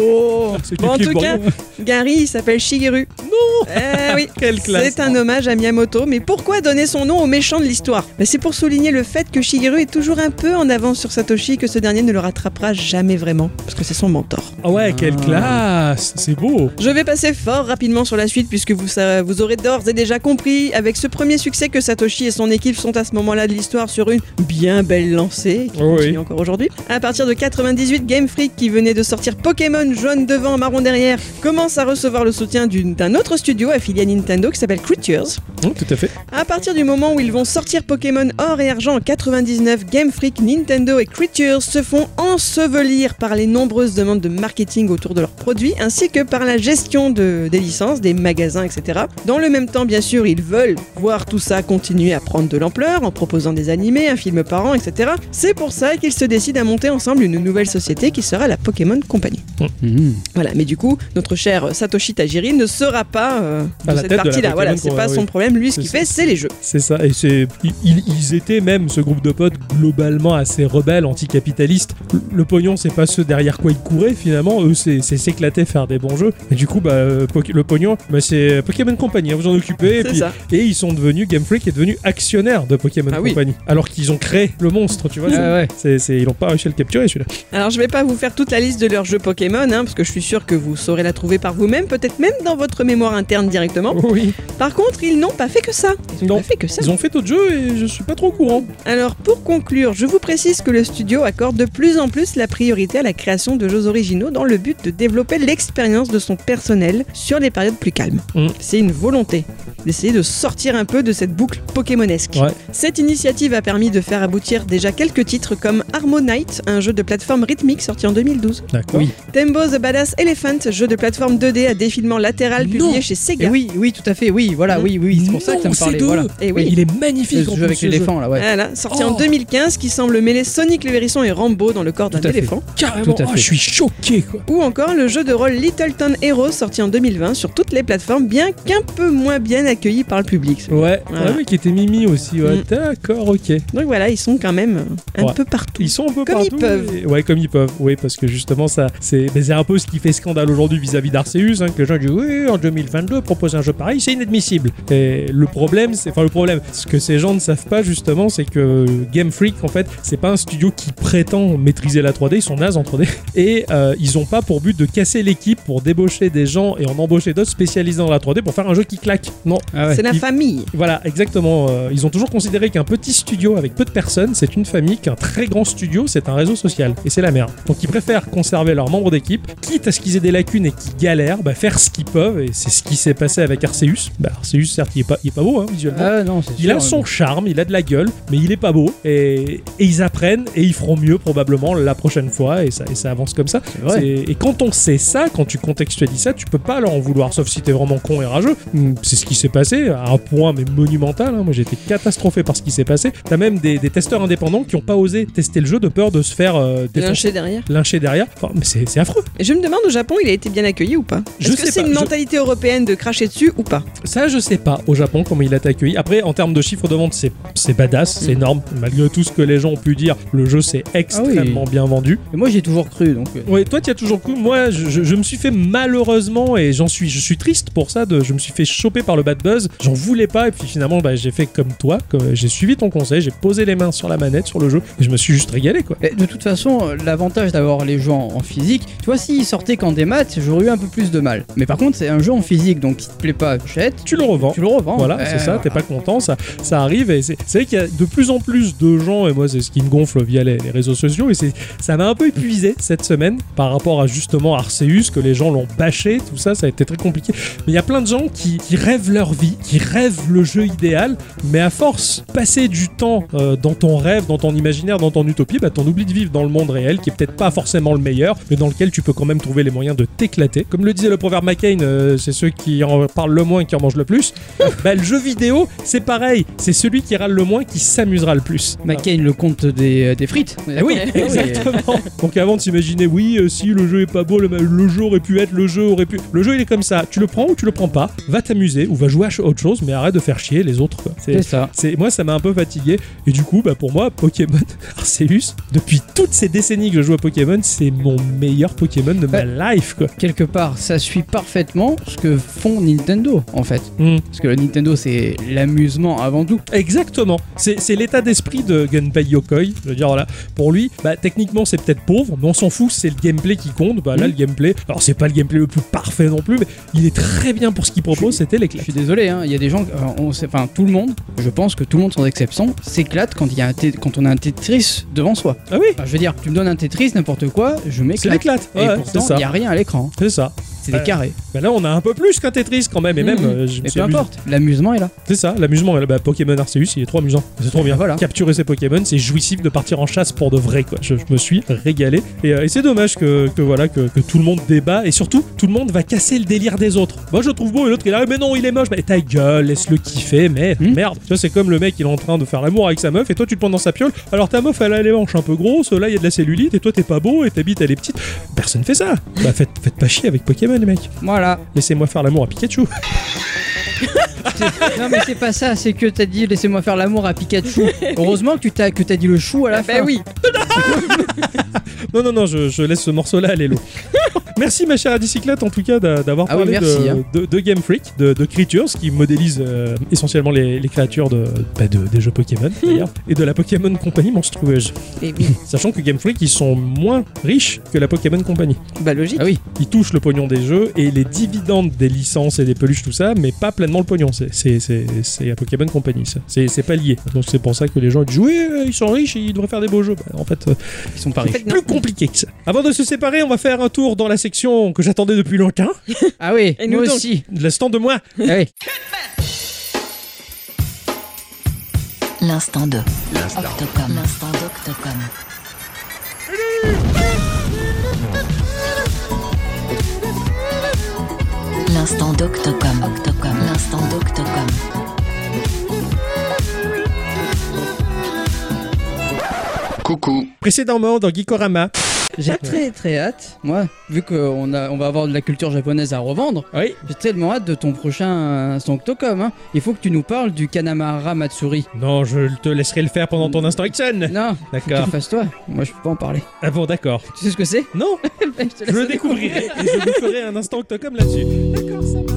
A: Oh
B: C'est du
C: Bon, en
B: clip,
C: tout
B: bon.
C: cas, Gary, il s'appelle Shigeru. Non Eh oui
B: (laughs) Quelle classe. hein.
C: C'est un hommage à Miyamoto, mais pourquoi donner son nom au méchant de l'histoire Ben, C'est pour souligner le fait que Shigeru est toujours un peu en avance sur Satoshi et que ce dernier ne le rattrapera jamais vraiment, parce que c'est son mentor.
B: Ah ouais, quelle classe C'est beau
C: Je vais passer fort rapidement sur la suite, puisque vous, sa- vous aurez d'ores et déjà compris, avec ce premier succès, que Satoshi et son équipe sont à ce moment-là de l'histoire sur une bien belle lancée, qui
B: Oh oui.
C: continue encore aujourd'hui. À partir de 98, Game Freak, qui venait de sortir Pokémon jaune devant, marron derrière, commence à recevoir le soutien d'une- d'un autre studio affilié à Nintendo qui s'appelle Creatures.
B: Non, Tout à fait.
C: À partir du moment où ils vont sortir Pokémon Or et Argent en 99, Game Freak, Nintendo et Creatures se font ensevelir par les nombreuses demandes de marketing autour de leurs produits ainsi que par la gestion de- des licences, des magasins, etc. Dans le même temps, bien sûr, ils veulent voir tout ça continuer à prendre de l'ampleur en proposant des animés, un film par an, etc. C'est pour ça qu'ils se décident à monter ensemble une nouvelle société qui sera la Pokémon Company.
A: Mhm.
C: Voilà, mais du coup, notre cher Satoshi Tajiri ne sera pas euh,
B: À
C: de
B: la
C: cette
B: tête de la
C: partie-là.
B: Pokémon
C: Voilà, c'est
B: Company,
C: pas
B: oui.
C: son problème. Lui, ce
B: C'est
C: qu'il
B: ça.
C: fait, c'est les jeux.
B: C'est ça, et c'est i- i- ils étaient même ce groupe de potes globalement assez rebelles, anticapitalistes. Le- Le pognon, c'est pas ceux derrière quoi ils couraient finalement. Eux, c'est c'est s'éclater, faire des bons jeux. Et du coup, bah, euh, Poké- le pognon, bah, c'est Pokémon Company. hein, vous en occupez. Et,
C: C'est
B: puis-
C: ça.
B: et ils sont devenus Game Freak est devenu actionnaire de Pokémon
C: Ah oui.
B: Company. Alors qu'ils ont créé le monstre, tu vois.
A: Ah ouais.
B: c'est- c'est- ils n'ont pas réussi à le capturer celui-là.
C: Alors je vais pas vous faire toute la liste de leurs jeux Pokémon, hein, parce que je suis sûr que vous saurez la trouver par vous-même, peut-être même dans votre mémoire interne directement.
B: (laughs) Oui.
C: Par contre, ils n'ont pas fait que ça. Ils n'ont
B: Non.
C: pas fait que ça.
B: Ils ont fait d'autres jeux et je suis pas trop au courant.
C: Alors pour conclure, je vous précise que le studio accorde de plus en plus la priorité à la création de jeux originaux dans le but de développer l'expérience de son personnel sur les périodes plus calmes.
B: Mm.
C: C'est une volonté d'essayer de sortir un peu de cette boucle pokémonesque.
B: Ouais.
C: Cette initiative a permis de faire aboutir déjà quelques titres comme Harmonite, un jeu de plateforme rythmique sorti en 2012.
B: D'accord.
A: Oui.
C: Tembo the Badass Elephant, jeu de plateforme 2D à défilement latéral
A: Non.
C: publié chez
A: Et
B: Eh
C: Sega.
A: oui, oui, tout à fait, oui, voilà, oui, oui, c'est pour ça que ça me parlait. Voilà.
C: Et
B: Et
C: Eh oui.
B: Il est magnifique. en
A: Ce jeu
B: plus,
A: avec
B: ce jeu.
A: l'éléphant là, ouais.
C: Voilà, sorti en
B: Oh.
C: 2015, qui semble mêler Sonic le Hérisson et Rambo dans le corps d'un
A: Tout à fait.
C: éléphant.
B: Carrément.
A: Tout à
B: Ah,
A: fait.
B: je suis choqué quoi.
C: Ou encore le jeu de rôle Littleton Hero, sorti en 2020 sur toutes les plateformes, bien qu'un peu moins bien accueilli par le public.
B: Ouais,
C: Voilà.
B: ah oui, qui était Mimi aussi. Ouais.
C: Mm.
B: D'accord, ok.
C: Donc voilà, ils sont quand même euh, un
B: Ouais.
C: peu partout.
B: Ils sont un peu
C: Comme
B: partout,
C: ils peuvent.
B: et- Ouais, comme ils peuvent. Oui, parce que justement, ça, c'est, ben, c'est un peu ce qui fait scandale aujourd'hui vis-à-vis d'Arceus. hein, que les gens disent oui, en 2022, proposer un jeu pareil, c'est inadmissible. Et le problème, c'est, enfin le problème, ce que ces gens ne savent pas justement, c'est que Game Freak, en fait, c'est pas un studio qui prétend maîtriser la 3D. Ils sont nazes en 3D (laughs) et euh, ils ont pas pour but de casser l'équipe pour débaucher des gens et en embaucher d'autres spécialisés dans la 3D pour faire un jeu qui claque. Non,
A: Ah ouais.
C: C'est la
B: euh, Ils-
C: famille.
B: voilà, exactement. Euh, ils ont toujours considéré qu'un petit studio avec peu de personnes, c'est une famille, qu'un très grand studio, c'est un réseau social. Et c'est la merde. Donc ils préfèrent conserver leurs membres d'équipe, quitte à ce qu'ils aient des lacunes et qu'ils galèrent, bah, faire ce qu'ils peuvent. Et c'est ce qui s'est passé avec Arceus. Bah, Arceus, certes, il est pas, il est pas beau, hein, visuellement.
A: Ah non, c'est
B: Il a
A: sûr,
B: son
A: mais-
B: charme, il a de la gueule, mais il est pas beau. Et, et ils apprennent et ils feront mieux probablement la prochaine fois. Et ça, et ça avance comme ça.
A: vrai.
B: C'est- Et quand on sait ça, quand tu contextualises ça, tu peux pas leur en vouloir, sauf si t'es vraiment con et rageux. Hum, C'est ce qui s'est passé à un point mais monumental. hein. Moi j'étais catastrophé par ce qui s'est passé. T'as même des, des testeurs indépendants qui ont pas osé tester le jeu de peur de se faire euh, défoncer-
C: Lynché derrière.
B: lyncher derrière. Enfin, mais c'est c'est affreux.
C: Et je me demande au Japon, il a été bien accueilli ou pas
B: Je
C: Est-ce que
B: sais
C: c'est
B: pas,
C: une
B: je-
C: mentalité européenne de cracher dessus ou pas
B: Ça, je sais pas au Japon comment il a été accueilli. Après, en termes de chiffres de vente, c'est c'est badass, c'est énorme. Malgré tout ce que les gens ont pu dire, le jeu s'est extrêmement bien vendu.
A: Et Moi j'ai toujours cru donc. euh,
B: Ouais, toi, tu as toujours cru. Moi, je, je- je me suis fait malheureusement, et j'en suis, je suis triste pour ça. De, je me suis fait choper par le bad buzz. J'en voulais pas, et puis finalement, bah, j'ai fait comme toi. que- J'ai suivi ton conseil, j'ai posé les mains sur la manette, sur le jeu, et je me suis juste régalé, quoi.
A: Et De toute façon, euh, l'avantage d'avoir les jeux en en physique, tu vois, s'ils sortaient qu'en démat, j'aurais eu un peu plus de mal. Mais par contre, c'est un jeu en physique, donc si te plaît pas, jette.
B: Tu le revends.
A: Tu le revends. Euh,
B: Voilà,
A: Ouais,
B: c'est ça,
A: voilà.
B: t'es pas content, ça, ça arrive. Et c'est c'est vrai qu'il y a de plus en plus de gens, et moi c'est ce qui me gonfle via les, les réseaux sociaux, et c'est ça m'a un peu épuisé cette semaine par rapport à justement Arceus, que les gens l'ont bâché, tout ça, ça a été très compliqué. Mais il y a plein de gens qui, qui rêvent leur vie, qui rêvent le jeu idéal, mais à force, passer du temps euh, dans ton rêve, dans ton imaginaire, dans ton utopie, bah t'en oublies de vivre dans le monde réel, qui est peut-être pas forcément le meilleur, mais dans lequel tu peux quand même trouver les moyens de t'éclater. Comme le disait le proverbe McCain, euh, c'est ceux qui en parlent le moins et qui en mangent le plus. Bah, le jeu vidéo, c'est pareil. C'est celui qui râle le moins qui s'amusera le plus.
A: McCain, le compte des, euh, des frites. Eh
B: Ah
A: (laughs)
B: oui, exactement. (laughs) Donc avant de s'imaginer, oui, euh, si le jeu est pas beau, le, le jeu aurait pu être, le jeu aurait pu. Le jeu il est comme ça. Tu le prends ou tu le prends pas. Va t'amuser ou va jouer à ch- autre chose, mais arrête de faire chier les autres. quoi. C'est-
A: C'est ça.
B: c'est moi ça m'a un peu fatigué et du coup bah pour moi Pokémon (laughs) Arceus depuis toutes ces décennies que je joue à Pokémon c'est mon meilleur Pokémon de ma life quoi.
A: Quelque part, ça suit parfaitement ce que font Nintendo, en fait.
B: Hmm.
A: Parce que le Nintendo, c'est l'amusement avant tout.
B: Exactement. C'est c'est l'état d'esprit de Gunpei Yokoi. Je veux dire, voilà. Pour lui, bah, techniquement, c'est peut-être pauvre, mais on s'en fout, c'est le gameplay qui compte. Bah, là,
A: Mm.
B: le gameplay, alors c'est pas le gameplay le plus parfait non plus, mais il est très bien pour ce qu'il propose, c'était
A: Je
B: l'éclat.
A: suis désolé, hein, il y a des gens, euh, on sait- enfin tout le monde, je pense que tout le monde sans exception s'éclate quand, il y a un té- quand on a un Tetris devant soi.
B: Ah oui,
A: Enfin, je veux dire, tu me donnes un Tetris, n'importe quoi, je
B: c'est
A: m'éclate.
B: l'éclat.
A: Et
B: Ouais, c'est
A: pourtant, il
B: ça.
A: n'y a rien à l'écran. hein.
B: C'est ça.
A: C'est
B: Ouais.
A: des carrés.
B: Bah là, on a un peu plus qu'un Tetris quand même, et même.
A: Mm.
B: euh, je me
A: Mais
B: suis
A: peu
B: amusé.
A: importe, l'amusement est là.
B: C'est ça, l'amusement. Bah, Pokémon Arceus, il est trop amusant. C'est trop bien.
A: Voilà.
B: Capturer ces Pokémon, c'est jouissif de partir en chasse pour de vrai. Quoi. Je, je me suis régalé. Et, euh, et c'est dommage que, que voilà, que, que tout le monde débat. Et surtout, tout le monde va casser le délire des autres. Moi, je le trouve beau et l'autre, il est là. Mais non, il est moche. Mais ta gueule, laisse-le kiffer. Mais
A: Hmm.
B: merde. Tu vois, c'est comme le mec, il est en train de faire l'amour avec sa meuf. Et toi, tu te prends dans sa piole. Alors, ta meuf, elle a les hanches un peu grosses. Là, il y a de la cellulite. Et toi, t'es pas beau. Et ta bite, elle est petite. Personne fait ça. Bah, faites, faites pas chier avec Pokémon, les mecs.
A: Voilà.
B: Laissez-moi faire l'amour à Pikachu.
A: C'est- non mais c'est pas ça, c'est que t'as dit laissez-moi faire l'amour à Pikachu. (laughs) Ah, bah Heureusement que tu t'as que t'as dit le chou à la fin.
C: Ben oui,
B: Non, non, non, je, je laisse ce morceau-là à Lélo.
A: (laughs)
B: merci, ma chère Adicyclette, en tout cas, d'a- d'avoir
A: Ah oui,
B: parlé de,
A: merci, hein.
B: de- de Game Freak, de, de Creatures, qui modélise euh, essentiellement les, les créatures de, bah, de- des jeux
A: (laughs)
B: Pokémon, d'ailleurs, et de la Pokémon Compagnie monstrueuse.
C: et Eh oui.
B: Sachant que Game Freak, ils sont moins riches que la Pokémon Company.
C: Bah logique.
A: Ah oui.
B: Ils touchent le pognon des jeux et les dividendes des licences et des peluches, tout ça, mais pas pleinement le pognon. C'est- C'est c'est- c'est la Pokémon Company, ça. C'est c'est pas lié. Donc c'est pour ça que les gens disent Oui, euh, ils sont riches, ils devraient faire des beaux jeux. Bah, en fait, euh,
A: Ils sont pas
C: En
A: (laughs) riches.
C: fait, non.
B: plus compliqué que ça. Avant de se séparer, on va faire un tour dans la section que j'attendais depuis longtemps.
A: Ah oui,
C: Et nous
A: nous
C: donc
A: aussi.
B: L'instant de moi.
A: Ah oui.
E: L'instant 2. Octocom. L'instant d'Octocom. L'instant d'Octocom. Octocom. L'instant d'Octocom.
B: Précédemment dans Geekorama.
A: J'ai très très hâte. Moi, vu qu'on a, on va avoir de la culture japonaise à revendre,
B: Oui.
A: j'ai tellement hâte de ton prochain son Octocom. hein. Il faut que tu nous parles du
B: (laughs)
A: Kanamara Matsuri.
B: Non, je te laisserai le faire pendant ton instant action.
A: Non, faut que tu (laughs)
B: D'accord.
A: le fasses toi. Moi, je peux pas en parler.
B: Ah bon, d'accord.
A: Tu sais ce que c'est
B: Non,
A: (laughs) Ben,
B: je
A: te laisse
B: le découvrirai et je vous ferai un instant Octocom là-dessus. D'accord, ça va.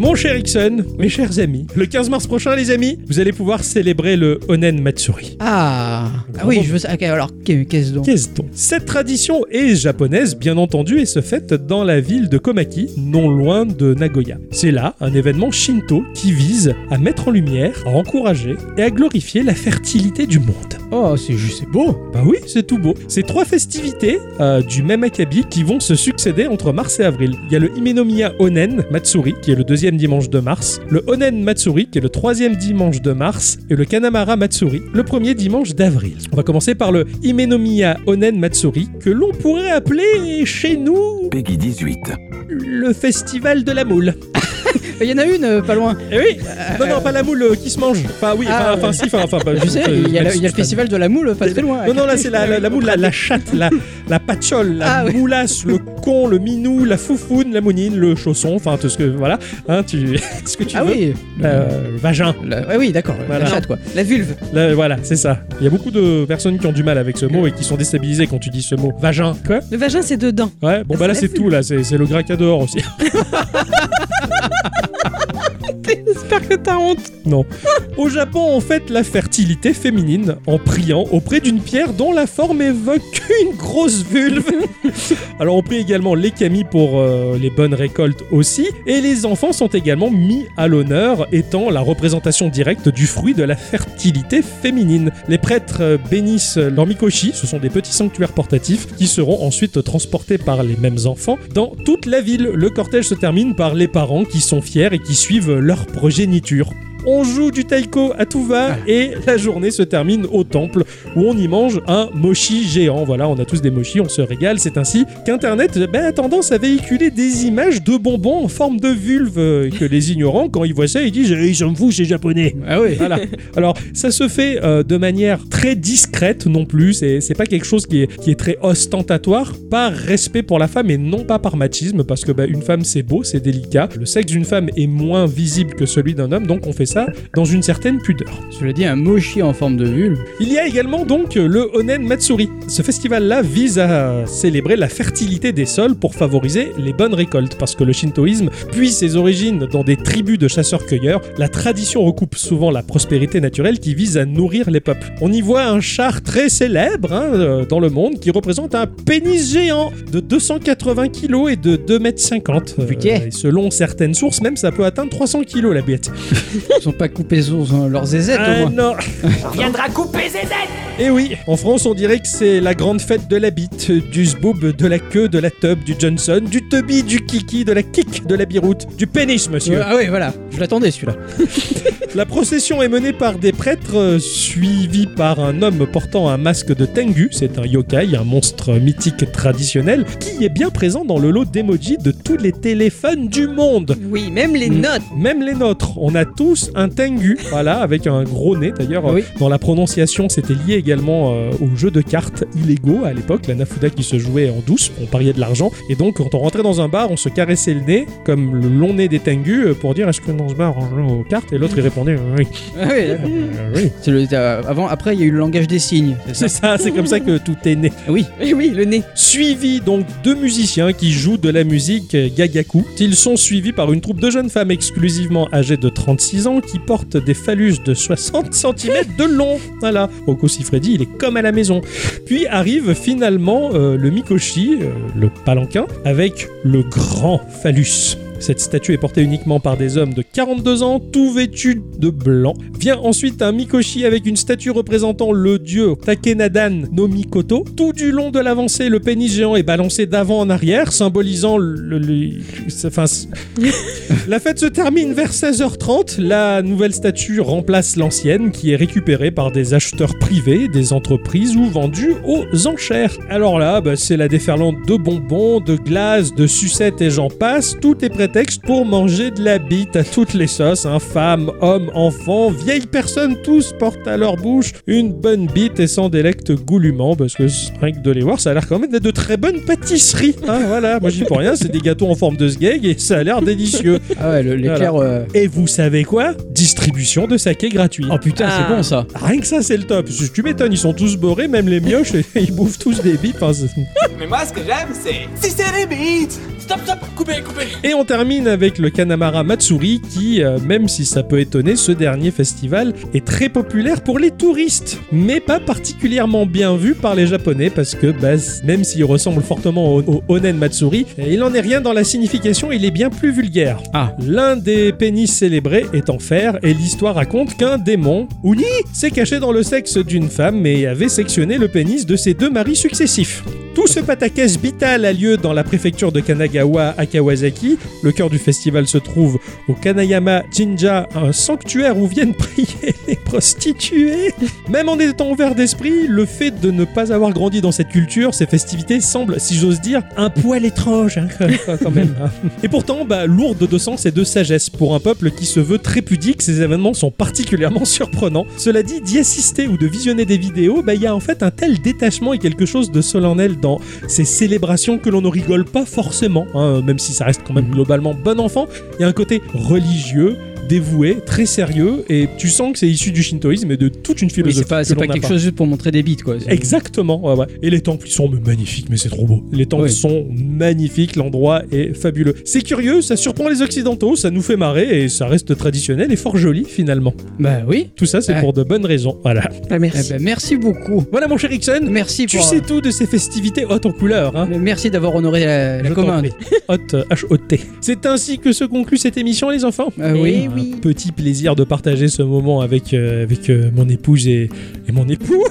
B: Mon cher Ixon, mes chers amis, le 15 mars prochain, les amis, vous allez pouvoir célébrer le Onen Matsuri.
A: Ah, ah oui, je veux ça. Ok, alors qu'est- qu'est-ce donc
B: Qu'est-ce donc Cette tradition est japonaise, bien entendu, et se fête dans la ville de Komaki, non loin de Nagoya. C'est là un événement shinto qui vise à mettre en lumière, à encourager et à glorifier la fertilité du monde.
A: Oh, c'est juste, c'est beau.
B: Bah oui, c'est tout beau. C'est trois festivités euh, du même acabit qui vont se succéder entre mars et avril. Il y a le Himenomiya Onen Matsuri, qui est le deuxième dimanche de mars, le Onen Matsuri, qui est le troisième dimanche de mars, et le Kanamara Matsuri, le premier dimanche d'avril. On va commencer par le Himenomiya Onen Matsuri, que l'on pourrait appeler chez nous
F: Peggy 18.
B: le festival de la moule.
A: Il y en a une euh, pas loin.
B: Eh oui Non, non, pas la moule euh, qui se mange. Enfin, oui,
A: Ah,
B: enfin, enfin,
A: ouais.
B: si, enfin, enfin, bah,
A: Je sais, (laughs) il y a, le- il y a le festival de la moule pas très loin.
B: Non, non, là, c'est la, la, la moule, la, la chatte, la, la patchole, la
A: Ah, oui.
B: moulasse, le con, le minou, la foufoune, la mounine, le chausson, enfin, tout ce que. Voilà. Hein, tu, (laughs) ce que tu
A: Ah
B: veux.
A: oui,
B: Euh, vagin.
A: La- ouais, oui, d'accord,
B: Voilà.
A: la chatte quoi.
C: La vulve.
B: Là, voilà, c'est ça. Il y a beaucoup de personnes qui ont du mal avec ce mot et qui sont déstabilisées quand tu dis ce mot. Vagin. Quoi
C: Le vagin, c'est dedans.
B: Ouais, bon,
C: Ah,
B: bah là,
C: c'est
B: c'est
C: la
B: tout, là. C'est c'est le gras qu'il y a dehors aussi.
C: J'espère que (laughs) t'as honte.
B: Non. Au Japon, on fête la fertilité féminine en priant auprès d'une pierre dont la forme évoque une grosse vulve. Alors on prie également les kami pour euh, les bonnes récoltes aussi, et les enfants sont également mis à l'honneur, étant la représentation directe du fruit de la fertilité féminine. Les prêtres euh, bénissent leurs mikoshi, ce sont des petits sanctuaires portatifs qui seront ensuite transportés par les mêmes enfants dans toute la ville. Le cortège se termine par les parents qui sont fiers et qui suivent leur progéniture. On joue du taiko à tout va et la journée se termine au temple où on y mange un mochi géant. Voilà, on a tous des mochis, on se régale. C'est ainsi qu'Internet ben, a tendance à véhiculer des images de bonbons en forme de vulve euh, et que les ignorants, quand ils voient ça, ils disent Eh, Ils sont fous, c'est japonais !»
A: Ah oui.
B: Voilà. Alors, ça se fait euh, de manière très discrète non plus. C'est c'est pas quelque chose qui est, qui est très ostentatoire, par respect pour la femme et non pas par machisme, parce que bah, une femme c'est beau, c'est délicat. Le sexe d'une femme est moins visible que celui d'un homme, donc on fait ça dans une certaine pudeur.
A: Cela dit, un mochi en forme de vulve.
B: Il y a également donc le Onen Matsuri. Ce festival-là vise à célébrer la fertilité des sols pour favoriser les bonnes récoltes, parce que le shintoïsme puise ses origines dans des tribus de chasseurs-cueilleurs. La tradition recoupe souvent la prospérité naturelle qui vise à nourrir les peuples. On y voit un char très célèbre hein, euh, dans le monde qui représente un pénis géant de 280 kg et de 2,50 m.
A: Putain.
B: Euh, et selon certaines sources, même ça peut atteindre 300 kg la bête.
A: Ils sont pas coupés sur sur leurs aisettes
B: Ah
A: au
B: non
A: moins.
F: (laughs) Viendra couper ses ailes
B: Et oui, en France, on dirait que c'est la grande fête de la bite, du zboob, de la queue, de la tub, du Johnson, du tubby, du kiki, de la kick, de la biroute, du pénis, monsieur.
A: Ouais, Ah oui, voilà. Je l'attendais celui-là.
B: La procession est menée par des prêtres euh, suivis par un homme portant un masque de Tengu, c'est un yokai, un monstre mythique traditionnel, qui est bien présent dans le lot d'emoji de tous les téléphones du monde.
C: Oui, même les
B: Mm.
C: notes.
B: Même les nôtres, on a tous un tengu, voilà, avec un gros nez d'ailleurs.
A: Oui.
B: euh, Dans la prononciation, c'était lié également euh, aux jeux de cartes illégaux à l'époque, la nafuda qui se jouait en douce, on pariait de l'argent, et donc quand on rentrait dans un bar, on se caressait le nez, comme le long nez des tengu, euh, pour dire est-ce que dans ce bar on joue aux cartes, et l'autre il répondait oui,
A: Ah oui, d'accord.
B: euh, oui.
A: C'est le- euh, avant, après, il y a eu le langage des signes. c'est ça
B: C'est ça, c'est comme ça que tout est né.
A: Ah Oui.
C: Et Eh oui, le nez.
B: Suivi donc de musiciens qui jouent de la musique euh, gagaku. Ils sont suivis par une troupe de jeunes femmes exclusivement âgées de 36 ans qui portent des phallus de (laughs) 60 cm de long. Voilà, Rocco Siffredi, il est comme à la maison. Puis arrive finalement euh, le Mikoshi, euh, le palanquin, avec le grand phallus. Cette statue est portée uniquement par des hommes de 42 ans, tout vêtus de blanc. Vient ensuite un Mikoshi avec une statue représentant le dieu Takenadan no Mikoto. Tout du long de l'avancée, le pénis géant est balancé d'avant en arrière, symbolisant le. le- c'est- enfin, c'est- la fête se termine vers 16h30. La nouvelle statue remplace l'ancienne qui est récupérée par des acheteurs privés, des entreprises ou vendue aux enchères. Alors là, bah, c'est la déferlante de bonbons, de glaces, de sucettes et j'en passe. Tout est prétexte pour manger de la bite à toutes les sauces. hein. Femmes, hommes, enfants, vieilles personnes, tous portent à leur bouche une bonne bite et s'en délectent goulûment parce que rien que de les voir, ça a l'air quand même d'être de très bonnes pâtisseries. hein, voilà, moi j'y peux rien, c'est des gâteaux en forme de sgeg et ça a l'air délicieux.
A: Ah ouais, le- l'éclair. euh,
B: Et vous savez quoi Distribution de saké gratuit.
A: Oh putain,
C: Ah.
A: c'est bon ça.
B: Rien que ça, c'est le top. Parce que Tu m'étonnes, ils sont tous borés, même les mioches, (laughs) et ils bouffent tous des hein. bites. Enfin, c'est-
F: (laughs) Mais moi, ce que j'aime, c'est. Si c'est les bites Stop, stop Coupez, coupez
B: Et on termine avec le Kanamara Matsuri qui, euh, même si ça peut étonner, ce dernier festival est très populaire pour les touristes, mais pas particulièrement bien vu par les Japonais parce que bah, c- même s'il ressemble fortement au, au Onen Matsuri, euh, il en est rien dans la signification, il est bien plus vulgaire.
A: Ah.
B: L'un des pénis célébrés est en fer et l'histoire raconte qu'un démon, Uni, s'est caché dans le sexe d'une femme et avait sectionné le pénis de ses deux maris successifs. Tout ce pataquès vital a lieu dans la préfecture de Kanagawa à Kawasaki. Le cœur du festival se trouve au Kanayama Jinja, un sanctuaire où viennent (laughs) prier les prostituées. Même en étant ouvert d'esprit, le fait de ne pas avoir grandi dans cette culture, ces festivités semblent, si j'ose dire, un poil étrange hein, quand même. hein. (laughs) Et pourtant, bah, lourde de sens et de sagesse. Pour un peuple qui se veut très pudique, ces événements sont particulièrement (laughs) surprenants. Cela dit, d'y assister ou de visionner des vidéos, bah, il y a en fait un tel détachement et quelque chose de solennel dans ces célébrations que l'on ne
A: Mhm.
B: rigole pas forcément, hein, même si ça reste quand même globalement bon enfant. Il y a un côté religieux, dévoué, très sérieux, et tu sens que c'est issu du shintoïsme et de toute une
A: Oui,
B: philosophie.
A: c'est pas,
B: que
A: c'est pas
B: l'on n'a
A: quelque chose juste pour montrer des bites, quoi. C'est-
B: Exactement, ouais, ouais. Et les temples, ils sont mais, magnifiques, mais c'est trop beau. Les temples
A: Oui.
B: sont magnifiques, l'endroit est fabuleux. C'est curieux, ça surprend les Occidentaux, ça nous fait marrer et ça reste traditionnel et fort joli finalement.
A: Bah oui.
B: Tout ça, c'est
A: Ouais.
B: pour de bonnes raisons. Voilà.
C: Bah,
A: Eh
C: merci.
A: ben, merci beaucoup.
B: Voilà, mon cher Ixon,
A: Merci
B: tu
A: pour- euh,
B: sais tout de ces festivités hautes en couleur. Hein
A: Merci d'avoir honoré la, la
B: Je t'en
A: commande.
B: prie. (laughs) Haute, euh, H-O-T. C'est ainsi que se conclut cette émission, les enfants.
A: Ah oui.
C: Eh oui.
B: Petit plaisir de partager ce moment avec, euh, avec euh, mon épouse et, et mon époux.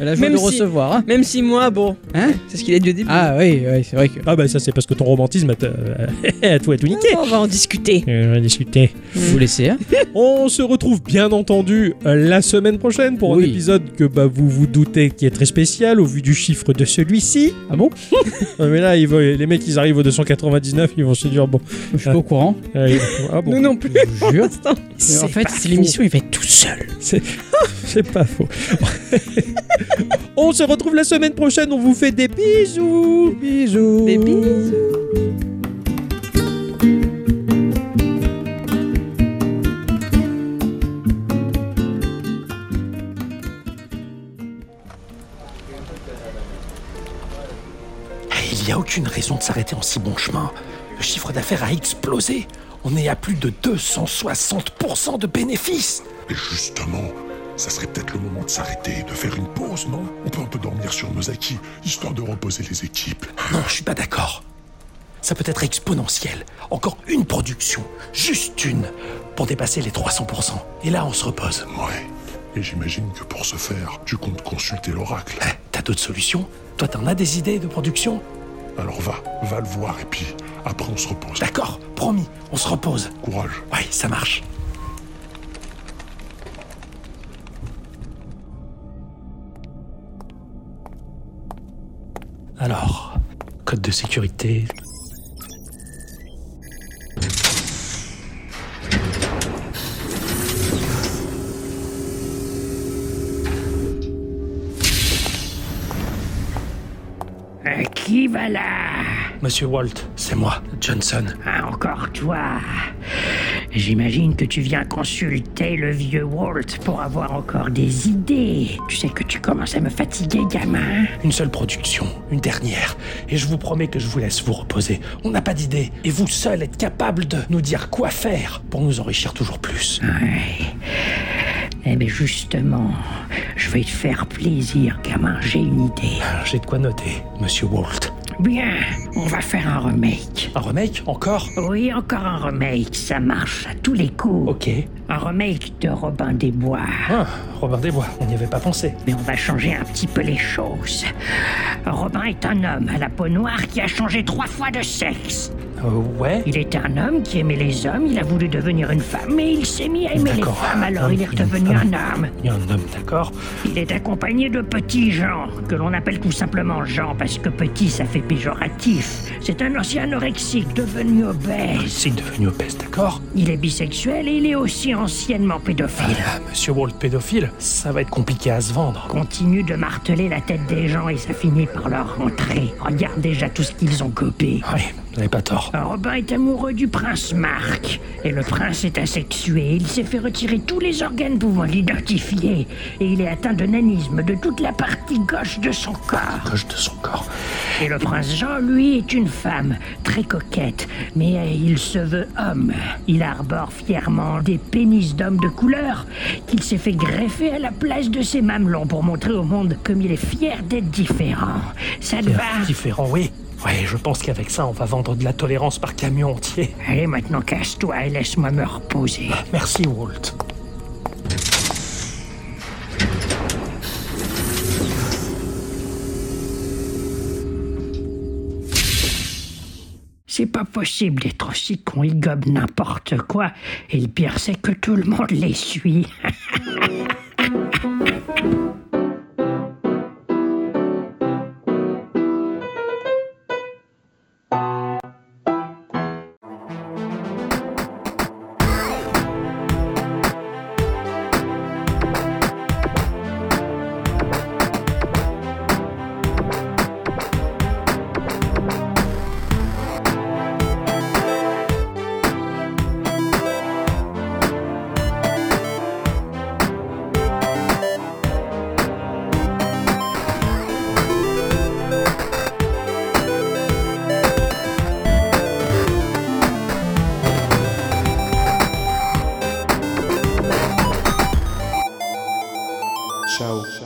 A: La joie
C: Même
A: de
C: si-
A: recevoir. hein.
C: Même si moi, bon,
A: Hein
C: c'est ce qu'il a dit au début.
A: Ah oui, oui, c'est vrai que.
B: Ah bah ça, c'est parce que ton romantisme (laughs) a, t- a tout, a tout niqué.
C: On va en discuter.
B: Euh, on va discuter.
A: Vous laissez, hein
B: On se retrouve bien entendu euh, la semaine prochaine pour un
A: Oui.
B: épisode que bah, vous vous doutez qui est très spécial au vu du chiffre de celui-ci.
A: Ah bon
B: (laughs) Non, mais là, ils vont- les mecs, ils arrivent au 299, ils vont se dire bon.
A: Je suis pas au courant.
B: euh, ils- ah bon,
C: Nous non plus.
A: Je
B: (laughs)
A: vous jure.
C: Attends.
A: En fait, c'est l'émission, il va être tout seul.
B: c'est (laughs) pas faux. (laughs) on se retrouve la semaine prochaine, on vous fait des bisous. Bisous.
C: Des bisous.
G: Il n'y a aucune raison de s'arrêter en si bon chemin. Le chiffre d'affaires a explosé. On est à plus de 260% de bénéfices.
H: Et justement, ça serait peut-être le moment de s'arrêter, de faire une pause, non On peut un peu dormir sur nos acquis, histoire de reposer les équipes.
G: Non, je suis pas d'accord. Ça peut être exponentiel. Encore une production, juste une, pour dépasser les 300%. Et là, on se repose.
H: Ouais. Et j'imagine que pour ce faire, tu comptes consulter l'oracle.
G: Eh, T'as d'autres solutions Toi, t'en as des idées de production
H: Alors va, va le voir et puis après on se repose.
G: D'accord, promis, on se repose.
H: Courage.
G: Ouais, ça marche. Alors, code de sécurité.
I: Euh, Qui va là
G: Monsieur Walt, c'est moi, Johnson.
I: Ah, Encore toi J'imagine que tu viens consulter le vieux Walt pour avoir encore des idées. Tu sais que tu commences à me fatiguer, gamin.
G: Une seule production, une dernière. Et je vous promets que je vous laisse vous reposer. On n'a pas d'idée. Et vous seul êtes capable de nous dire quoi faire pour nous enrichir toujours plus.
I: Eh bien justement, je vais te faire plaisir, gamin, j'ai une idée.
G: J'ai de quoi noter, monsieur Walt.
I: Bien, on va faire un remake.
G: Un remake Encore
I: Oui, encore un remake, ça marche à tous les coups.
G: Ok.
I: Un remake de Robin des Bois.
G: Ah, Robin des Bois, on n'y avait pas pensé.
I: Mais on va changer un petit peu les choses. Robin est un homme à la peau noire qui a changé trois fois de sexe.
G: Euh, ouais
I: Il était un homme qui aimait les hommes, il a voulu devenir une femme, mais il s'est mis à aimer les
G: D'accord.
I: femmes, alors il est
G: Une
I: redevenu
G: femme.
I: un homme.
G: Il y a un homme, d'accord
I: Il est accompagné de petit Jean, que l'on appelle tout simplement Jean parce que petit ça fait péjoratif. C'est un ancien anorexique devenu obèse.
G: C'est devenu obèse, d'accord
I: Il est bisexuel et il est aussi anciennement pédophile.
G: Ah, Monsieur Walt pédophile, ça va être compliqué à se vendre.
I: Continue de marteler la tête des gens et ça finit par leur rentrer. Regarde déjà tout ce qu'ils ont copié.
G: Oui, vous n'avez pas tort.
I: Robin est amoureux du prince Marc. Et le prince est asexué. Il s'est fait retirer tous les organes pouvant l'identifier. Et il est atteint de nanisme de toute la partie gauche de son corps.
G: Gauche de son corps.
I: Et le prince Jean, lui, est une femme, très coquette. Mais euh, il se veut homme. Il arbore fièrement des pénis d'hommes de couleur qu'il s'est fait greffer à la place de ses mamelons pour montrer au monde comme il est fier d'être différent. Ça te va
G: Différent, oui. Ouais, je pense qu'avec ça, on va vendre de la tolérance par camion entier.
I: Allez, maintenant, casse-toi et laisse-moi me reposer.
G: Merci, Walt.
I: C'est pas possible d'être aussi con, ils gobent n'importe quoi. Et le pire, c'est que tout le monde (laughs) les suit.
G: Ciao.